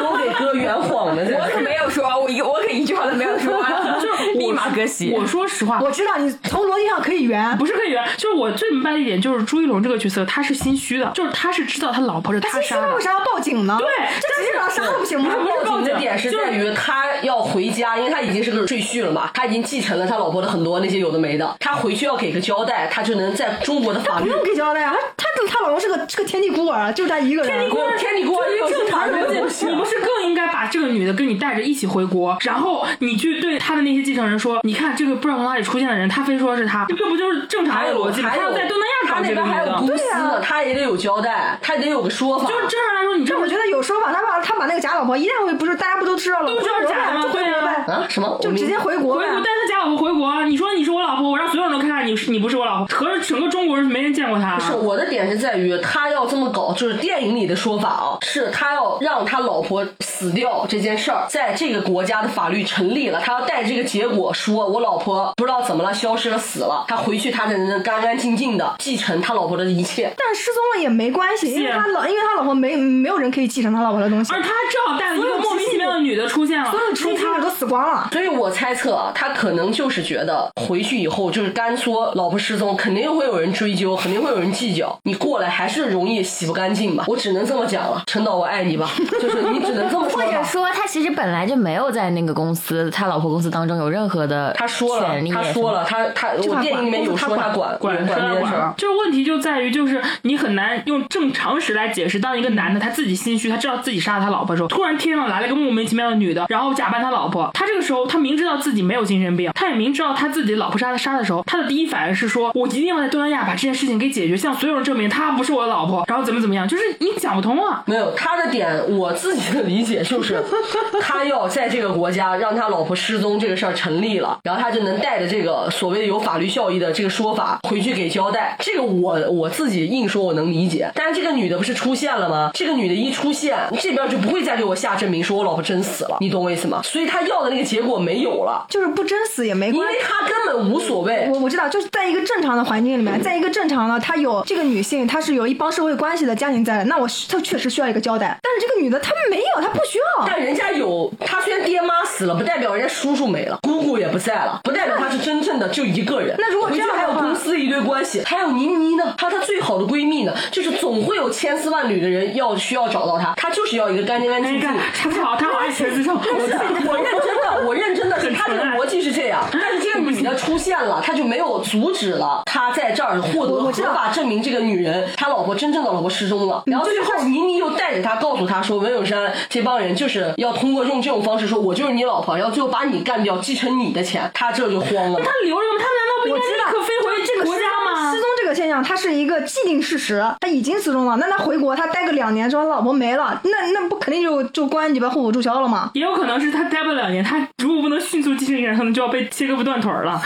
S3: 都给哥圆谎了。
S4: 我可没有说，我一我可一句话都没有说，
S2: 就是我
S4: 立马割席。
S2: 我说实话，
S1: 我知道你从逻辑上可以圆，
S2: 不是可以圆，就是我最明白的一点就是朱一龙这个角色他是心虚的，就是他是知道他老婆是
S1: 他
S2: 杀
S1: 杀
S2: 的
S1: 为。啥要报警呢？
S2: 对
S1: 这只是把他杀了不行吗？
S2: 不是
S3: 报
S2: 报
S3: 警的
S2: 警
S3: 点是
S2: 就是
S3: 在于他要回家，因为他已经是个赘婿了嘛，他已经继承了他老婆的很多那些有的没的，他回去要给个交代，他就能在中国的法
S1: 不
S3: 律。
S1: 用给交代啊，他他他老公是个是个天地孤儿，啊就他一个人。
S3: 天地孤儿天地孤儿
S2: 这是
S3: 又
S2: 正
S3: 是
S2: 常
S3: 法律
S2: 人，啊
S3: 的
S2: 我
S3: 东
S2: 们
S3: 西
S2: 是更应该把这个女的跟你带着一起回国，然后你去对她的那些继承人说，你看这个不知道从哪里出现的人，他非说是他，这不就是正常
S3: 还
S2: 的
S3: 有
S2: 逻辑吗？
S3: 还
S2: 他
S3: 有
S2: 要在东南亚
S3: 他
S2: 搞
S3: 那
S2: 这个
S3: 边
S2: 女
S3: 还有
S2: 的，
S3: 公司
S1: 啊
S3: 呢，他也得有交代，他也得有个说法。
S2: 就是正常来说，你这
S1: 那我
S2: 么
S1: 觉得有说法，他把他把那个假老婆一旦回，不是大家不都知道了？
S2: 都知道
S1: 回国
S2: 假的
S1: 呗
S2: 吗
S1: 就回
S2: 对啊
S1: 国呗，
S3: 啊什么？
S1: 就直接
S3: 我明
S1: 回国
S2: 回
S1: 呗。啊
S2: 国带他家老婆回国，啊你说你是我老婆，我让所有人都看到你是你不是我老婆，合着整个中国人没人见过她。
S3: 不
S1: 啊
S3: 是我的点是在于他要这么搞，就是电影里的说法啊，是他要让他老婆死掉这件事儿，在这个国家的法律成立了，他要带这个结果说，我老婆不知道怎么了，消失了，死了，他回去他才能干干净净的继承他老婆的一切。
S1: 但是失踪了也没关系，因为他老因为他老婆没没有人可以继承他老婆的东西，
S2: 啊而他正好带了一个莫名其妙的女的出现了，
S1: 所有知
S2: 说
S1: 识
S2: 他
S1: 精都死光了。
S3: 所以我猜测啊，他可能就是觉得回去以后，就是干说老婆失踪，肯定会有人追究，肯定会有人计较。你过来还是容易洗不干净吧？我只能这么讲了，陈导，我爱你吧，就是你只能这么说
S4: 或者
S3: 吧。
S4: 说，他其实本来就没有在那个公司，他老婆公司当中有任何的
S3: 他说了
S4: 权利，
S3: 他说了，他他
S1: 他
S3: 我电影里面有说他管
S2: 管
S3: 管这件事儿。
S2: 就是问题就在于，就是你很难用正常时来解释。当一个男的他自己心虚，他知道自己杀了他老婆的时候，突然天上来了一个莫名其妙的女的，然后假扮他老婆。他这个时候，他明知道自己没有精神病，他也明知道他自己老婆杀他杀的时候，他的第一反应是说：“我一定要在东南亚把这件事情给解决，向所有人证明她不是我的老婆。”然后怎么怎么样，就是你讲不通啊。
S3: 没有他的点，我自己的理解就是，他要在这个国家让他老婆失踪这个事儿成立了，然后他就能带着这个所谓有法律效益的这个说法回去给交代。这个我我自己硬说我能理解，但是这个女的不是出现了吗？这个女的一出现，这边就不会再给我下证明说我老婆真死了，你懂我意思吗？所以他要的那个结果没有了，
S1: 就是不真死也没
S3: 因
S1: 关
S3: 为
S1: 系。
S3: 他根本无所谓
S1: 我。我知道，就是在一个正常的环境里面，在一个正常的，她有这个女性，她是有一帮社会关系的家庭在的，那我她确实需要一个交代。但是这个女的她没有，她不需要。
S3: 但人家有，他虽然爹妈死了，不代表人家叔叔没了，姑姑也不在了，不代表他是真正的就一个人。
S1: 那如果
S3: 回
S1: 这
S3: 家
S1: 样的
S3: 还有
S1: 话
S3: 公司的一堆关系，还有倪妮呢，还有她最好的闺蜜呢，就是总会有千丝万缕的人要需要找到她，她就是要一个干净干
S2: 哎，
S3: 净净
S2: 看。他不好，他好爱陈思诚，
S3: 不
S2: 我
S3: 是 啊我认真的，我认真的是她这个逻辑是这 样，但是这个女的出现了，她就没有阻止了她在这儿获得
S1: 我
S3: 合
S1: 我知道
S3: 法证明这个女人她老婆真正的老婆失踪了。然后最后倪妮又带着她告诉她说，文咏珊这帮人就是要通过用这种方式说我就是你老婆，然后最后把你干掉，继承你的钱，她这就慌了
S2: 他。留着吗？他难道不应
S1: 我
S2: 该
S1: 知道
S2: 立刻飞回
S1: 这个
S2: 国家吗？
S1: 失踪这个现象，它是一个既定事实，他已经失踪了。那他回国，他待个两年之后，他老婆没了，那那不肯定就就公安局把户口注销了吗？
S2: 也有可能是他待不了两年，他如果不能迅速继承遗产，可能就要被切胳膊断腿儿了。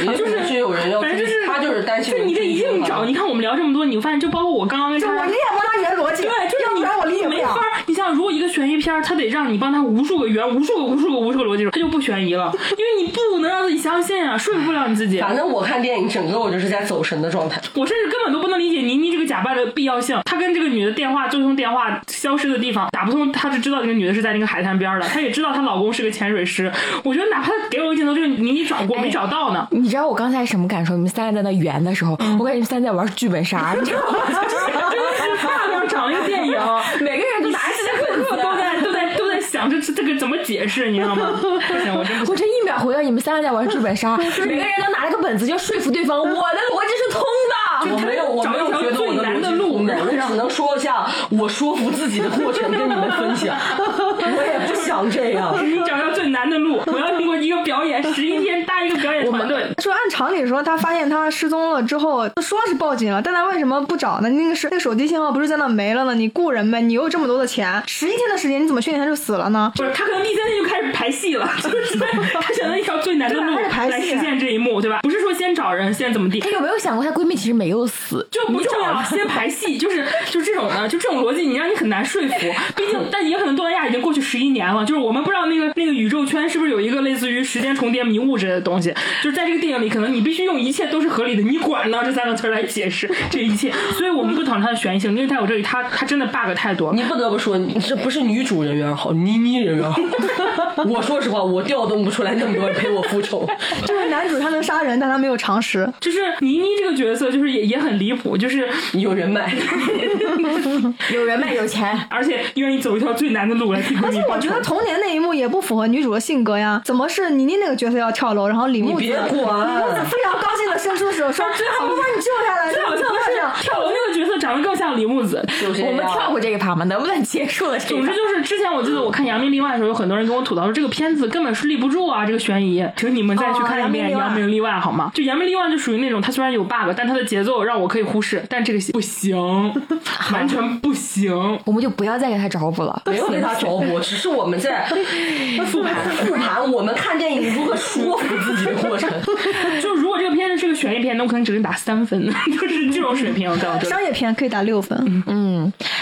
S3: 也
S2: 就
S3: 就是是有人要
S2: 反正就
S3: 追
S2: 是
S3: 她就是担心
S2: 就
S3: 有人
S2: 你这
S3: 追
S2: 一
S3: 究
S2: 硬
S3: 她
S2: 找，你看我们聊这么多，你发现就包括我刚刚跟
S1: 就我
S2: 他
S1: 你。也帮他圆逻辑，
S2: 对，就是
S1: 要
S2: 你，
S1: 不然我理解不
S2: 没
S1: 了
S2: 法。儿。你像，如果一个悬疑片儿，它得让你帮他无数个圆、无数个、无数个、无数个逻辑，它就不悬疑了，因为你不能让自己相信啊，说服不了你自 己。
S3: 反正我看电影，整个我就是在走神的状态。
S2: 我甚至根本都不能理解倪妮这个假扮的必要性。她跟这个女的电话就通电话消失的地方打不通，她是知道这个女的是在那个海滩边儿的，她也知道她老公是个潜水师。我觉得哪怕给我一个镜头，这个倪妮找过没找到呢？
S4: 你知道我刚才什么感受？你们三个在那圆的时候，
S1: 嗯
S4: 我感觉你们三个在玩剧本杀，你知 道吗？
S2: 就是发表整了一个电影，
S4: 每个人都拿
S2: 时
S4: 着
S2: 时刻刻都在都在都在想这这个怎么解释，你知道吗？不行，我真不行。
S4: 我这一秒回到你们三个在玩剧本杀，每个人都拿了个本子就说服对方，我的逻辑是通 的。
S3: 我没有，我没有觉得我的逻辑是通的，我只能说一下我说服自己的过程跟你们分享。我也不想这样，
S2: 你找到最难的路，我要通过一个表演，十一天搭一个表演团队，
S1: 说按常理说，他发现他失踪了之后，说是报警了，但他为什么不找呢？那个是那个手机信号不是在那没了呢？你雇人呗，你又这么多的钱，十一天的时间，你怎么确定他就死了呢？
S2: 不是他可能第三天就开始排戏了， 就是他选了一条最难的路
S1: 对吧啊开始排
S2: 来
S1: 戏
S2: 实现这一幕，对吧？不是说先找人，先怎么地，
S4: 哎她有没有想过她闺蜜其实没有死？
S2: 就不重要，先排戏，就是就这种的，就这种逻辑，你让你很难说服。毕 竟，但也可能东南亚已经过去十一年了，就是我们不知道那个那个宇宙圈是不是有一个类似于时间重叠迷雾之类的东西。就是在这个电影里，可能你必须用一切都是合理的，你管呢这三个词儿来解释这一切。所以我们不讨论它的悬疑性，因为在我这里，它它真的 bug 太多了。
S3: 你不得不说，你这不是女主人缘好，倪妮人缘好。我说实话，我调动不出来那么多人陪我复仇。
S1: 就是男主他能杀人，但他没有常识。
S2: 就是倪妮这个角色，就是也也很离谱，就是
S3: 有人脉，
S4: 有人脉有钱，
S2: 而且愿意走一条最难的路来替闺
S1: 而
S2: 蜜
S1: 且
S2: 报
S1: 我
S2: 仇
S1: 觉。得童年那一幕也不符合女主的性格呀，怎么是倪妮那个角色要跳楼，然后李
S3: 你
S1: 木子
S3: 别管。
S1: 非常高兴的伸出手说：“
S2: 最好
S1: 我帮你救下来，
S2: 最好笑
S1: 不
S2: 的
S1: 要这样。”
S2: 是跳楼那个角色长得更像李木子，
S3: 就是
S4: 我们跳过这一趴嘛，能不能结束了这一
S2: 总之
S4: 趴？
S2: 就是，之前我记得我看《扬名立万》的时候，有很多人跟我吐槽说这个片子根本是立不住啊，这个悬疑，请你们再去看一遍
S1: 哦
S2: 《
S1: 扬
S2: 扬
S1: 名
S2: 名立万》好吗？就《扬名立万》就属于那种，它虽然有 bug，但它的节奏让我可以忽视，但这个戏不行，完全不行。
S4: 我们就不要再给她找补了。
S3: 没有给他找补，只是我们在 复盘复盘我们看电影如何说服自己的过程。
S2: 就如果这个片子是个悬疑片，那我可能只能打三分， 就是这种水平在我这里。
S1: 商业片可以打六分，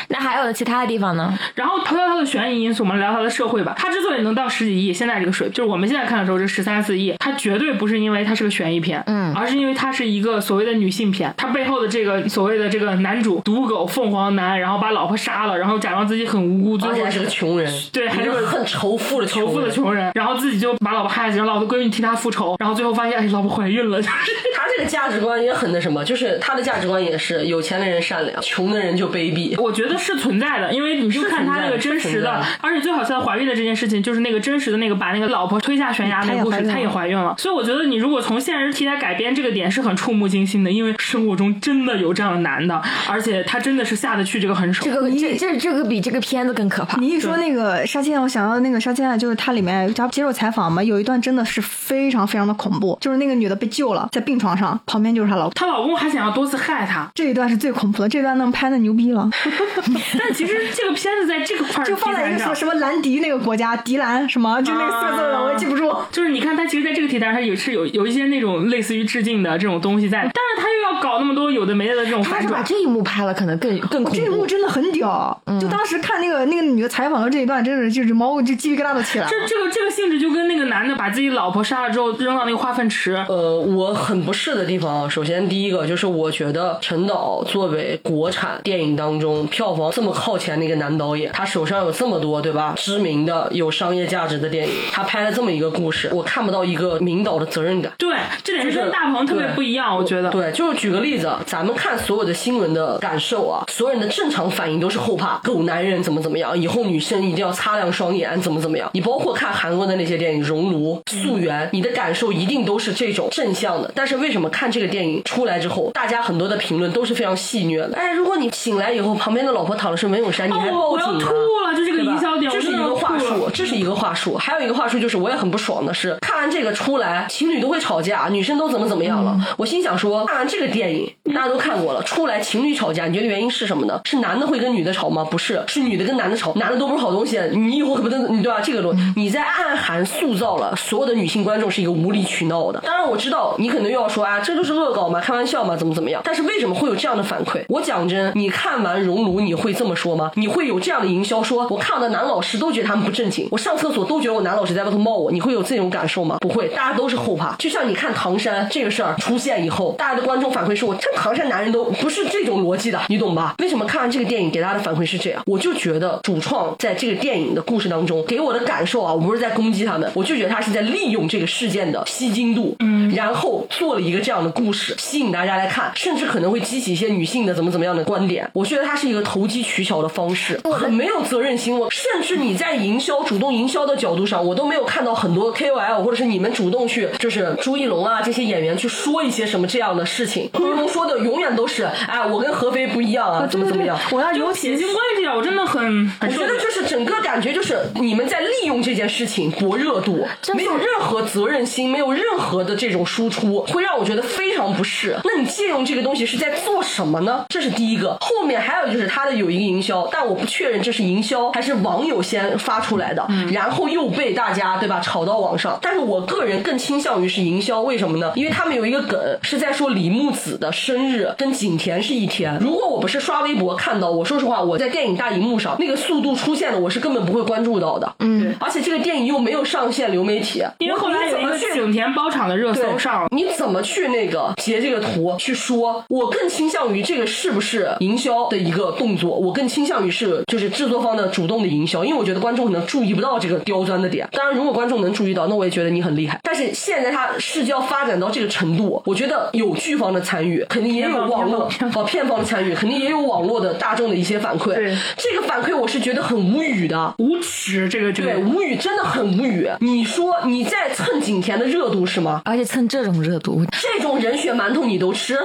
S4: 那还有其他的地方呢？
S2: 然后抛掉它的悬疑因素，我们聊它的社会吧。它之所以能到十几亿，现在这个水，就是我们现在看的时候，这十三四亿，它绝对不是因为它是个悬疑片，嗯，而是因为它是一个所谓的女性片。它背后的这个所谓的这个男主赌狗凤凰男，然后把老婆杀了，然后假装自己很无辜，最
S3: 而且
S2: 后
S3: 还是个穷人，
S2: 对还
S3: 还
S2: 是
S3: 是
S2: 个
S3: 很仇富的
S2: 仇富
S3: 人
S2: 的。穷人，然后自己就把老婆害死，然后老婆闺女替他复仇，然后最后发现哎，老婆怀孕了，就是
S3: 他这个价值观也很那什么，就是他的价值观也是有钱的人善良，穷的人就卑鄙。
S2: 我觉得是存在的，因为你就是看
S3: 存
S2: 他
S3: 在
S2: 那个
S3: 的
S2: 真
S3: 是
S2: 实
S3: 存在
S2: 的
S3: 的，
S2: 而且最好笑的怀孕的这件事情，就是那个真实的那个把那个老婆推下悬崖那个故事，
S1: 她
S2: 她
S1: 也怀
S2: 也怀
S1: 孕了
S2: 孕了。所以我觉得你如果从现实题材改编这个点是很触目惊心的，因为生活中真的有这样的男的，而且他真的是下得去这个狠手
S4: 这。个这这这个比这个片子更可怕。
S1: 你一说那个杀青案，我想到那个杀青案，就是它里面他接受采访嘛，有一段真的是非常非常的恐怖，就是那个女的被救了，在病床上，旁边就是她老公。
S2: 她老公还想要多次害她，
S1: 这一段是最恐怖的，这段能拍的牛逼了，
S2: 但其实这个片子在这个块儿
S1: 就
S2: 题
S1: 放在
S2: 材
S1: 一个什
S2: 上啊
S1: 么什么兰迪那个国家，迪兰什么，就那个四个字儿了，我也记不住。
S2: 就是你看，它其实在这个题材上它也是有有一些那种类似于致敬的这种东西在，但是它又要搞那么多有的没的的这种
S4: 她要
S2: 反
S4: 是把
S2: 转。
S4: 这一幕拍了，可能更更恐
S1: 哦这一幕
S4: 怖。
S1: 真的很屌，就当时看那个那个女的采访的这一段，真是就是毛就鸡皮疙瘩都
S3: 啊
S1: 起来了。
S2: 这这个这个性质就跟那个男的把自己老婆杀了之后扔到那个化粪池，
S3: 呃，我很不适的地方啊，首先第一个就是我觉得陈导作为国产电影当中票房这么靠前的一个男导演，他手上有这么多对吧知名的有商业价值的电影，他拍了这么一个故事，我看不到一个明导的责任感。
S2: 对，这点是
S3: 就是
S2: 跟大鹏特别
S3: 对
S2: 不一样，我觉得。
S3: 对，就是举个例子，咱们看所有的新闻的感受啊，所有人的正常反应都是后怕，狗男人怎么怎么样，以后女生一定要擦亮双眼，怎么怎么样。你包括看韩国的那些电影《熔炉》
S2: 嗯
S3: 《溯源》，你的感受一定都是这种正向的。但是为什么看这个电影出来之后，大家很多的评论都是非常戏谑的？哎，如果你醒来以后旁边的老婆躺的是文咏珊，你还
S2: 哦我
S3: 报
S2: 要
S3: 警
S2: 吐
S3: 啊？
S2: 了就这个
S3: 对吧
S2: 营销点
S3: 这
S2: 我
S3: 是一
S2: 真的要
S3: 个话
S2: 吐了
S3: 术，这是一个话术。还有一个话术就是，我也很不爽的是，看完这个出来，情侣都会吵架，女生都怎么怎么样
S2: 嗯
S3: 了。我心想说，看完这个电影，大家都看过了，出来情侣吵架，你觉得原因是什么呢？是男的会跟女的吵吗？不是，是女的跟男的吵，男的都不是好东西。你以后可不能，你对吧？这个东
S2: 嗯
S3: 西，你在暗含塑造了所有的女性观众是一个无理取闹的。当然我知道你可能又要说啊，这就是恶搞嘛，开玩笑嘛，怎么怎么样？但是为什么会有这样的反馈？我讲真，你看完《熔炉》，你会这么说吗？你会有这样的营销说，我看我的男老师都觉得他们不正经，我上厕所都觉得我男老师在外头冒我，你会有这种感受吗？不会，大家都是后怕。就像你看唐山这个事儿出现以后，大家的观众反馈说，我这唐山男人都不是这种逻辑的，你懂吧？为什么看完这个电影给大家的反馈是这样？我就觉得主创在这个电影的故事当中给我的感受啊，我不是在攻击他们，我就觉得他是在利用这个事件的吸睛度，嗯，然后做了一个这样的故事，吸引大家来看，甚至可能会激起一些女性的怎么怎么样的观点。我觉得它是一个投机取巧的方式，很哦没有责任心。我甚至你在营销主动营销的角度上，我都没有看到很多 KOL 或者是你们主动去，就是朱一龙啊这些演员去说一些什么这样的事情。朱一龙说的永远都是，哎，我跟合肥不一样啊，怎么怎么样。
S1: 我要
S2: 有
S1: 尤
S2: 撇
S1: 其
S2: 清关系啊，我真的很
S3: 我
S2: 很受
S3: 觉
S2: 不了
S3: 得就是整个感觉就是你们在利用这件事情博热度，没有任何责任心，没有任何的这种输出，会让我觉得非常不适。那你借用这个东西是在做什么呢？这是第一个。后面还有就是他的有一个营销，但我不确认这是营销还是网友先发出来的，
S2: 嗯
S3: 然后又被大家对吧炒到网上。但是我个人更倾向于是营销，为什么呢？因为他们有一个梗是在说李木子的生日跟景甜是一天。如果我不是刷微博看到，我说实话，我在电影大荧幕上那个速度出现的，我是根本不会关注到的。嗯，而且这个电影又没有上线流媒体，
S2: 因为后来
S3: 我
S2: 有
S3: 怎
S2: 一
S3: 么
S2: 个
S3: 去
S2: 景甜包场的热
S3: 对
S2: 搜上了，
S3: 你怎么去那个截这个图去说？我更倾向于这个是不是营销的一个动作？我更倾向于是就是制作方的主动的营销，因为我觉得观众可能注意不到这个刁钻的点。当然，如果观众能注意到，那我也觉得你很厉害。但是现在它视交发展到这个程度，我觉得有剧方的参与，肯定也有 网络
S2: 片方片
S3: 哦片方的参与，肯定也有网络的大众的一些反馈。
S2: 对
S3: 这个反馈我是觉得很无语的。
S2: 无耻这个这
S3: 对，
S2: 个。
S3: 无语，真的很无语。你说你在蹭景甜的热度是吗？
S4: 而且蹭这种热度，
S3: 这种人血馒头你都吃？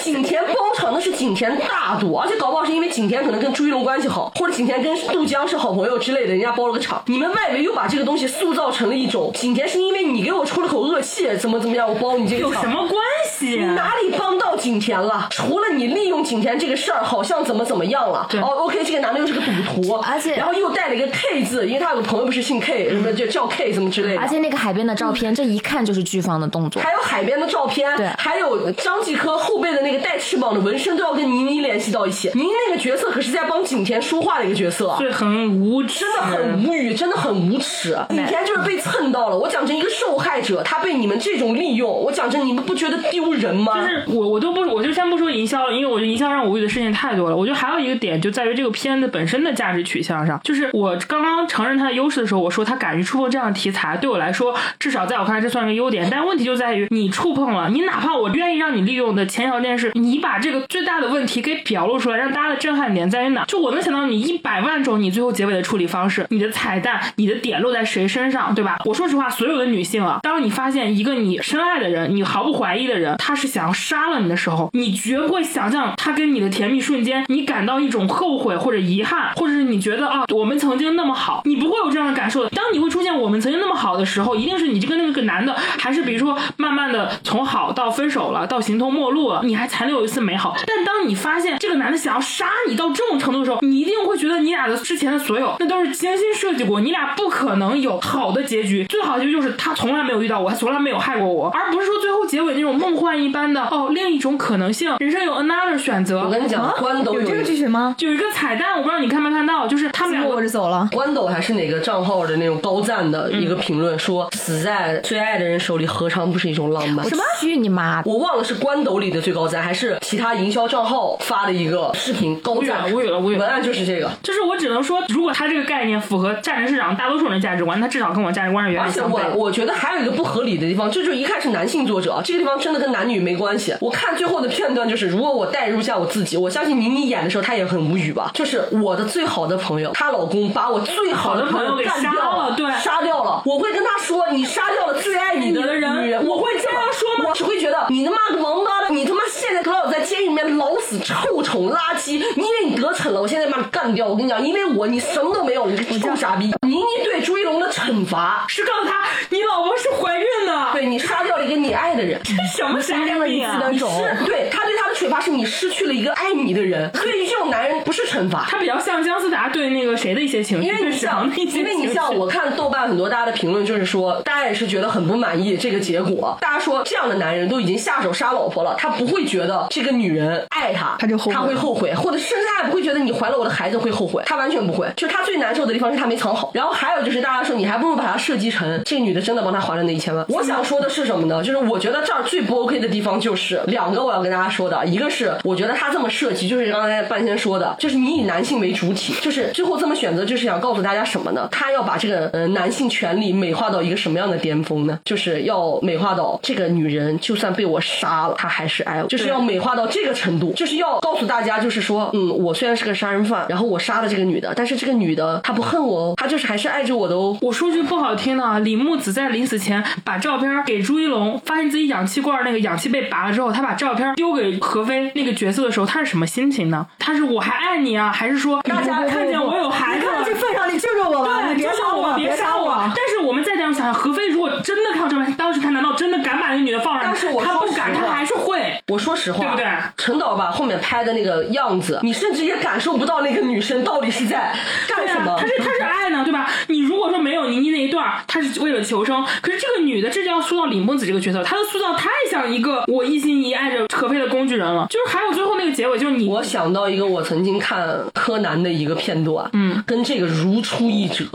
S3: 景甜包场那是景甜大度，而且搞不好是因为景甜可能跟朱一龙关系好，或者景甜跟杜江是好朋友之类的，人家包了个场。你们外围又把这个东西塑造成了一种景甜是因为你给我出了口恶气，怎么怎么样，我包你这
S2: 有
S3: 个
S2: 什
S3: 场。
S2: 么关系、啊
S3: 你哪里帮到景甜了？除了你利用景甜这个事儿，好像怎么怎么样了。
S2: 对
S3: 哦，OK，这个男的又是个赌徒，
S4: 而且
S3: 然后又带了一个 K 字，因为他有个朋友不是姓 K，什么就叫 K 什么之类的。
S4: 而且那个海边的照片，这一看就是剧方的动作。
S3: 还有海边的照片，
S4: 对
S3: 还有张继科后背的那个带翅膀的纹身，都要跟倪妮联系到一起。倪妮那个角色可是在帮景甜说话的一个角色啊。
S2: 对，很无耻，
S3: 真的很无语，真的很无耻。景甜就是被蹭到了，我讲真，一个受害者，他被你们这种利用，我讲真，你们不觉得丢人吗？
S2: 就是我我都不我就先不说营销了，因为我觉得营销让我无语的事情太多了。我觉得还有一个点就在于这个片子本身的价值取向上，就是我刚刚承认它的优势的时候，我说它敢于触碰这样的题材，对我来说至少在我看来这算是个优点。但问题就在于你触碰了，你哪怕我愿意让你利用的前条件是你把这个最大的问题给表露出来，让大家的震撼点在于哪？就我能想到你一百万种你最后结尾的处理方式，你的彩蛋，你的点落在谁身上，对吧？我说实话，所有的女性啊，当你发现一个你深爱的人，你毫不怀疑的人，他是想杀了你的时候，你绝不会想象他跟你的甜蜜瞬间，你感到一种后悔或者遗憾，或者是你觉得啊，我们曾经那么好，你不会有这样的感受的。当你会出现我们曾经那么好的时候，一定是你这个那个男的，还是比如说慢慢的从好到分手了，到形同陌路了，你还残留一丝美好。但当你发现这个男的想要杀你到这种程度的时候，你一定会觉得你俩的之前的所有那都是精心设计过，你俩不可能有好的结局。最好的结局就是他从来没有遇到我，他从来没有害过我，而不是说最后结尾那种梦幻一般的哦，另一种可能性，人生有 another 选择。
S3: 我跟你讲，关斗
S1: 有这个剧情吗？
S2: 有一个彩蛋，我不知道你看没看到，就是他们
S1: 字
S2: 两
S1: 幕
S2: 个
S1: 我是走了。
S3: 关斗还是哪个账号的那种高赞的一个评论说，死在最爱的人手里，何尝不是一种浪漫？
S4: 什么？去你妈！
S3: 我忘了是关斗里的最高赞，还是其他营销账号发的一个视频高赞。
S2: 无语了无语了无语了
S3: 文案就是这个。
S2: 就是我只能说，如果他这个概念符合战争市场大多数人的价值观，他至少跟我价值观是远
S3: 而
S2: 远
S3: 且
S2: 相悖
S3: 我
S2: 的。
S3: 我觉得还有一个不合理的地方，这就是一看是男性作者啊，这个地方真的跟男女没关系。我看最后的片段就是，如果我代入一下我自己，我相信倪妮演的时候她也很无语吧。就是我的最好的朋友，她老公把我最好的朋
S2: 好的朋
S3: 友
S2: 友给
S3: 干
S2: 杀
S3: 掉
S2: 了对
S3: 杀掉了。我会跟她说，你杀掉了最爱你
S2: 你的人
S3: 女人，我会这样
S2: 说
S3: 吗？我只会觉得你他妈个王八蛋，你他妈现在给我在监狱里面老死臭虫垃圾，你以为你得逞了，我现在把你干掉。我跟你讲，因为我你什么都没有，你个臭傻逼。倪妮对朱一龙的惩罚
S2: 是告诉他，你老婆是怀孕的，
S3: 对你杀掉了一个你爱的人，
S2: 什么神经病啊！
S3: 你是对他对他的惩罚是你失去了一个爱你的人，对于这种男人不是惩罚。
S2: 他比较像姜思达对那个谁的一些情绪，
S3: 因为
S2: 对
S3: 你
S2: 史
S3: 像
S2: 航的一，些
S3: 因为你像
S2: 情绪
S3: 我看豆瓣很多大家的评论，就是说大家也是觉得很不满意这个结果。大家说这样的男人都已经下手杀老婆了，他不会觉得这个女人爱他，
S1: 他就后悔
S3: 他会后悔，或者甚至他也不会觉得你怀了我的孩子会后悔，他完全不会。就是他最难受的地方是他没藏好。然后还有就是大家说你还不如把他设计成这女的真的帮他还了那一千万。我想说的是什么呢？就是我觉得这儿最不 OK 的地方就是两个我要跟大家说的，一个是我觉得他这么设计，就是刚才半仙说的，就是你以男性为主。主体。就是最后这么选择，就是想告诉大家什么呢？他要把这个呃男性权利美化到一个什么样的巅峰呢？就是要美化到这个女人就算被我杀了，她还是爱我，就是要美化到这个程度，就是要告诉大家，就是说，嗯，我虽然是个杀人犯，然后我杀了这个女的，但是这个女的她不恨我哦，她就是还是爱着我的哦。
S2: 我说句不好听的啊，李木子在临死前把照片给朱一龙，发现自己氧气罐那个氧气被拔了之后，他把照片丢给何飞那个角色的时候，他是什么心情呢？他是我还爱你啊，还是说大家看见我有孩
S1: 你
S2: 子
S1: 看到
S2: 了？
S1: 这份上，你救救我吧，
S3: 啊
S2: 对，
S1: 你别
S2: 就是
S1: 杀
S2: 我，
S1: 别
S2: 别
S1: 杀
S2: 我！
S1: 我。
S2: 但是我们再这样想想，何飞如果真的看到照片，当时他难道真的敢把那个女的放上去？
S3: 但是我
S2: 他
S3: 说
S2: 不敢，
S3: 实
S2: 他
S3: 话
S2: 还是会。
S3: 我说实话，
S2: 对不对
S3: 陈导吧后面拍的那个样子，你甚至也感受不到那个女生到底是在干
S2: 对
S3: 什
S2: 啊
S3: 么。，
S2: 他是他是爱呢，对吧？你如果说没有倪妮那一段儿，他是为了求生。可是这个女的，这就要塑造李梦子这个角色，她的塑造太像一个我一心一意爱着何飞的工具人了。就是还有最后那个结尾，就是你
S3: 我想到一个我曾经看柯南的一个片段，嗯，跟这个如出一辙。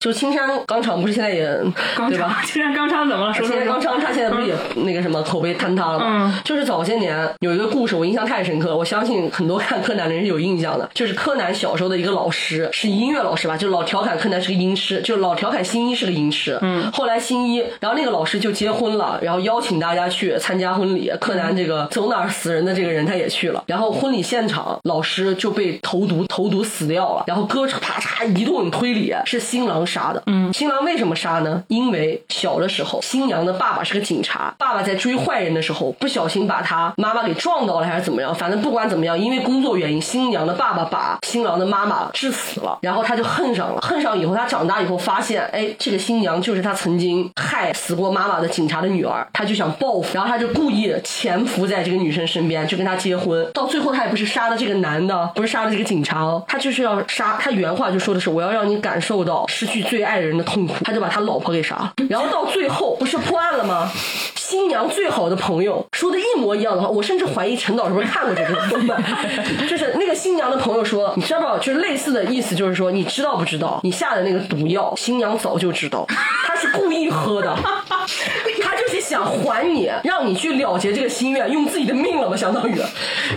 S3: 就青山刚昌不是现在也
S2: 刚
S3: 对吧
S2: 昌？，竟然刚昌怎么了？说
S3: 青
S2: 说嗯
S3: 山刚
S2: 说。
S3: 昌他现在不是也那个什么口碑坍塌了吗？
S2: 嗯
S3: 就是早些年有一个故事，我印象太深刻了，我相信很多看柯南的人是有印象的。就是柯南小时候的一个老师，是音乐老师吧，就老调侃柯南是个音痴，就老调侃新一是个音痴。嗯，后来新一，然后那个老师就结婚了，然后邀请大家去参加婚礼。柯南这
S2: 嗯
S3: 个走哪儿死人的这个人他也去了，然后婚礼现场老师就被投毒，投毒死掉了，然后哥啪嚓一顿推理，是新郎杀的。嗯，新郎为什么杀呢？因为小的时候新娘的爸爸是个警察，爸爸在追坏人的时候不小心把他妈妈给撞到了，还是怎么样？反正不管怎么样，因为工作原因，新娘的爸爸把新郎的妈妈致死了，然后他就恨上了。恨上以后，他长大以后发现，哎，这个新娘就是他曾经害死过妈妈的警察的女儿，他就想报复，然后他就故意潜伏在这个女生身边，就跟她结婚。到最后，他也不是杀的这个男的，不是杀的这个警察哦，他就是要杀。他原话就说的是，我要让你感受到失去最爱人的痛苦。他就把他老婆给杀了，然后到最后不是破案了吗？新娘最好的朋友说的一模一样的话，我甚至怀疑陈导是不是看过这个动漫， 就是那个新娘的朋友说，你知道不？就是类似的意思，就是说你知道不知道，你下的那个毒药，新娘早就知道，她是故意喝的， 她就是想还你，让你去了结这个心愿，用自己的命了吧，相当于。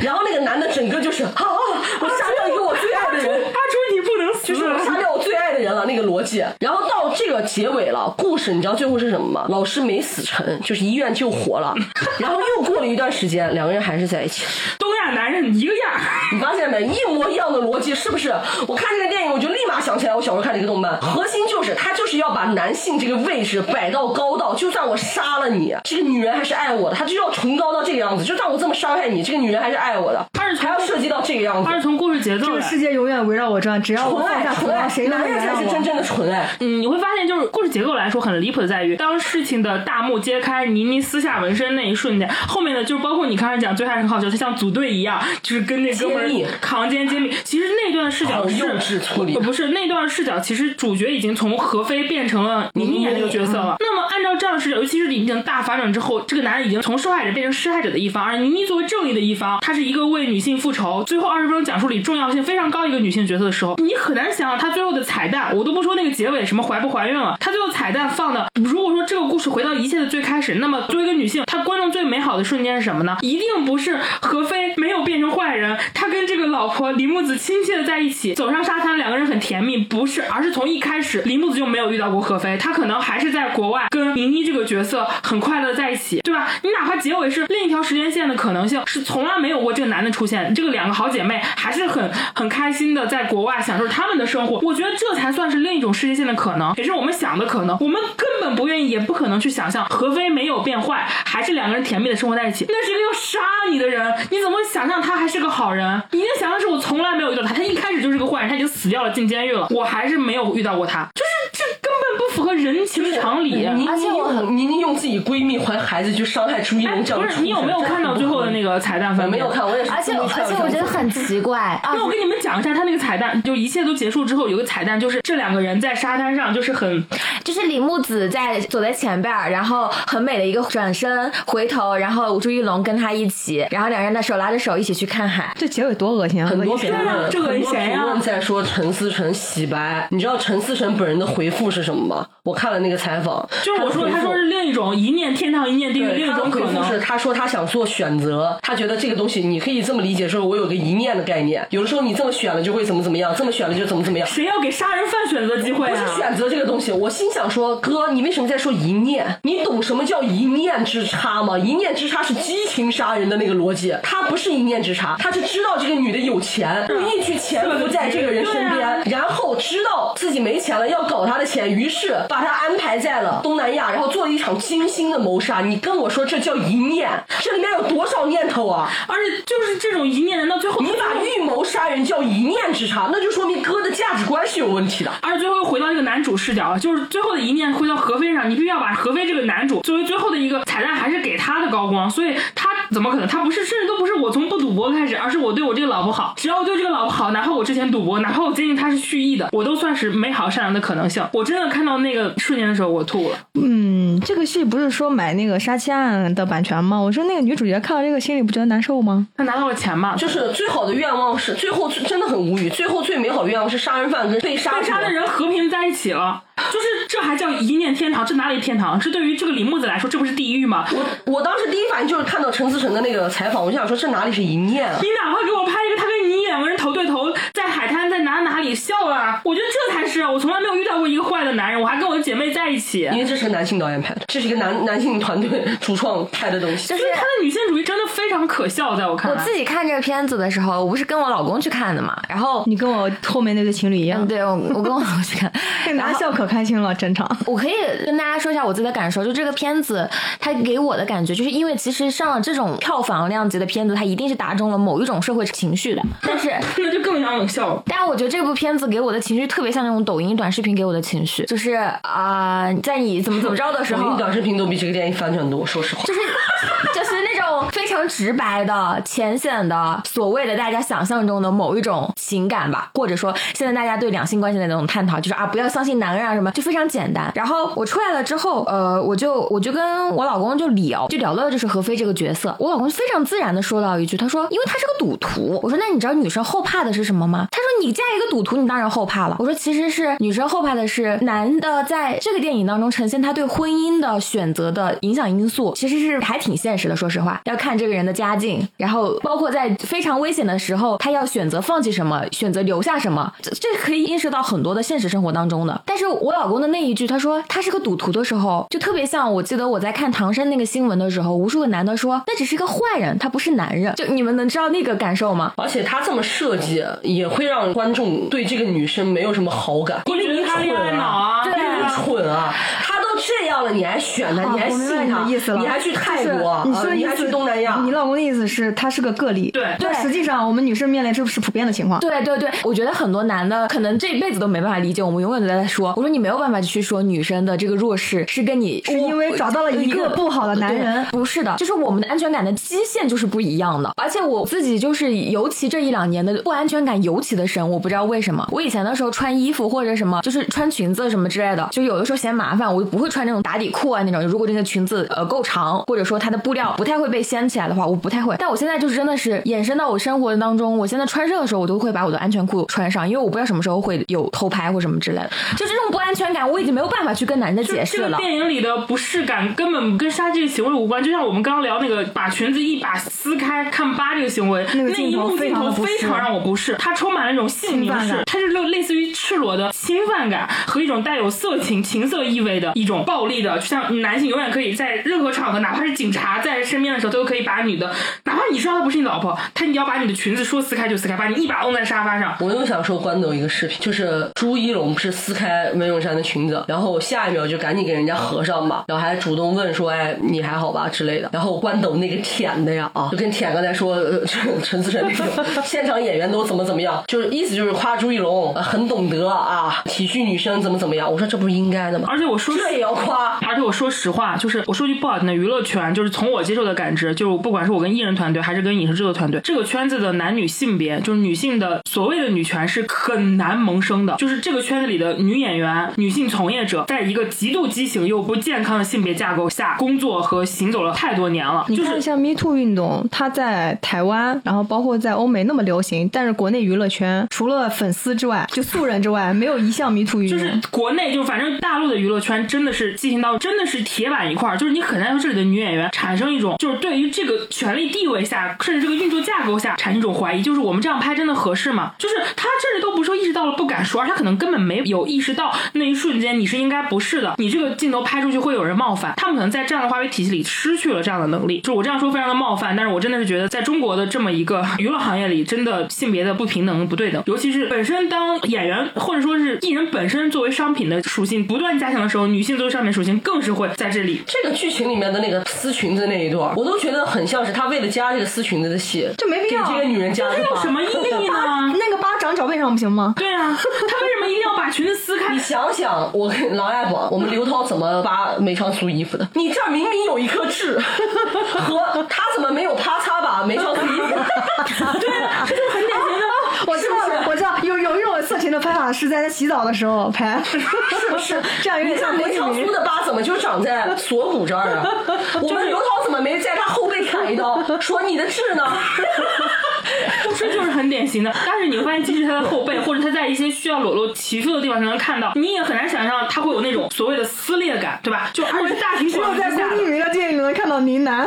S3: 然后那个男的整个就是啊，我杀掉一个我最爱的人。
S2: 阿朱，你不能死！
S3: 就是我
S1: 嗯
S3: 杀掉我最爱的人了，那个逻辑。然后到这个结尾了，故事你知道最后是什么吗？老师没死成，就是医院救活 了。然后又过了一段时间，两个人还是在一起。
S2: 东亚男人一个样儿。
S3: 你发现没？一模一样的逻辑，是不是？我看这个电影，我就立马想起来我小时候看的一个动漫，核心就是他就是要把男性这个位置摆到高到，就算我杀了你，这个女人还是爱我的，他就要崇高到这个样子，就算我这么伤害你，这个女人还是爱我的，
S2: 二是
S3: 还要涉及到这个样子
S1: 哎
S2: 他。是从故事节奏
S1: 这
S2: 来
S1: 个。世界永远围绕我转，只要我
S3: 纯
S1: 放
S3: 爱，
S1: 下
S3: 纯
S1: 屠刀，
S3: 爱，
S1: 哎谁都能
S3: 男
S1: 原
S3: 人才是
S1: 谅
S3: 真
S1: 我。
S3: 正的纯爱。
S2: 嗯，你会发现，就是故事结构来说很离谱的在于，当事情的大幕揭开，倪妮撕下纹身那一瞬间，后面的就是包括你刚才讲最害人好球，他像组队一样，就是跟那哥们
S3: 揭秘
S2: 儿扛肩揭秘。其实那段视角
S3: 好
S2: 是
S3: 幼稚粗鄙
S2: 呃不是那段视角，其实主角已经从何非变成了倪妮演这个角色
S3: 嗯
S2: 了。那么按照这样的视角，尤其是已经大反转之后，这个男人已经从受害者变成施害者的一方，而倪妮作为正义的一方，她是一个为女性复仇，最后二十分钟讲述里重要性非常高一个女性角色的时候，你很难想象她最后的彩蛋。我都不说那个结尾什么怀不怀孕了，她最后彩蛋放的，如果说这个故事回到一切的最开始，那么作为一个女性，她观众最美好的瞬间是什么呢？一定不是何非没有变成坏人，他跟这个老婆李木子亲切的在一起，走上沙滩，两个人很甜蜜，不是，而是从一开始李木子就没有遇到过何非，她可能还是在国外跟倪妮这个角色很快乐地在一起，对吧？你哪怕结尾是另一条时间线的可能性，是从来没有过这个男的出现，这个两个好姐妹还是很很开心的在国外享受他们的生活，我觉得这才算是另一种世界线的可能，也是我们想的可能，我们根本不愿意，也不可能去想象何非没有变坏，还是两个人甜蜜的生活在一起，那是一个要杀你的人，你怎么会想象他还是个好人？你在想的是我从来没有遇到他，他一开始就是个坏人，他已经死掉了，进监狱了，我还是没有遇到过他，就是这根本不符合人情常理。啊
S3: 你
S4: 而且我很
S3: 你你用自己闺蜜怀孩子去伤害朱一
S2: 哎，
S3: 龙这样
S2: 不
S3: 的
S2: 是
S3: 出
S2: 你有没有
S3: 现
S2: 看到最后的？
S3: 这样
S2: 那个彩蛋
S3: 不合理
S2: 分辨
S3: 我没有？看，我也是
S4: 而且
S3: 故意看
S4: 而
S3: 到这
S4: 且
S3: 样的
S4: 我觉得很奇怪，啊
S2: 那我跟你们讲一下，他那个彩蛋，就一切都结束之后，有个彩蛋，就是这两个人在沙滩上，就是很
S4: 就是李木子在走在前边儿，然后很美的一个转身回头，然后朱一龙跟他一起，然后两人的手拉着手一起去看海。
S1: 这结尾多恶心啊！
S3: 很多
S1: 恶心
S3: 评
S1: 啊
S2: 对啊
S3: 论，
S2: 这个
S3: 很
S2: 人
S3: 多
S2: 谁
S3: 评
S2: 呀
S3: 论在说陈思诚洗白。你知道陈思诚本人的回回复是什么吗？我看了那个采访，
S2: 就是我说，
S3: 的回
S2: 他
S3: 复
S2: 说是另一种一念天堂，一念地狱，
S3: 对，
S2: 另一
S3: 他的
S2: 种
S3: 回
S2: 可
S3: 复
S2: 能。
S3: 是，他说他想做选择，他觉得这个东西你可以这么理解，说我有个一念的概念，有的时候你这么选了就会怎么怎么样，这么选了就怎么怎么样。
S2: 谁要给杀人犯选择机会
S3: 不是
S2: 啊？
S3: 选择这个东西，我心想说，哥，你为什么在说一念？你懂什么叫一念之差吗？一念之差是激情杀人的那个逻辑，他不是一念之差，他是知道这个女的有钱，故意去潜伏在这个人身
S2: 对啊
S3: 边，然后知道自己没钱了要搞她的钱，于是把她安排在了东南亚，然后做了一场精心的谋杀。你跟我说这叫一念，这里面有多少念头啊？
S2: 而且就是这种一念，难道最后
S3: 你把预谋杀人叫一念之差，那就说明哥的价值观是有问题的。
S2: 而且最后又回到这个男主视角，就是最后的一念回到何非上，你必须要把何非这个男主作为最后的一个彩蛋，还是给他的高光。所以他怎么可能？他不是，甚至都不是我从不赌博开始，而是我对我这个老婆好。只要我对这个老婆好，哪怕我之前赌博，哪怕我坚定他是蓄意的，我都算是美好善良的可能性。我真的看到那个瞬间的时候，我吐了。
S1: 嗯，这个戏不是说买那个杀妻案的版权吗？我说那个女主角看到这个心里不觉得难受吗？
S2: 他拿到了钱嘛？
S3: 就是最好的愿望是，最后真的很无语。最后最美好的愿望是杀人犯跟被杀
S2: 被杀的
S3: 者
S2: 人和平在一起了，就是这还叫一念天堂？这哪里天堂？这对于这个李木子来说，这不是地狱吗？
S3: 我当时第一反应就是看到陈思诚的那个采访，我就想说这哪里是一念啊？
S2: 你哪怕给我拍一个他跟你两个人头对头在海滩在哪哪里笑啊，我觉得这才是我从来没有遇到过一个坏的男人，我还跟我的姐妹在一起。
S4: 嗯
S3: 因为这是个男性导演拍的，这是一个男男性团队主创拍的东西
S4: 就。是
S2: 就是他的女性主义真的非常可笑，在我看
S4: 我
S2: 来。
S4: 自己看这个片子的时候，我不是跟我老公去看的嘛，然后。
S1: 你跟我后面那对情侣一样
S4: 嗯，，对我，我跟我老公去看，
S1: 这男的笑可开心了，整场。
S4: 我可以跟大家说一下我自己的感受，就这个片子，它给我的感觉，就是因为其实上了这种票房量级的片子，它一定是打中了某一种社会情绪的。但是，
S2: 那就更让我笑了。
S4: 但是我觉得这部片子给我的情绪特别像那种抖音短视频给我的情绪，就是啊、在你怎么怎么着的时
S3: 抖音
S4: 候，
S3: 短视频都比这个电影反转多，说实话
S4: 就。是就是那种非常直白的、浅显的，所谓的大家想象中的某一种情感吧，或者说现在大家对两性关系的那种探讨，就是啊，不要相信男人啊什么，就非常简单。然后我出来了之后，呃，我就我就跟我老公就聊，就聊到就是何非这个角色，我老公非常自然的说到一句，他说因为他是个赌徒，我说那你知道女生后怕的是什么吗？他说你嫁一个赌徒，你当然后怕了。我说其实是女生后怕的是男的在这个电影当中呈现他对婚姻的选择的影响因素，其实是还挺现实的。说实话，要看这个人的家境，然后包括在非常危险的时候，他要选择放弃什么，选择留下什么，这这可以映射到很多的现实生活当中的。但是我老公的那一句，他说他是个赌徒的时候，就特别像我记得我在看唐山那个新闻的时候，无数个男的说那只是个坏人，他不是男人。就你们能知道那个感受吗？
S3: 而且他这么设计，也会让观众对这个女生没有什么好感，因
S2: 我觉
S3: 为
S2: 得
S3: 你
S2: 他恋爱
S3: 蠢
S2: 脑啊，
S4: 对啊
S3: 你蠢啊！他都这样了，你还选他，你还
S1: 啊我明白
S3: 信
S1: 你的
S3: 他，
S1: 意思了，
S3: 还去泰
S1: 就是
S3: 国，啊
S1: 你说的
S3: 你
S1: 意
S3: 还
S1: 思
S3: 去东南亚，
S1: 你老公的意思是他是个个例，
S2: 对
S1: 但实际上我们女生面临这是普遍的情况。
S4: 对对对，我觉得很多男的可能这一辈子都没办法理解，我们永远都在说，我说你没有办法去说女生的这个弱势是跟你呃
S1: 是因为找到了一个不好的男人
S4: 对不是的，就是我们的安全感的基线就是不一样的。而且我自己就是，尤其这一两年的不安全感尤其的深，我不知道为什么。我以前的时候穿衣服或者什么，就是穿裙子什么之类的，就有的时候嫌麻烦，我就不会穿那种打底裤啊那种。如果这个裙子呃够长，或者说它的布料不太会被掀起来的话，我不太会。但我现在就是真的是衍生到我生活当中，我现在穿这个时候，我都会把我的安全裤穿上，因为我不知道什么时候会有偷拍或什么之类的。就这种不安全感，我已经没有办法去跟男人的
S2: 就
S4: 解释
S2: 这个
S4: 了。
S2: 电影里的不适感根本跟杀这个行为无关，就像我们刚刚聊那个把裙子一把撕开看疤这个行为，那
S1: 那个镜
S2: 一
S1: 头
S2: 幕
S1: 非
S2: 镜
S1: 常
S2: 头
S1: 的不适
S2: 非常让我不适，它充满了那种性凝
S1: 侵犯
S2: 视
S1: 感，
S2: 它是类类似于赤裸的侵犯感和一种带有色情情色意味的一种暴力的，就像男性永远可以在任何场合，哪怕是警察在身边的时候，都可以把女的，哪怕你知道她不是你老婆，她你要把你的裙子说撕开就撕开，把你一把摁在沙发上。
S3: 我又想说关总一个视频，就是朱一龙不是撕开文咏珊的裙子，然后下一秒就赶紧给人家合上吧，然后还主动问说，哎，你还好吧之类的。然后关总那个舔的呀，啊，就跟舔刚才说呃陈陈思诚那种， 现场演员都怎么怎么样，就是意思就是夸朱一龙、呃很懂得啊，体恤女生怎么怎么样。我说这不是应该的吗？
S2: 而且我说
S3: 这也要夸，
S2: 而且我说实话，就是我说句不好听的，娱乐圈就是从我接受的感知，就是不管是我跟艺人团队还是跟影视制作团队，这个圈子的男女性别，就是女性的所谓的女权是很难萌生的。就是这个圈子里的女演员、女性从业者，在一个极度畸形又不健康的性别架构下工作和行走了太多年了。
S1: 你
S2: 就
S1: 看，
S2: 是
S1: 像 Me Too 运动，它在台湾，然后包括在欧美那么流行，但是国内娱乐圈除了粉丝之外，就素人之外，没有一一向迷途于
S2: 就
S1: 无。
S2: 是国内，就反正大陆的娱乐圈真的是进行到真的是铁板一块儿，就是你很难和这里的女演员产生一种就是对于这个权力地位下，甚至这个运作架构下产生一种怀疑，就是我们这样拍真的合适吗？就是他甚至都不是说意识到了不敢说，而他可能根本没有意识到那一瞬间你是应该不是的，你这个镜头拍出去会有人冒犯，他们可能在这样的话语体系里失去了这样的能力。就是我这样说非常的冒犯，但是我真的是觉得在中国的这么一个娱乐行业里，真的性别的不平等不对等，尤其是本身当演员或者说是艺人本身作为商品的属性不断加强的时候，女性作为商品的属性更是会在这里。
S3: 这个剧情里面的那个撕裙子那一段，我都觉得很像是他为了加这个撕裙子的戏，
S1: 这没必要
S3: 给这个女人加
S2: 它
S3: 了
S2: 有
S3: 吧
S2: 什么意义 呢？
S1: 那个巴掌找背上不行吗？
S2: 对啊，他为什么一定要把裙子撕开
S3: 你？想想，我跟老爱宝，我们刘涛怎么扒梅长苏衣服的？你这儿明明有一颗痣， 和他怎么没有啪嚓把梅长苏衣服？ 对啊，这就很典型的。
S1: 我知道
S3: 是不
S1: 了，
S3: 是
S1: 我知道有有一种色情的拍法是在他洗澡的时候拍，
S3: 是不 是
S1: 这样有
S3: 你
S1: 点
S3: 看
S1: 像
S3: 梅长苏的疤怎么就长在锁骨这 儿啊？我们刘涛怎么没在他后背砍一刀？说你的痣呢？
S2: 这就是很典型的。但是你会发现，即使他的后背或者他在一些需要裸露其腹的地方才能看到，你也很难想象他会有那种所谓的撕裂感，对吧？就而且是大庭
S1: 只有
S2: 广众
S1: 在
S2: 之
S1: 郭
S2: 下的
S1: 敬。明的电影里能看到呢喃。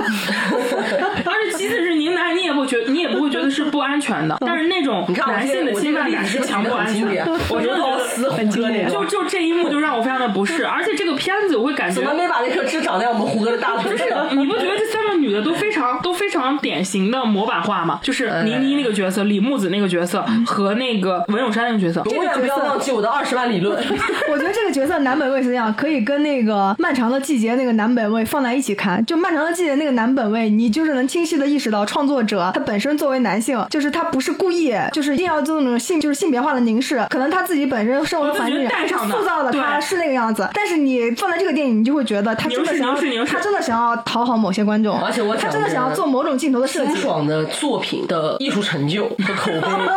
S2: 而且即使是宁南，你也不觉，你也不会觉得是不安全 的。但是那种
S3: 你看我
S2: 男
S3: 这
S2: 性
S3: 个
S2: 的
S3: 我这
S2: 侵
S3: 个
S2: 犯
S3: 例
S2: 感
S3: 子
S2: 是
S3: 是
S2: 强
S3: 强
S2: 不
S3: 不
S2: 安
S3: 很经
S2: 全
S3: 典
S2: 的，，我真
S3: 觉
S2: 的
S3: 得
S2: 觉
S3: 我
S2: 得。
S3: 死胡歌那
S2: 就
S3: 种。
S2: 就这一幕就让我非常的不适， 而且这个片子我会感觉
S3: 怎么没把那颗痣长在我们胡歌的大腿 上？
S2: 你不觉得这三个女的都非常都非常典型的模板化吗？就是倪妮那个角色、李木子那个角色和那个文咏珊那个角色，
S3: 永远不要忘记我的二十万理论。
S1: 我觉得这个角色南本卫是这样，可以跟那个《漫长的季节》那个南本卫放在一起看。就《漫长的季节》那个南本卫，你就是能清晰的意识到，创作者他本身作为男性，就是他不是故意，就是一定要这种性就是性别化的凝视，可能他自己本身生活环境
S2: 我就觉得带上的
S1: 塑造的他
S2: 对
S1: 是那个样子。但是你放在这个电影，你就会觉得他真的想
S2: 凝视凝视
S1: 要，
S2: 凝视
S1: 他真的想要讨好某些观众，
S3: 而且我讲
S1: 他真的想要做某种镜头的设
S3: 清
S1: 计。
S3: 爽的作品的艺术成就和口碑，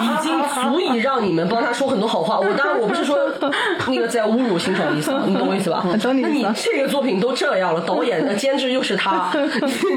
S3: 已经足以让你们帮他说很多好话。我当然我不是说那个在侮辱欣赏意思，啊你懂我意思吧？
S1: 懂你
S3: 那
S1: 意思
S3: 你这个作品都这样了，导演的监制又是 他，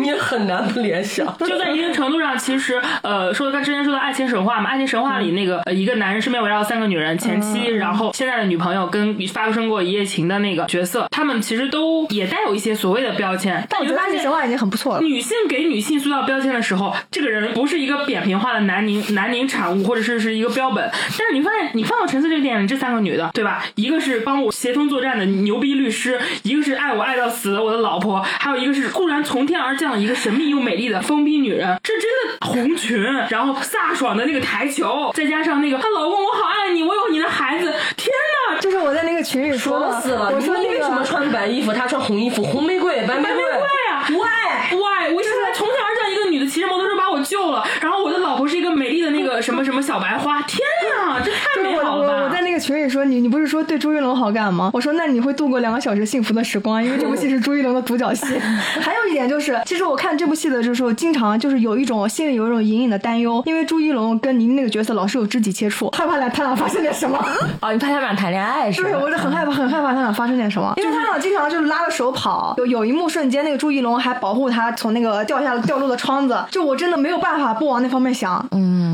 S3: 你也很难不联想。
S2: 就在一定程度上，其实呃，说他之前说的《爱情神话》嘛，《爱情神话》
S1: 嗯
S2: 里那个、呃一个男人身边围绕三个女人，前妻，然后现在的女朋友跟发生过一夜情的那个角色，他们其实都也带有一些所谓的标签，
S1: 但我觉得《
S2: 你会发
S1: 爱情
S2: 现
S1: 神话》已经很不错 了。
S2: 女性给女性塑造标签的时候，这个人不是一个扁平化的南宁南宁产物，或者是是一个标本。但是你发现，你放到《橙色》这个电影里，这三个女的，对吧？ 一个是帮我协同作战的牛逼律师，一个是爱我爱到死的我的老婆，还有一个是忽然从天而降的一个神秘又美丽的疯逼女人。这真的红裙，然后飒爽的那个台球，再加上那个她老公，我好爱你，我有你的孩子，天哪！
S1: 就是我在那个群里说
S3: 爽
S1: 了，
S3: 死了！
S1: 我
S3: 你
S1: 说
S3: 们
S1: 那
S3: 为
S1: 个
S3: 什么穿白衣服，他穿红衣服？红玫瑰，白玫
S2: 白玫瑰啊
S3: ，why？
S2: 哇！我一直在从天而降一个女的骑着摩托车把我救了，然后我的老婆是一个美丽的那个什么什么小白花，天哪，这 太
S1: 就是
S2: 美
S1: 我
S2: 好
S1: 我
S2: 了
S1: 我在
S2: 吧！
S1: 那个群里说你你不是说对朱一龙好感吗？我说那你会度过两个小时幸福的时光，因为这部戏是朱一龙的独角 戏。还有一点就是，其实我看这部戏的时候，经常就是有一种心里有一种隐隐的担忧，因为朱一龙跟您那个角色老是有肢体接触，害怕俩他俩发生点什么。
S4: 哦，你怕他们俩谈恋爱是吧？
S1: 对，我 是很害怕，很害怕他俩发生点什么，因为他俩经常就是拉着手跑。有有一幕瞬间，那个朱一龙还保护他从那个掉下掉落的窗子，就我真的没有办法不往那方面想。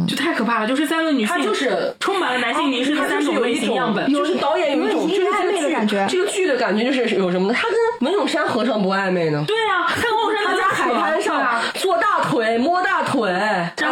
S2: 就太可怕了，就是三个女性，
S3: 她就是
S2: 充满了男性凝视
S3: 哦他
S2: 的
S3: 就
S2: 三
S3: 是
S2: 种
S3: 有
S2: 类
S3: 一
S2: 型
S3: 种
S2: 样本。
S3: 就是导演有一种
S1: 有一
S3: 就
S1: 种
S3: 是
S1: 暧
S3: 这个
S1: 昧的
S3: 剧
S1: 感觉
S3: 这个剧的感觉就是有什么呢？他跟文咏珊何尝不暧昧呢？
S2: 对啊，看后山
S3: 他家海滩上
S2: 啊，
S3: 坐大腿摸大腿，
S2: 然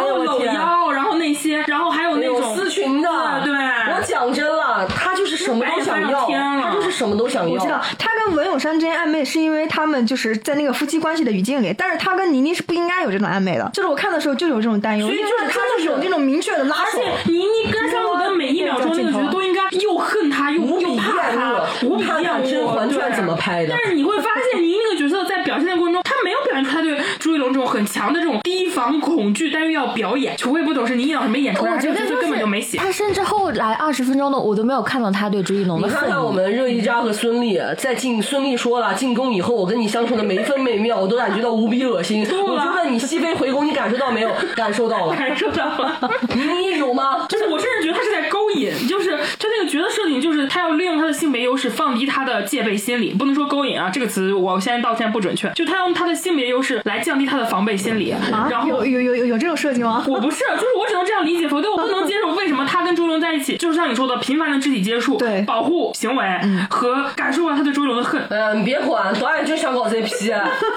S3: 哎
S2: 后
S3: 呦我
S2: 搂
S3: 天哎
S2: 腰，然后那些，然后还有那
S3: 有
S2: 种
S3: 丝裙的，
S2: 对对哎
S3: 我讲真了，他就是什么都想要，
S2: 白眼翻到天了
S3: 他就是什么都想
S1: 我
S3: 要
S1: 知。道他跟文咏珊之间暧昧是因为他们就是在那个夫妻关系的语境里，但是他跟倪妮是不应该有这种暧昧的。就是我看的时候就有这种担忧，
S2: 所以
S1: 因为
S2: 就是
S1: 他
S2: 他
S1: 就是有那种明确的拉
S2: 而
S1: 手。
S2: 且倪妮跟上的每一秒钟那个角色都应该又恨他又
S3: 无比
S2: 又怕
S3: 厌恶
S2: 他，无比
S3: 看
S2: 厌
S3: 看
S2: 恶。
S3: 《甄嬛传
S2: 对》
S3: 怎么拍的
S2: 但是你会发现，倪妮那个角色在表现的过程中，她没有表现出她对朱一龙这种很强的这种提防恐惧，但又要表演。我也不懂是倪妮老师没演出来，
S4: 哦我
S2: 还
S4: 觉
S2: 是
S4: 得
S2: 这
S4: 就
S2: 个
S4: 是
S2: 根本就没 写。
S4: 他甚至后来二十分钟的我都没有看到他对朱一龙
S3: 你
S4: 的
S3: 看
S4: 恨
S3: 看我
S4: 意。
S3: 们热依扎和孙俪，在进孙俪说了进宫以后，我跟你相处的每分每秒，我都感觉到无比恶心。我
S2: 啊
S3: 就问你，熹妃回宫，你感受 到没有？感受到了。
S2: 感受到了，
S3: 你有吗？
S2: 就是我甚至觉得他是在勾引，就是就那个角色设定就是他要利用他的性别优势放低他的戒备心理，不能说勾引啊这个词，我现在道歉不准确，就他用他的性别优势来降低他的防备心理，然后
S1: 有有有有有这种设计吗？
S2: 我不是，就是我只能这样理解，否则我不能接受为什么他跟周龙在一起，就是像你说的频繁的肢体接触、
S1: 对
S2: 保护行为、和感受到啊他对周龙的恨，
S3: 嗯、你别管，导演就想搞 CP，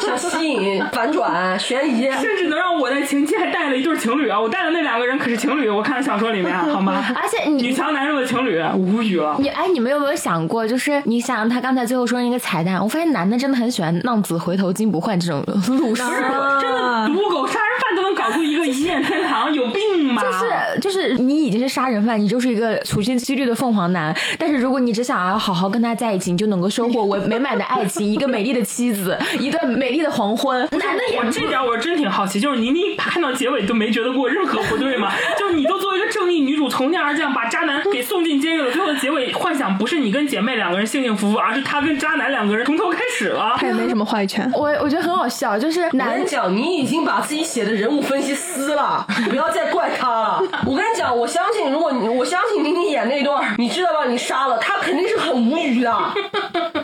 S3: 想吸引、反转、悬疑。
S2: 甚至能让我在情期还带了一对情侣啊！我带的那两个人可是情侣，我看了小说里面，啊好吗？
S4: 而且
S2: 女
S4: 你。
S2: 强男弱的情侣，无语了。
S4: 你哎，你们有没有想过，就是你想他刚才最后说那个彩蛋，我发现男的真的很喜欢浪子回头金不换这种路数，
S2: 真的，赌狗杀人犯都能搞出一个一念天堂，有病吧？
S4: 就是就是你已经是杀人犯，你就是一个处心积虑的凤凰男。但是如果你只想要好好跟他在一起，你就能够收获我美满的爱情，一个美丽的妻子，一段美丽的黄昏。男的也
S2: 我这点我真挺好奇，就是倪妮看到结尾都没觉得过任何不对吗？ 就是你都作为一个正义女主，从天而降，把渣男给送进监狱了，最后的结尾幻想不是你跟姐妹两个人幸幸福福，而是他跟渣男两个人从头开始了。
S1: 他也没什么话语权。
S4: 我我觉得很好笑，就是
S3: 我
S4: 男
S3: 跟你讲，你已经把自己写的人物分析撕了，不要再怪他了。我跟你讲，我相信，如果你我相信你你演那一段儿，你知道吧？你杀了他肯定是很无语的。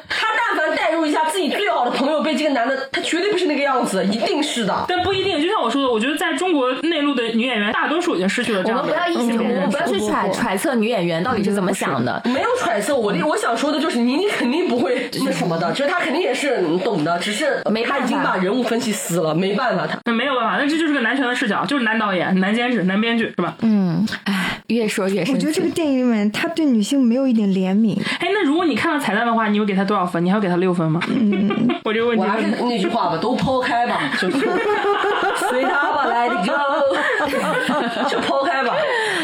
S3: 他但凡代入一下自己最好的朋友被这个男的，他绝对不是那个样子，一定是的。
S2: 但不一定，就像我说的，我觉得在中国内陆的女演员，大多数已经失去了这
S4: 我
S2: 样
S4: 们
S2: 的。
S4: 不要一起，我们不要去揣揣测女演员到底是怎么想的。
S3: 没有揣测，我的我想说的就是，你你肯定不会那什么的，就是他肯定也是你懂的，只是
S4: 没办
S3: 他
S4: 法
S3: 已经把人物分析撕了，没办法，他
S2: 那没有办法，那这就是个男权的视角，就是男导演、男监制、男编剧，是吧？
S3: 嗯
S4: 唉，越说越生气。
S1: 我觉得这个电影里面，他对女性没有一点怜悯。
S2: 哎，那如果你看到彩蛋的话，你会给他多少分？你还会给他六分吗？ 我这个问
S3: 嗯我
S2: 题
S3: 还
S2: 问
S3: 是
S2: 你，
S3: 那句话吧，都抛开吧，就是 随他吧，Let it go，就 抛开吧。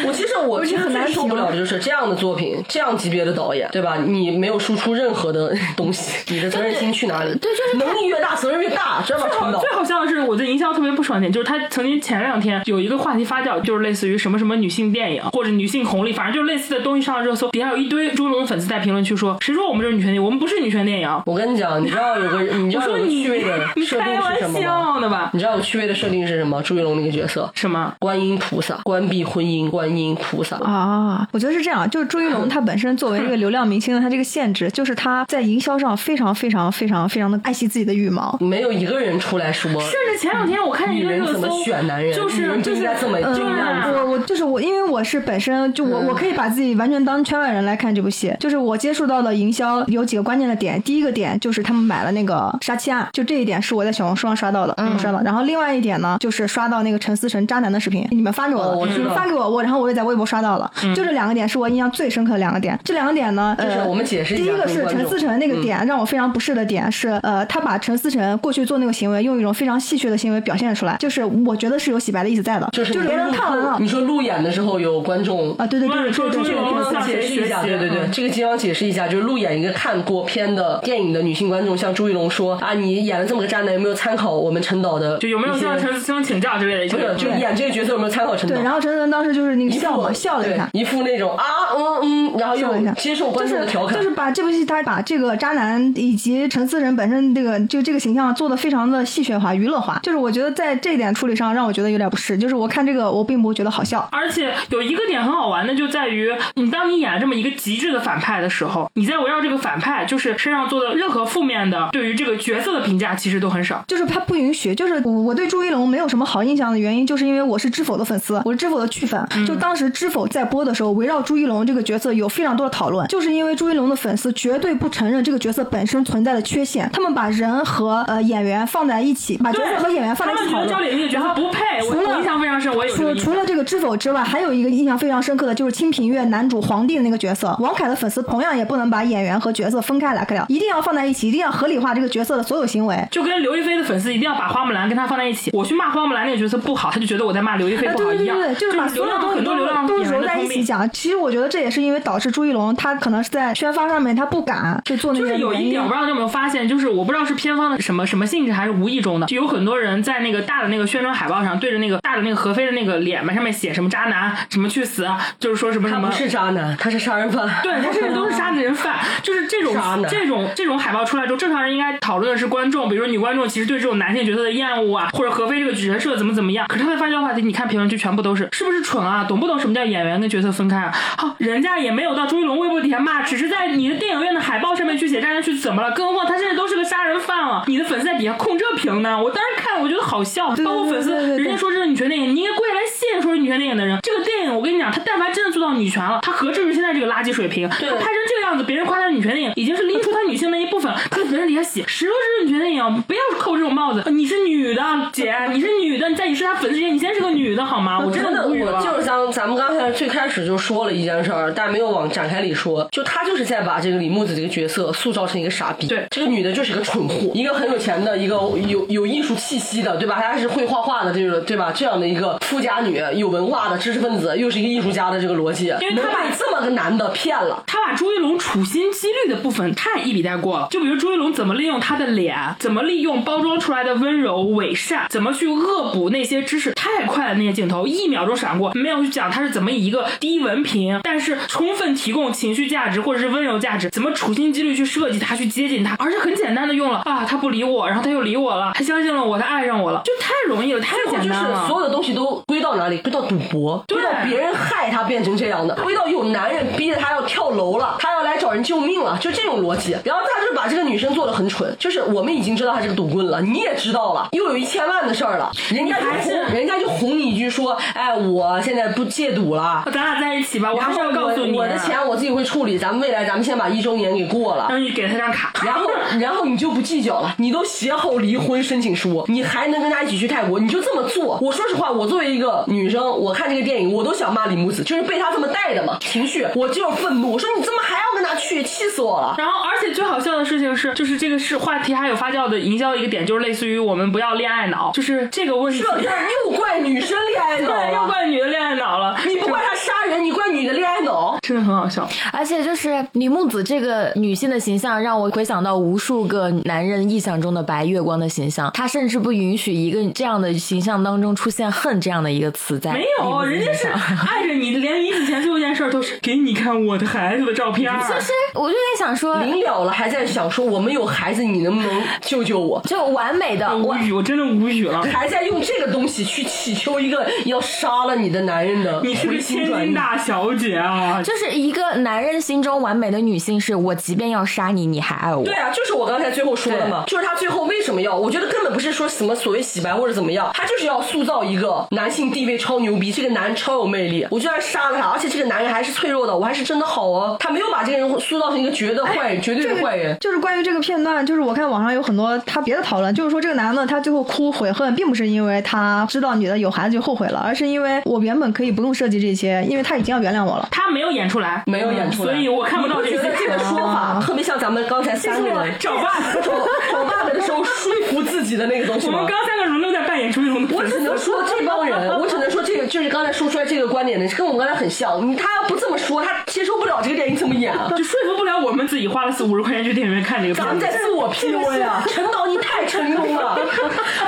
S3: 我其实我其实最受不了的就是这样的作品，这样级别的导演，对吧？你没有输出任何的 东西，你的责任心去哪里？
S4: 对就是
S3: 能力越大，责任越大，知道吧？陈导
S2: 最好笑的是，我对营销特别不爽点，就是他曾经前两天有一个话题发酵，就是类似于什么什么女性电影或者女性红利，反正就是类似的东西上了热搜，底下有一堆朱龙的粉丝在评论区说，谁说我们这是女权电影？我们不是女权电影。
S3: 我跟你讲，你知道有个你知
S2: 我
S3: 道
S2: 说
S3: 有个
S2: 你
S3: 趣味的，
S2: 你
S3: 设定
S2: 开
S3: 是
S2: 玩
S3: 什么吗？
S2: 笑呢吧？
S3: 你知道有趣味的设定是什么？朱一龙那个角色，
S2: 什么？
S3: 观音菩萨，关闭婚姻，观音菩萨。
S1: 啊，我觉得是这样，就是朱一龙他本身作为一个流量明星的他这个限制，就是他在营销上非常非常非常非常的爱惜自己的羽毛。
S3: 没有一个人出来说，
S2: 甚至前两天我看见一
S3: 女
S2: 个
S3: 人
S2: 热
S3: 怎么
S2: 搜，
S3: 选男人？
S2: 就
S3: 女
S2: 是
S3: 人不
S2: 就
S3: 应
S2: 是
S3: 该这么
S2: 嗯
S3: 这个样啊嗯子。
S1: 我我就是我，因为我是本身就我、我可以把自己完全当圈外人来看这部戏。就是我接触到的营销有几个关键的点，第一个点就是他们买了那个杀妻案，就这一点是我在小红书上刷到的，嗯、刷到。然后另外一点呢，就是刷到那个陈思诚渣男的视频，你们发给我
S3: 哦
S1: 了，
S3: 我知道
S1: 你
S3: 嗯
S1: 们发给我，我然后我也在微博刷到了。就这两个点是我印象最深刻的两个点。这两个点呢，
S3: 就是
S1: 呃
S3: 我们解释一下
S1: 第一个
S3: 给
S1: 是
S3: 观
S1: 陈
S3: 众嗯
S1: 思诚那个点让我非常不适的点是，呃，他把陈思诚过去做那个行为，用一种非常戏谑的行为表现出来，就是我觉得是有洗白的意思在的，
S3: 就是
S1: 别人看完了
S3: 你说路演的时候有观众
S1: 啊，对对对对
S2: 说出
S1: 对对
S2: 这个
S1: 对对
S2: 东
S1: 对嗯
S2: 西。
S3: 解释一下，对对对，这个地方解释一下，就是路演一个看过片的电影的女性观众向朱一龙说啊，你演了这么个渣男，有没有参考我们陈导的？
S2: 就有没有向陈思诚请教之类的一些
S3: 不是，就演这个角色有没有参考陈导
S1: 对，？然后陈思诚当时就是那个
S3: 一副
S1: 笑嘛，笑了一下
S3: 对。一副那种啊嗯嗯，然后
S1: 笑了一
S3: 又
S1: 下，
S3: 接受观
S1: 就
S3: 众的
S1: 是
S3: 调侃，
S1: 就是把这部戏，他把这个渣男以及陈思诚本身这个就这个形象做的非常的戏谑化、娱乐化，就是我觉得在这一点处理上让我觉得有点不适，就是我看这个我并不觉得好笑，
S2: 而且有一个点很好玩的，就在于你当你演这么一个极致的反派的时候，你在围绕这个反派就是身上做的任何负面的对于这个角色的评价，其实都很少。
S1: 就是他不允许，就是我我对朱一龙没有什么好印象的原因，就是因为我是知否的粉丝，我是知否的剧粉。
S2: 嗯
S1: 就当时知否在播的时候，围绕朱一龙这个角色有非常多的讨论，就是因为朱一龙的粉丝绝对不承认这个角色本身存在的缺陷，他们把人和呃演员放在一起，把角色和演员放
S2: 他
S1: 在一
S2: 们
S1: 起
S2: 觉
S1: 讨
S2: 得焦点那个
S1: 论，
S2: 角
S1: 然
S2: 色
S1: 后
S2: 不配，我
S1: 除了
S2: 我印象非常深，我有这
S1: 除
S2: 个印象
S1: 除了这个知否之外，还有一个印象非常深刻的就是清平乐男主皇帝的那个角色，王凯的粉丝同样也不能把演员和角色分开来看了，一定要放在一起，一定要合理化这个角色的所有行为。
S2: 就跟刘亦菲的粉丝一定要把花木兰跟她放在一起，我去骂花木兰那个角色不好，他就觉得我在骂刘亦菲
S1: 啊，
S2: 不好
S1: 对
S2: 一
S1: 对
S2: 样
S1: 对，对，就是把
S2: 流
S1: 所有
S2: 量
S1: 东西
S2: 很多流浪
S1: 都
S2: 演员
S1: 揉
S2: 的
S1: 在
S2: 通
S1: 一起
S2: 病。
S1: 讲。其实我觉得这也是因为导致朱一龙他可能是在宣发上面他不敢去做那
S2: 就
S1: 个
S2: 是有
S1: 原
S2: 一
S1: 因
S2: 点，我不知道你有没有发现，就是我不知道是片方的什么什么性质，还是无意中的，就有很多多人在那个大的那个宣传海报上对着那个大的那个合肥的那个脸嘛，上面写什么渣男什么去死，啊就是说什么什
S3: 他
S2: 么
S3: 不。是渣男，他是杀人 犯。
S2: 对他甚至都是杀人犯，就是这种
S3: 渣男
S2: 这种这种海报出来之后，正常人应该讨论的是观众，比如说女观众其实对这种男性角色的厌恶啊，或者合肥这个角色怎么怎么样。可是他的发酵话题，你看评论区全部都是是不是蠢啊，懂不懂什么叫演员跟角色分开啊？好、人家也没有到朱一龙微博底下骂，只是在你的电影院的海报上面去写渣男去怎么了？更何况他现在都是个杀人犯了，你的粉丝在底下控这评呢？我当时看我觉得好笑，
S1: 对
S2: 包括粉丝
S1: 对对对对
S2: 人家说这是女权电影，你应该跪下来谢谢说是女权电影的人。这个电影我跟你讲，他但凡真的做到女权了，他何至于现在这个垃圾水平？他拍成这个样子，别人夸他是女权电影，已经是拎出他女性的一部分，他在粉丝底下写谁说这是女权电影？不要扣这种帽子，呃你是女的姐，你是女的，你在你是他粉丝之前，你现在是个女的好吗？我真
S3: 真
S2: 的
S3: 的，
S2: 无语
S3: 我
S2: 了。
S3: 就是咱咱们刚才最开始就说了一件事儿，但没有往展开里说。就他就是在把这个李木子这个角色塑造成一个傻逼。
S2: 对
S3: 这个女的就是个蠢货，一个很有钱的，一个有有艺术气息的，对吧？她是会画画的，这个对吧？这样的一个富家女，有文化的知识分子，又是一个艺术家的这个逻辑，
S2: 因为她
S3: 能把这么个男的骗了。
S2: 他把朱一龙处心积虑的部分太一笔带过了。就比如朱一龙怎么利用他的脸，怎么利用包装出来的温柔伪善，怎么去恶补那些知识，太快了那些镜头，一秒钟闪过，没有去讲他是怎么以一个低文凭，但是充分提供情绪价值或者是温柔价值，怎么处心积虑去设计他，去接近他，而且很简单的用了啊，他不理我，然后他又理我了，他相信了我，他爱上我了，就太容易了，太
S3: 就
S2: 简
S3: 是
S2: 单了。
S3: 所有的东西都归到哪里？归到赌博，
S2: 对
S3: 归到别人害他变成这样的，归到有男人逼着他要跳楼了，他要来找人救命了，就这种逻辑。然后他就是把这个女生做的很蠢，就是我们已经知道他是个赌棍了，你也知道了，又有一千万的事儿了，人家就
S2: 还是
S3: 哄，人家就哄你一句说，哎，我现在不戒赌了。
S2: 咱俩在一起吧，我
S3: 然
S2: 还
S3: 后
S2: 是要告诉你，啊
S3: 我我的钱我自己会处理，咱们未来咱们先把一周年给过了，
S2: 让你给他张卡，
S3: 然后，然后你就不计较了，你都写好离婚申请书，你还能跟他一起去泰国，你就这么做。我说实话，我作为一个女生，我看这个电影，我都想骂李木子，就是被他这么带的嘛，情绪，我就是愤怒。我说你怎么还要跟他去，气死我了！
S2: 然后，而且最好笑的事情是，就是这个是话题还有发酵的营销的一个点，就是类似于我们不要恋爱脑，就是这个问题
S3: 这，事儿又怪女生恋爱脑
S2: 对，又
S3: 了，
S2: 怪女的恋爱脑了，
S3: 你不怪
S2: 就
S3: 他杀人，你怪女的恋爱脑。
S2: 真的很好笑。
S4: 而且就是李木子这个女性的形象，让我回想到无数个男人臆想中的白月光的形象。她甚至不允许一个这样的形象当中出现“恨”这样的一个词
S3: 哎
S4: 在。
S2: 没有，人家是爱着你，连你以前最后一件事儿都是给你看我的孩子的照片儿，
S4: 就是，我就在想说，
S3: 临了了，还在想说我们有孩子，你能不能救救我？
S4: 就完美的
S2: 无
S4: 我。
S2: 语，我真的无语了。
S3: 还在用这个东西去祈求一个要杀了你的男人的
S2: 你是个
S3: 回心
S2: 千
S3: 转
S2: 金
S3: 意
S2: 大小姐啊！
S4: 就是一个男人心中完美的女性，是我即便要杀你，你还爱我
S3: 对。啊，就是我刚才最后说的嘛，就是他最后为什么要？我觉得根本不是说什么所谓洗白或者怎么样，他就是要塑造一个男性地位超牛逼，这个男人超有魅力，我就要杀了他，而且这个男人还是脆弱的，我还是真的好哦。他没有把这个人塑造成一个绝
S2: 哎
S3: 对坏人，绝对的
S1: 这
S3: 坏
S1: 个
S3: 人。
S1: 就是关于这个片段，就是我看网上有很多他别的讨论，就是说这个男的他最后哭悔恨，并不是因为他知道女的有孩子就后悔了，而是因为我原本可以不用设计这些，因为他已经要原谅我了。
S2: 他没有演出来，
S3: 没有演出来，
S2: 所以我看不到
S3: 你
S2: 这啊些
S3: 觉得这个说法特别像咱们刚才三个人
S2: 找爸爸
S3: 找找爸爸的时候说服自己的那个东西
S2: 我
S3: 吗
S2: 们？刚三个人都在扮演出一种
S3: 我只能说这帮人，我只能说这个就是刚才说出来这个观点的，跟我刚才很像。你他要不这么说，他接受不了这个电影怎么演啊？
S2: 就说服不了我们自己花了四五十块钱去电影院看这个片
S3: 咱
S2: 子
S3: 们。在自我 PUA 啊！陈导，你太成功了。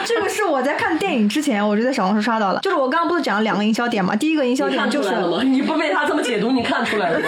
S1: 这个是我在看电影之前，我就在小红书刷到了。就是我刚刚不是讲了两个营销点嘛？第一个营销
S3: 你
S1: 点
S3: 看
S1: 就
S3: 出
S1: 是
S3: 来了吗？你不被他这么解读，你看出来了吗？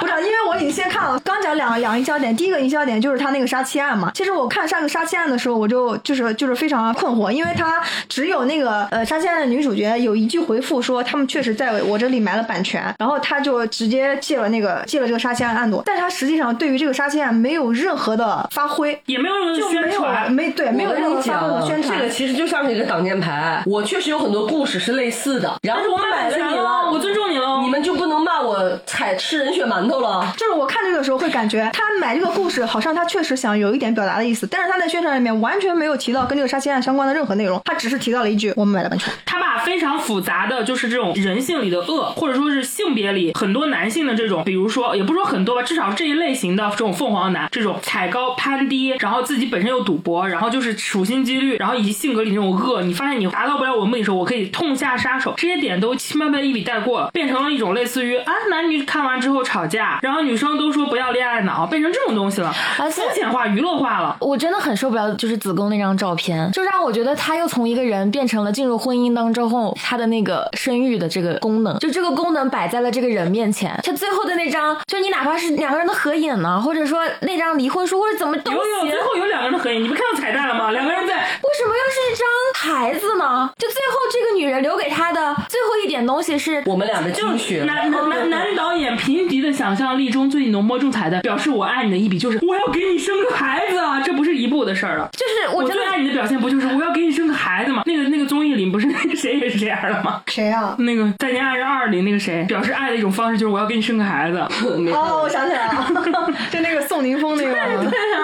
S1: 不是，因为我已经先看了，刚讲两个两个营销点，第一个营销点就是他那个杀妻案嘛。其实我看上个杀妻案的时候，我就就是就是非常困惑，因为他只有那个呃杀妻案的女主角有一句回复说他们确实在我这里买了版权，然后他就直接借了那个借了这个杀妻案案朵，但他实际上对于这个杀妻案没有任何的发挥，
S2: 也没有任何
S1: 就
S2: 宣
S1: 没
S3: 啊
S1: 有
S2: 传。
S1: 没对没有
S3: 我
S1: 任
S3: 跟
S1: 何
S3: 你
S1: 发挥
S3: 讲
S1: 和，宣传
S3: 这个。其实就像是一个挡箭牌。我确实有很多故事是类似的，然
S2: 但是
S3: 后
S2: 我
S3: 买
S2: 版
S3: 了
S2: 权
S3: 你
S2: 了，
S3: 了，
S2: 我尊重你了。
S3: 你们就不能骂我踩吃人血馒头了？
S1: 就是我看这个时候会感觉，他买这个故事好像他确实想有一点表达的意啊思，但是他在宣传里面完全没有提到跟这个杀妻案相关的任何内容，他只是提到了一句我们买了版权。
S2: 他把非常复杂的就是这种人性里的恶，或者说是性别里很多男性的这种，比如说也不是说很多吧，至少这一类型的这种凤凰男，这种踩高攀低，然后自己本身又赌博，然后就是处心积虑，然后以及性格里那种恶，你发现你达到不了我目的时候，我可以痛下杀手，这些点都轻慢被一笔带过了，变成了一种类似于啊男女看完之后吵架，然后女生都说不要恋爱脑，变成这种东西了，
S4: 而且
S2: 肤浅化、娱乐化了。
S4: 我真的很受不了，就是子宫那张照片，就让我觉得他又从一个人变成了进入婚姻当中后他的那个生育的这个功能，就这个功能摆在了这个人面前。他最后的那张，就你哪怕是两个人的合影呢、或者说那张离婚书，或者怎么都
S2: 有有，
S4: 行。
S2: 最后有两个人的合影，你们看到彩蛋了吗？两个人在
S4: 为什么要是一张牌子呢？就最后这个女人留给他的最后一点东西是，
S3: 我们俩的
S2: 就
S3: 进去
S2: 是，男男男男导演贫瘠的想象力中最浓墨重彩的表示我爱你的一笔，就是我要给你生个孩子啊，这不是一部的事儿了。
S4: 就是
S2: 我
S4: 我真
S2: 最
S4: 的
S2: 爱你的表现不就是我要给你生个孩子吗？那个那个综艺里不是谁也是这样的吗？
S1: 谁啊？
S2: 那个《再见爱人二》里那个谁表示爱的一种方式就是我要给你生个孩子。
S3: 没看
S1: 哦，
S3: 过
S1: 我想起来了， 就那个宋宁峰那 个。
S2: 对啊，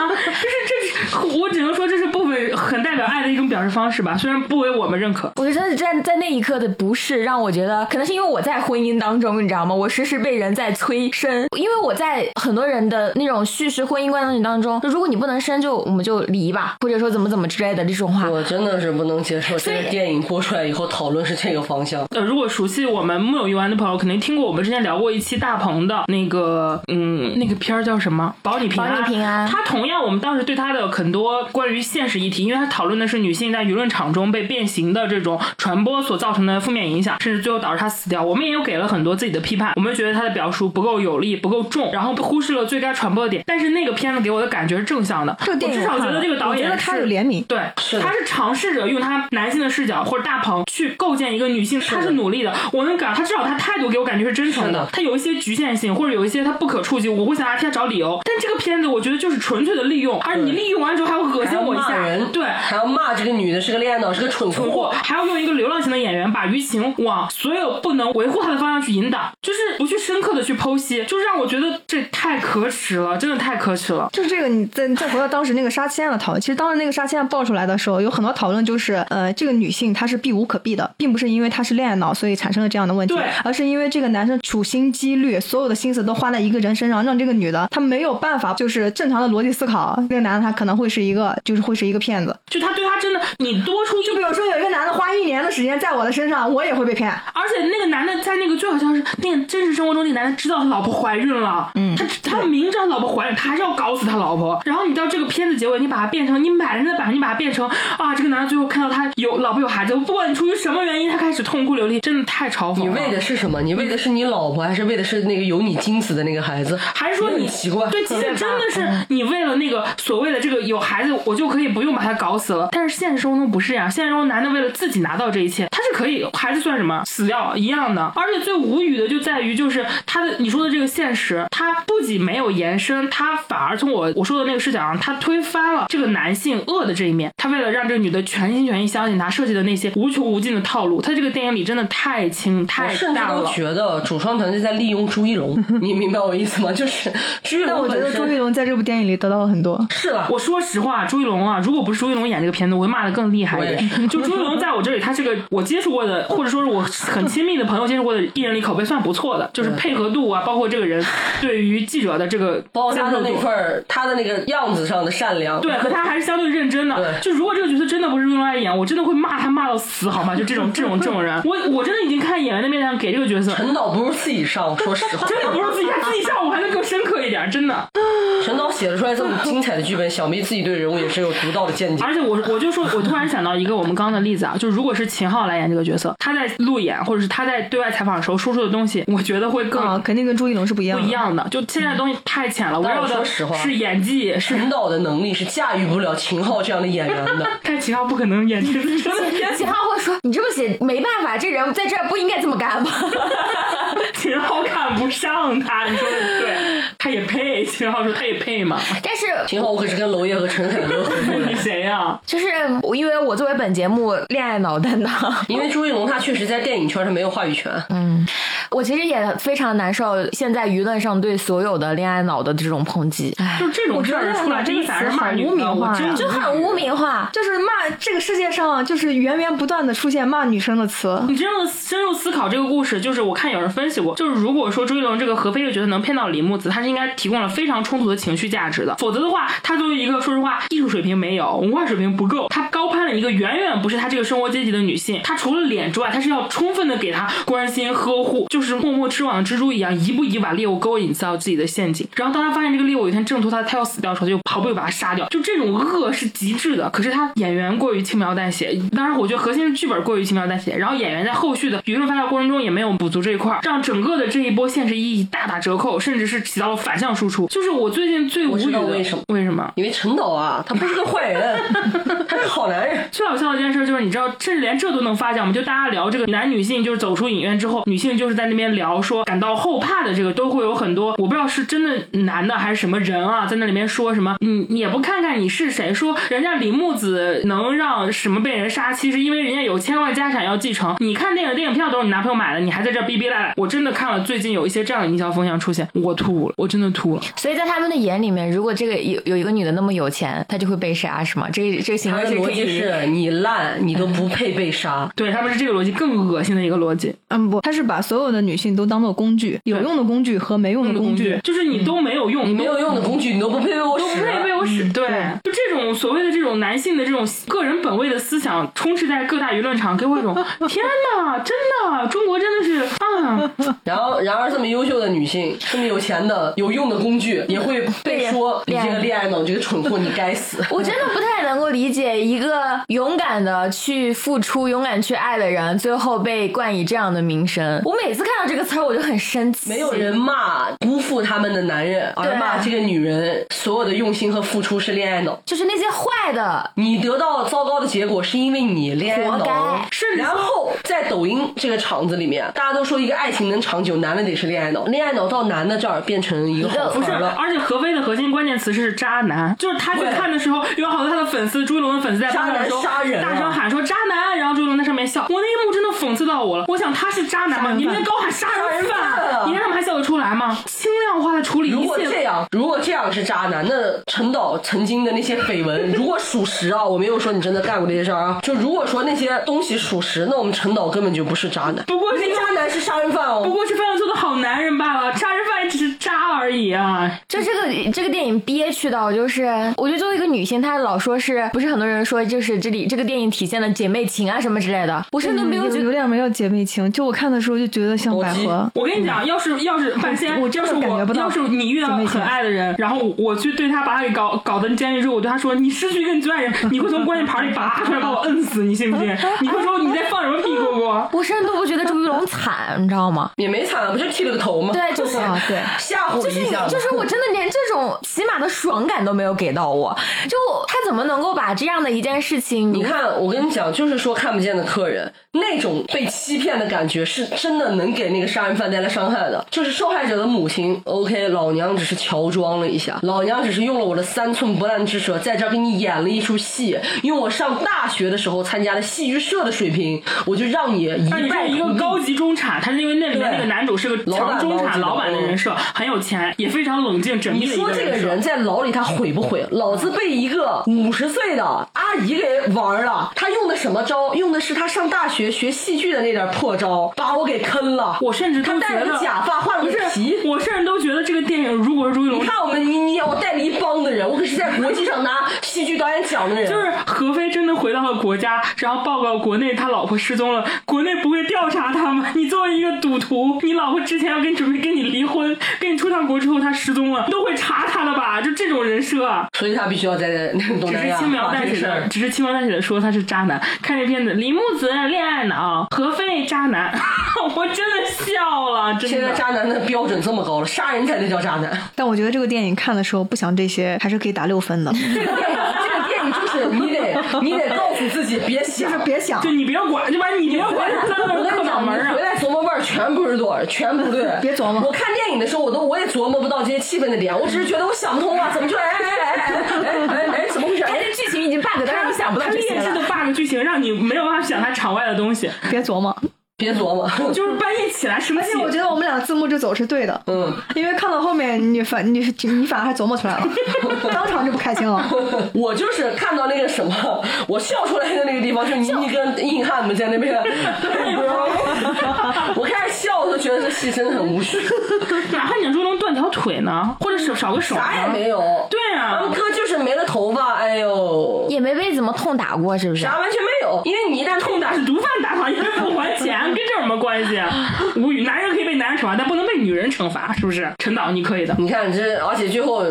S2: 就是这是我只能说这是部分很代表爱的一种表示方式吧，虽然不为我们认可。
S4: 我就真的在在那一刻的不适，让我觉得可能是因为我在婚姻当中，你知道吗？我时时被人在催生，因为我在很多人的那种叙事婚姻观念当中，就如果你不能生就，我们就离吧，或者说怎么怎么之类的这种话。
S3: 我真的是不能接受这
S4: 所以
S3: 个电影播出来以后讨论是这个方向。
S2: 呃，如果熟悉我们木有鱼丸的朋友，肯定听过我们之前聊过一期大鹏的那个，嗯，那个片儿叫什么？保你平安。
S4: 保你平安
S2: 他同样，我们当时对他的很多关于现实议题，因为他讨论的是女性在舆论场中被变形的这种传播所造成的负面影响，甚至最后导致她死掉。我们也有给了很多自己的批判，我们觉得他的表述不够有力、不够重，然后忽视了最该传播的点。但是那个片子给我的感觉是正向的，
S1: 这个电影
S2: 我至少觉
S1: 我看
S2: 得
S1: 了
S2: 这个导演
S1: 我觉得他
S2: 是
S1: 有怜悯
S2: 对，
S3: 是的
S2: 他是尝试着用他男性的视角或者大鹏去构建一个女性，他是努力的，我能感，他至少他态度给我感觉是真诚
S3: 是
S2: 的
S3: 的，
S2: 他有一些局限性或者有一些他不可触及，我会想要替他找理由。但这个片子我觉得就是纯粹的利用，而你利用完之后还会恶
S3: 还
S2: 心
S3: 要
S2: 我一
S3: 骂
S2: 下
S3: 人，，
S2: 对。
S3: 还要骂这个女的是个恋爱脑，是个蠢
S2: 不过
S3: 货。
S2: 还要用一个流浪型的演员，把舆情往所有不能维护他的方向去引导，就是不去深刻的去剖析，就是让我觉得这太可耻了，真的太可耻了。
S1: 就是这个，你再再回到当时那个杀妻案的讨论，其实当时那个杀妻案爆出来的时候，有很多讨论，就是呃，这个女性她是避无可避的，并不是因为她是恋爱脑所以产生了这样的问题
S2: 对，
S1: 而是因为这个男生处心积虑，所有的心思都花在一个人身上，让这个女的她没有办法，就是正常的逻辑思考，这个男的他可能会是一个，就是会是一个骗子。
S2: 就他对他真的，你多出一
S1: 就比如说有一个男的花一年的时间在我的身上，我也会被骗。
S2: 而且那个男的在那个最好笑是，那个真实生活中，那个男的知道他老婆怀孕了，嗯，他他明知道老婆怀孕，他还是要搞死他老婆。然后你到这个片子结尾，你把它变成你买了那版，你把它变成啊，这个男的最后看到他有老婆有孩子，不管你出于什么原因，他开始痛哭流涕，真的太嘲讽了。
S3: 你为的是什么？你为的是你老婆，还是为的是那个有你精子的那个孩子？
S2: 还是说
S3: 也
S2: 你
S3: 很奇怪？嗯
S2: 对，其实真 的是你为了那个所谓的这个有孩子，我就可以不用把他搞死了。但是现实生活中不是呀、现实中男的为了自己拿到这一切，他是可以孩子算什么死掉一样的。而且最无语的就在于，就是他的你说的这个现实，他不仅没有延伸，他反而从我我说的那个视角上，他推翻了这个男性恶的这一面。他为了让这个女的全心全意相信他，设计的那些无穷无尽的套路，他这个电影里真的太轻
S3: 我
S2: 太
S3: 甚至
S2: 淡
S3: 都
S2: 了。
S3: 觉得主创团队在利用朱 一龙，你明白我意思吗？就是朱一
S1: 但
S3: 龙
S1: 我觉
S3: 本
S1: 得
S3: 身
S1: 朱一龙在这部电影里得到了很多。
S3: 是了，
S2: 我说实话，朱一龙啊，如果不是朱一龙演这个片子，我会骂的更厉害一
S3: 我也
S2: 点。 就朱一龙在我这里，他是个我接触过的，或者说是我很亲密的朋友接触过的艺人里口碑算不错的，就是配合度啊，包括这个人对于记者的这个
S3: 包括他
S2: 接
S3: 的
S2: 受
S3: 那
S2: 度。
S3: 份儿他的那个样子上的善良，
S2: 对，和他还是相对认真的。
S3: 对
S2: 就如果这个角色真的不是用来演，我真的会骂他骂到死，好吗？就这种这种这种人，我我真的已经看演员的面上给这个角色，
S3: 陈导不如自己上，说实话，
S2: 真的不是自己他自己上，我还能更深刻一点，真的。
S3: 陈导写得出来这么精彩的剧本，想必自己对人物也是有独到的见 解。
S2: 而且我我就说，我突然想到一个我们刚刚的例子啊，就如果是秦昊来演这个角色，他在路演或者是他在对外采访的时候说出的东西，我觉得会
S1: 啊，
S2: 更
S1: 肯定跟朱一龙是不一
S2: 不
S1: 样的。
S2: 一样的。就现在东西太浅了，我
S3: 但
S2: 要
S3: 我
S2: 的
S3: 说实话
S2: 是演技，是
S3: 陈导的能力是驾驭不了秦昊这样的演员的。
S2: 但秦昊不可能演这个角色。
S4: 秦昊会说：“你这么写没办法，这人在这儿不应该这么干吧？”
S2: 秦昊看不上他，你说的对，他也配。秦昊说他也配吗？
S4: 但是
S3: 秦昊，我可是跟娄烨和陈凯歌合作的
S2: 你。谁呀、
S4: 就是我，因为我作为本节目恋爱脑担当，
S3: 因为朱一龙他确实在电影圈他没有话语权，
S4: 我其实也非常难受现在舆论上对所有的恋爱脑的这种抨击，唉，
S2: 就这种事儿出来，这个反而骂女
S1: 我觉得
S2: 的，
S1: 这个词好
S4: 就
S2: 我真的
S1: 无名化呀
S4: 很无名化。
S1: 就是骂这个世界上就是源源不断的出现骂女生的词，
S2: 你真正深入思考这个故事，就是我看有人分析过，就是如果说朱一龙这个何非这个角色能骗到李木子，他是应该提供了非常充足的情绪价值的，否则的话，他作为一个说实话艺术水平没有、文化水平不够，他高攀了一个远远不是他这个生活阶级的女性，他除了脸之外，他是要充分的给她关心呵护，就是默默织网蜘蛛一样，一步一把猎物勾引到自己的陷阱，然后当他发现这个猎物有一天挣脱他，他要死掉的时候，他就跑步就把他杀掉，就这种恶是极致的，可是他演员过于轻描淡写，当然我觉得核心是剧本过于轻描淡写，然后演员在后续的舆论发酵过程中也没有补足这一块儿，让整个的这一波现实意义大打折扣，甚至是起到了反向输出。就是我最近最无
S3: 我知
S2: 语
S3: 道
S2: 的
S3: 为什么
S2: 为什么？
S3: 因为陈导啊，他不是个坏 人，他是个好男人。
S2: 最好笑的一件事就是，你知道，甚至连这都能发酵吗？就大家聊这个男女性，就是走出影院之后，女性就是在那边聊说感到后怕的这个，都会有很多，我不知道是真的男的还是什么人啊，在那里面说什么，你你也不看看你是谁，说人家李木子能让什么被人杀妻，是因为人家有千万家产要继承。你看电影，电影票都是你拿票买的，你还在这儿逼逼赖赖。我真的看了最近有一些这样的营销风向出现，我吐了，我真的吐了。
S4: 所以在他们的眼里面，如果这个有有一个女的那么有钱，她就会被杀，是吗？这个这个行
S3: 他
S4: 为
S3: 的
S4: 是
S3: 逻
S4: 可
S3: 辑
S4: 以。
S3: 是你烂，你都不配被杀。
S2: 对他们是这个逻辑更恶心的一个逻辑。
S1: 嗯不，他是把所有的女性都当做工具，有用的工具和没用的工具。
S2: 就是你都没有用，
S3: 嗯你没有用的工具，你都不配为我
S2: 都
S3: 使
S2: 不。
S3: 啊
S2: 配
S3: 嗯
S2: 被我使。对，就这种所谓的这种男性的这种个人本位的思想，充斥在各大舆论场，给我 一种天哪，真的，中国真的是啊，
S3: 然后，然而这么优秀的女性，这么有钱的、有用的工具，也会被说你
S4: 对呀
S3: 这个恋爱脑，你这个蠢货，你该死。
S4: 我真的不太能够理解一个勇敢的去付出、勇敢去爱的人，最后被冠以这样的名声。我每次看到这个词儿，我就很生气。
S3: 没有人骂辜负他们的男人，而
S4: 对
S3: 骂这个女人所有的用心和付出是恋爱脑。
S4: 就是那些坏的，
S3: 你得到糟糕的结果是因为你恋爱
S4: 活
S3: 脑
S4: 该，
S3: 是。然后在抖音这个场子里面，大家都说一个爱情能长久，男的得是恋爱脑，恋爱脑到男的这儿变成一个好
S2: 不
S3: 词
S2: 是。
S3: 儿了。
S2: 而且何非的核心关键词是渣男，就是他去
S3: 对
S2: 看的时候，有好多他的粉丝，朱一龙的粉丝在
S3: 渣
S2: 发
S3: 男
S2: 的时候
S3: 杀人啊
S2: 大声喊说渣男，然后朱一龙在上面笑，我那一幕真的讽刺到我了。我想他是渣男吗？你们高喊杀人
S3: 杀人
S2: 犯，
S3: 犯啊
S2: 你让他们还笑得出来吗？轻量化的处理一切，
S3: 如果这样，如果这样是渣男，那陈导曾经的那些绯闻，如果属实啊，我没有说你真的干过这些事儿啊，就如果说那些东西属实，那我们陈导根本就不是渣男，
S2: 不过
S3: 那
S2: 是
S3: 渣男是杀人犯哦。
S2: 不过是犯了错的好男人罢了，杀人犯也只是渣而已啊。
S4: 就这个这个电影憋屈到，就是我觉得作为一个女性，她老说是不是很多人说就是这里这个电影体现了姐妹情啊什么之类的，我甚至没有
S1: 嗯有
S4: 觉得
S1: 有点没有姐妹情，就我看的时候就觉得像百合，
S2: 我跟你讲，要是要是半仙，
S1: 我
S2: 要是
S1: 真的感觉
S2: 我
S1: 不到
S2: 要是你遇到很爱的人，然后我去对他把他给搞搞得监狱之后，我对他说你失去一个你最爱的人， 你会从关键盘里拔出来把我摁死，你信不信？你会说你在放什么屁蝈 蝈？
S4: 我甚至都不觉得朱一龙惨，你知道吗？
S3: 也没惨啊，不就剃了个头吗？
S4: 对，就是
S1: 啊对
S3: 吓唬
S4: 哦就是
S3: 你一
S4: 你
S3: 下嘛，
S4: 就是我真的连这种起码的爽感都没有给到我，就他怎么能够把这样的一件事
S2: 嗯
S4: 情，
S3: 你看，我跟你讲，就是说看不见的客人，那种被欺骗的感觉，是真的能给那个杀人犯带来伤害的。就是受害者的母亲，OK，老娘只是乔装了一下，老娘只是用了我的三寸不烂之舌，在这儿给你演了一出戏，用我上大学的时候参加的戏剧社的水平，我就让你一
S2: 啊但你
S3: 败
S2: 是一
S3: 涂
S2: 个
S3: 地。
S2: 高级中产，他是因为那里面
S3: 对
S2: 那个男主是个
S3: 老板
S2: 强中
S3: 高级
S2: 产
S3: 的
S2: 老板的
S3: 嗯
S2: 人设，很有钱，也非常冷静缜密
S3: 你
S2: 的一
S3: 说这个
S2: 人设
S3: 人。在牢里他毁不毁？老子被一个五十岁的阿姨给玩了，他用的什么招？用的是他上大学学戏剧的那点破招，把我给坑了。
S2: 我甚至
S3: 他
S2: 都觉
S3: 戴了
S2: 得
S3: 个假发，换了
S2: 不
S3: 个
S2: 是，
S3: 皮。
S2: 我甚至都觉得这个电影如果是朱一龙
S3: 你看我们，你你啊我带了一帮的人，我可是在国际上拿戏剧导演奖的人。
S2: 就是何非真的回到了国家，然后报告国内他老婆失踪了，国内不会调查他吗？你作为一个赌徒，你老婆之前要跟准备跟你离婚，跟你出趟国之后她失踪了， 都会查她的吧？就这种人设啊，
S3: 所以他必须要在那个东
S2: 只
S3: 南
S2: 是
S3: 亚
S2: 轻描
S3: 把这啊
S2: 淡
S3: 个
S2: 写
S3: 事
S2: 的，
S3: 儿。
S2: 只是轻描淡写的说他是渣男。看这片子，李木子恋爱脑，何非渣男， 我真的笑了，真的。
S3: 现在渣男的标准这么高了，杀人才能叫渣男。
S1: 但 我觉得这个电影看的时候不想这些，还是可以打六分的。
S3: 这个电影，这个电影就是你得你得告诉自己别
S1: 就是
S3: 想。
S1: 别想。
S2: 就，你别管，就把你别管，在那
S3: 我
S2: 儿
S3: 跟
S2: 刻
S3: 你
S2: 脑
S3: 讲，
S2: 门
S3: 你
S2: 儿上
S3: 回。来琢磨味儿全不是对，全不对
S1: 别琢磨
S3: 我看电影的时候，我都我也琢磨不到这些气氛的点，我只是觉得我想不通啊，怎么就哎哎哎哎哎哎哎，怎么回事？
S4: 它
S3: 哎
S4: 这剧情已经 bug 到让你想不到
S2: 它
S4: 这些
S2: 劣质
S4: 了。
S2: 的 bug 剧情让你没有办法想它场外的东西，
S1: 别琢磨。
S3: 别琢磨，
S2: 就是半夜起来生
S1: 而
S2: 气
S1: 且。我觉得我们俩字幕就走是对的，
S3: 嗯。
S1: 因为看到后面你反你你反而还琢磨出来了， 当场就不开心了。
S3: 我就是看到那个什么，我笑出来的那个地方，就是倪妮跟硬汉们在那边，哎我开始笑的时候觉得这戏真的很无 趣，
S2: 哪怕你说能断条腿呢，或者少少个手呢，
S3: 啥也没有。
S2: 对
S3: 他
S2: 啊
S3: 们，哥就是没了头发，哎呦，
S4: 也没被怎么痛打过，是不是？
S3: 啥完全没有，因为你一旦痛打
S2: 打，是毒贩打赏，也不还钱，跟这有什么关系啊？无语，男人可以被男人惩罚，但不能被女人惩罚，是不是？陈导，你可以的。
S3: 你看这，而且最后，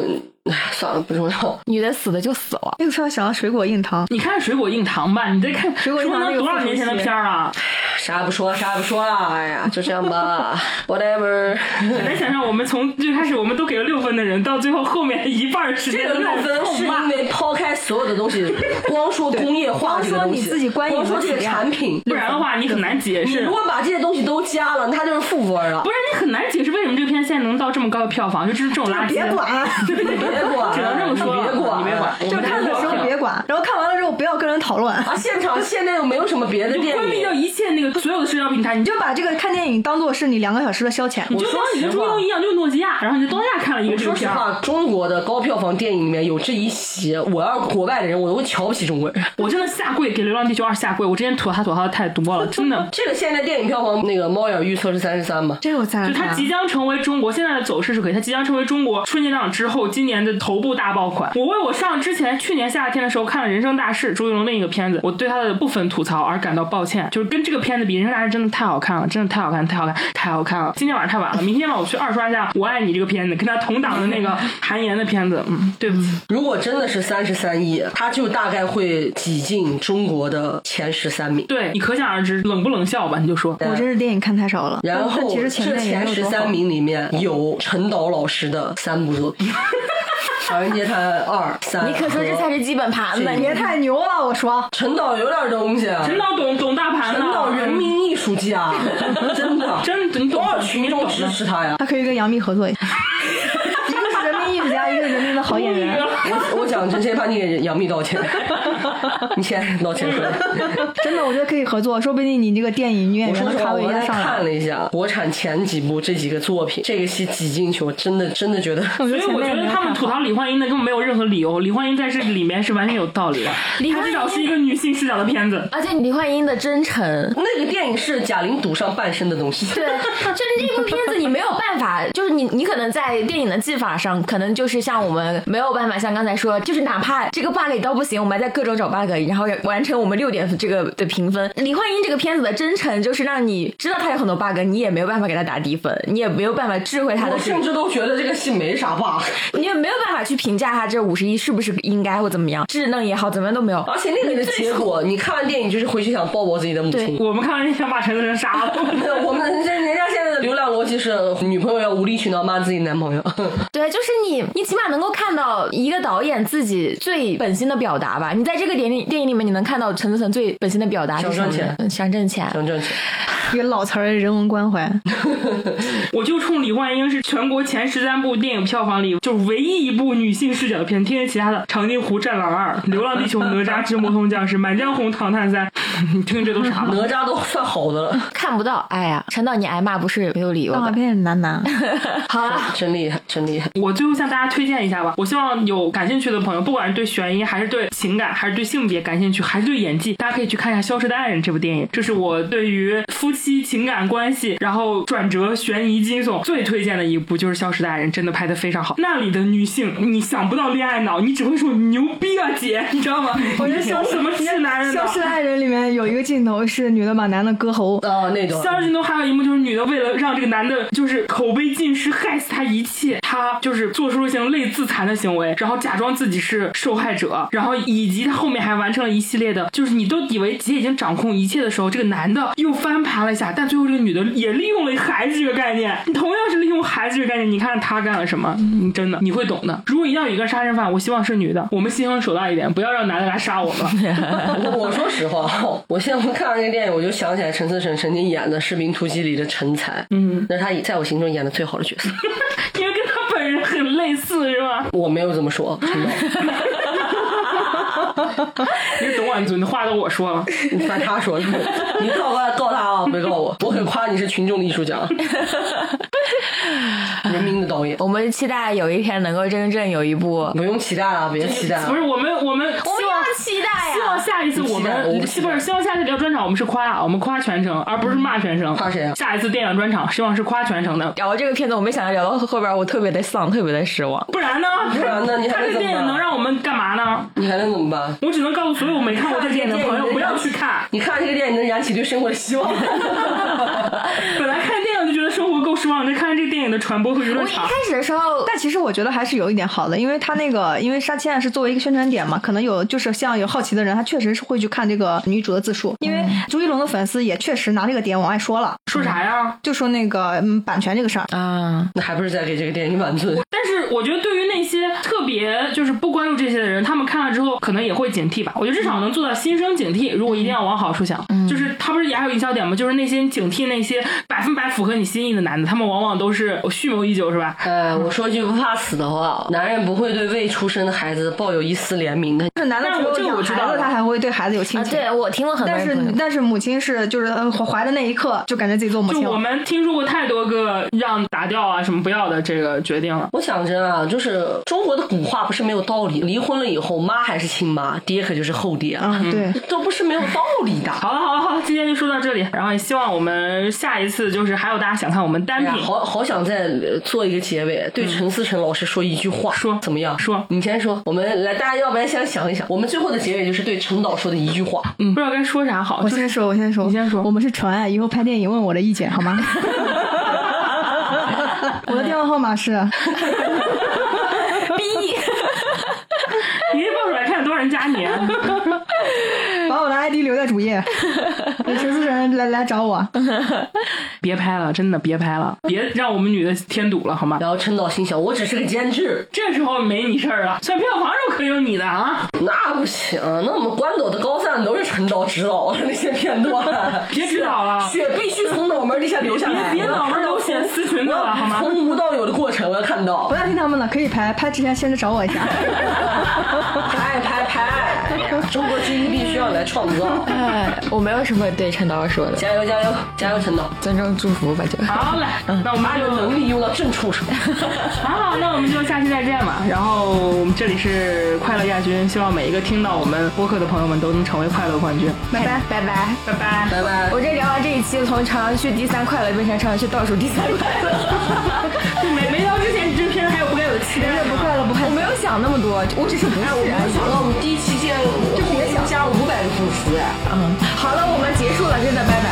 S3: 哎，算了，不重要。
S4: 女的死了就死了。
S1: 那个突然想到水果硬糖，
S2: 你看《水果硬糖》吧，你再看《
S1: 水果硬糖
S2: 那多少年前的片儿 啊？
S3: 啥也不说，啥也不说了，哎呀，就这样吧，whatever。
S2: 很难想象，我们从最开始我们都给了六分的人，到最后后面一半儿时
S3: 这
S2: 间
S3: 个
S2: 都
S3: 六
S2: 在
S3: 分
S2: 痛
S3: 是
S2: 骂
S3: 因为抛开所有的东西，光说工业化这个
S1: 光
S3: 东
S1: 说
S3: 西，
S1: 你自己观影
S3: 光说
S1: 的
S3: 这个
S1: 体量
S3: 产品，
S2: 不然的话你很难解
S3: 你
S2: 释
S3: 如。果把这些东西都加了，那它就是负分了
S2: 不。是你很难解释为什么这个片现在能到这么高的票房，就这这种垃圾。
S1: 别 管，
S3: 你别管，
S2: 只能这么说
S3: 你
S2: 了
S3: 别管，
S2: 你别管
S1: 就看的时候别管，然后看完了之后不要跟人讨论，
S3: 啊！现场现在又没有什么别的
S2: 就
S3: 电
S2: 关闭掉
S3: 影，
S2: 一切那个所有的社交平台，你就
S1: 就把这个看电影当做是你两个小时的消遣。
S2: 你就
S3: 说
S2: 当你跟
S3: 实
S2: 朱
S3: 话
S2: 一龙一样，就是诺基亚，然后你就当下看了一个这个
S3: 说实
S2: 片儿。
S3: 话，中国的高票房电影里面有这一席，我要是国外的人，我都会瞧不起中国人。。
S2: 我真的下跪给《流浪地球二》下跪，我之前吐槽吐槽的太多了，真的
S3: 这个现在电影票房，那个猫眼预测是三十三嘛？
S1: 这我啊再来
S2: 就它
S3: 嗯
S1: 看
S2: 即将成为中国现在的走势是可以，它即将成为中国春节档之后今年的头部大爆款。我为我上之前去年夏天的时候看了《人生大事》朱一龙另一个片子，我对他的部分吐槽而感到抱歉，就是跟这个片子比，《人生大事》真的太好看了，真的太好看，太好看，太好看了。今天晚上太晚了，明天晚上我去二刷一下《我爱你》这个片子，跟他同档的那个韩延的片子。嗯，对不起，
S3: 如果真的是三十三亿，它就大概会挤进中国的前十三名。
S2: 对你可想而知冷不冷笑吧？你就说，
S1: 我真是电影看太少了，
S3: 然
S1: 但
S3: 后
S1: 哦其
S3: 这
S1: 实前面也没
S3: 前
S1: 有
S3: 十
S1: 多好
S3: 三。名里面有陈导老师的三部作品，《唐人街探案二》三和。
S4: 你可说这才是基本盘子，
S3: 这
S4: 你
S1: 别太牛了，我说
S3: 陈导有点东西啊，
S2: 陈导懂懂大盘的，
S3: 陈导人民艺术家，啊 真的，
S2: 真你懂
S3: 多少群众支持他呀？
S1: 他可以跟杨幂合作一下，一个是人民艺术家，一个是人民的好演
S3: 哎
S1: 员。
S3: 我我讲真，谁怕你给杨幂道歉？ 你先道歉回来。
S1: 真的，我觉得可以合作，说不定你这个电影女演
S3: 我
S1: 员
S3: 说
S1: 的
S3: 实话，
S1: 咖位
S3: 哎我
S1: 一
S3: 刚
S1: 下
S3: 才
S1: 上来
S3: 看
S1: 了。
S3: 了一下国产前几部这几个作品，这个戏挤进去，我真的真的觉得，
S1: 我
S2: 所
S1: 觉得
S2: 以
S1: 前
S2: 我
S1: 面
S2: 觉
S1: 也没
S2: 得
S1: 有
S2: 他们
S1: 看
S2: 吐槽李焕英的根本没有任何理由，李焕英在这里面是完全有道 理的。
S4: 李
S2: 她
S4: 焕
S2: 至
S4: 英
S2: 少是一个女性视角的片子。
S4: 而且李焕英的真诚。
S3: 那个电影是贾玲赌上半身的东西。
S4: 对，就是这部片子你没有办法，就是你你可能在电影的技法上，可能就是像我们没有办法像刚才说，就是哪怕这个 bug 到不行，我们还在各种找 bug，然后完成我们六点这个的评分。李焕英这个片子的真诚，就是让你知道他有很多 bug，你也没有办法给他打低分，你也没有办法智慧他的
S3: 我
S4: 这个
S3: 甚至都觉得这个戏没啥 bug，
S4: 你也没有办法去评价他这五十一是不是应该或怎么样，稚嫩也好，怎么样都没有。
S3: 而且那个的结果，你看完电影就是回去想抱抱自己的母亲。
S2: 我们看完人想把陈思诚杀了，
S3: 我们人人家现在的流量逻辑是，女朋友要无理取闹骂自己男朋友。
S4: 对，就是你，你起码能够看到一个导演自己最本心的表达吧。你在这个电影电影里面，你能看到陈思诚最本心的表达是什么
S3: 想挣
S4: 呢？嗯想挣钱。
S3: 想 挣钱，
S1: 一个老词儿，人文关怀。
S2: 我就冲李焕英是全国前十三部电影票房里就是唯一一部女性视角的片，听听其他的《长津湖》《战狼二》《流浪地球》《哪吒之魔童降世》《满江红》《唐探三》， 你听这都啥了？
S3: 哪吒都算好的了，
S4: 看不到，哎呀，陈导你挨骂不是没有理由
S1: 动画
S4: 的。
S1: 片也难拿，
S4: 好了，
S3: 真厉害，真厉害。
S2: 我最后向大家推荐一下吧，我希望有感兴趣的朋友，不管是对悬疑还是对情感，还是对性别感兴趣，还是对演技，大家可以去看一下《消失的爱人》这部电影。这是我对于夫妻情感关系，然后转折、悬疑、惊悚最推荐的一部，就是《消失的爱人》，真的拍的非常好。那里的女性，你想不到恋爱脑，你只会说牛逼啊姐，你知道吗？我
S1: 觉得
S2: 什么是男人脑啊
S1: 消失的爱人》里面面有一个镜头是女的把男的割喉，
S3: 啊那种。
S2: 第二镜头还有一幕就是女的为了让这个男的就是口碑尽失，害死他一切，她就是做出了像类自残的行为，然后假装自己是受害者，然后以及她后面还完成了一系列的，就是你都以为姐已经掌控一切的时候，这个男的又翻盘了一下，但最后这个女的也利用了孩子这个概念，同样是利用孩子这个概念，你看她干了什么？你真的你会懂的。如果你要有一个杀人犯，我希望是女的，我们心狠手辣一点，不要让男的来杀我们。
S3: 我 我说实话，我现在回看完这个电影，我就想起来陈思诚曾经演的《士兵突击》里的陈才，嗯，那是他在我心中演的最好的角色。
S2: 因为跟他本人很类似，是吧？
S3: 我没有这么说，真的，
S2: 你懂婉尊的话都我说了，
S3: 你算他说的，你告他告他啊，别告我，我很夸你是群众的艺 术家，人民的导演，
S4: 我们期待有一天能够真正有一部，我
S3: 不用期待了，别期待啊
S2: 不
S3: 了。
S2: 是我们我们希望。
S4: 期待
S2: 希望下一次我
S3: 啊期待我
S2: 们
S3: 不
S2: 希
S3: 期
S2: 不
S3: 待
S2: 是希望下次聊专场，我们是夸，我们夸全程，而不是骂全程。
S3: 夸谁啊
S2: 下一次电影专场，希望是夸全程的，
S4: 聊这个片子，我没想到聊到后边，我特别的丧，特别的失望。
S2: 不然呢？
S3: 不然呢你
S2: 他
S3: 还
S2: 这
S3: 能怎么办
S2: 电
S3: 啊
S2: 影能让我们干嘛呢？
S3: 你还能怎么办？
S2: 我只能告诉所有没看过这电影的朋 友，不要去看。
S3: 你看这个电影能燃起对生活的希望。
S2: 本来看电影就觉得生活够失望，再看这个电影的传播和舆
S4: 我
S2: 论
S4: 一
S2: 场
S4: 开，始的时候，
S1: 但其实我觉得还是有一点好的，因为他那个，因为杀妻案是作为一个宣传点嘛，可能有就是像有好奇的人，他确实是会去看这个女主的自述，因为朱一龙的粉丝也确实拿这个点往外说了，
S2: 说啥呀？
S1: 就说那个嗯版权这个事儿。
S4: 啊，
S3: 那还不是在给这个电影满足？
S2: 但是我觉得对于那些特别就是不关注这些的人，他们看了之后可能也会警惕吧。我觉得至
S1: 嗯
S2: 少能做到心生警惕。如果一定要往好处想，就是他不是也还有营销点吗？就是那些警惕那些百分百符合你心意的男的，他们往往都是蓄谋已久，是吧？
S3: 呃，我说句不怕死的话，男人不会对未出生的孩子抱有一丝怜悯的。
S1: 这男的
S2: 但
S1: 只
S2: 我这
S1: 有
S2: 个我
S1: 养
S2: 知
S1: 孩
S2: 道
S1: 子，
S2: 了啊
S1: 他才会对孩子有亲情。
S4: 啊对我听了很多
S1: 但
S4: 人朋
S1: 是
S4: 友，
S1: 但是母亲是就是呃怀怀的那一刻就感觉自己做母
S2: 就
S1: 亲
S2: 我
S1: 了。
S2: 们听说过太多个让打掉啊什么不要的这个决定了。
S3: 我讲真啊，就是中国的古话不是没有道理，离婚了以后，妈还是亲妈，爹可就是后爹，
S2: 嗯
S1: 啊，对，
S3: 都不是没有道理的。
S2: 好了好了好了，今天就说到这里，然后也希望我们下一次就是还有大家想看我们单
S3: 哎呀，
S2: 品。
S3: 好好想再呃做一个结尾，对陈思诚老师说一句话，
S2: 嗯说
S3: 怎么样？
S2: 说
S3: 你先说，我们来，大家要不然先想一想，我们最后的结尾就是对陈导说的一句话。
S2: 嗯，不知道该说啥好，
S1: 我
S2: 就是
S1: 先说，我先说，
S2: 你先说
S1: 我们是纯爱，以后拍电影问我的意见好吗？ 我的电话号码是。
S4: 逼，
S2: 你这爆出来看有多少人加你、啊。
S1: 把我的 ID 留在主页，有陈思诚来来找我。
S2: 别拍了，真的别拍 了，别让我们女的添堵了，好吗？
S3: 然后陈导心想，我只是个监制，
S2: 这时候没你事儿了，算票房时候可有你的啊！
S3: 那不行，那我们关岛的高散都是陈导指导的那些片段，
S2: 别指导了
S3: 血必须从脑门儿底下流下来，
S2: 别别脑门儿
S3: 我要
S2: 流血丝裙子了好吗
S3: 我要从无到有的过程，我要看到
S1: 不，要听他们的，可以拍，拍之前先找我一下。
S3: 拍拍拍，中国剧必须要来创造，
S4: 哎，我没有什么对陈导说的，
S3: 加油加油加油，陈导，
S4: 尊重祝福吧，就。
S2: 好嘞，那我们
S3: 把你的
S2: 就
S3: 能力用到正处上。
S2: 好，那我们就下期再见吧。然后我们这里是快乐亚军，希望每一个听到我们播客的朋友们都能成为快乐冠军。
S1: 拜拜。
S4: 拜拜！
S2: 拜拜。
S3: 拜拜，
S4: 我这聊完这一期，从朝阳区第三快乐变成朝阳区倒数第三快乐，
S2: 就没没到之前，你这片子还有不该有的
S3: 哎
S2: 期待
S1: 不
S2: 吗？
S1: 快乐不快
S4: 我
S1: 乐，
S4: 没有想那么多，我只是不
S3: 哎，我
S4: 是
S3: 没。有想到我们第一期竟然就别加五百个粉丝哎。
S4: 嗯好了，我们结束了，真的，拜拜。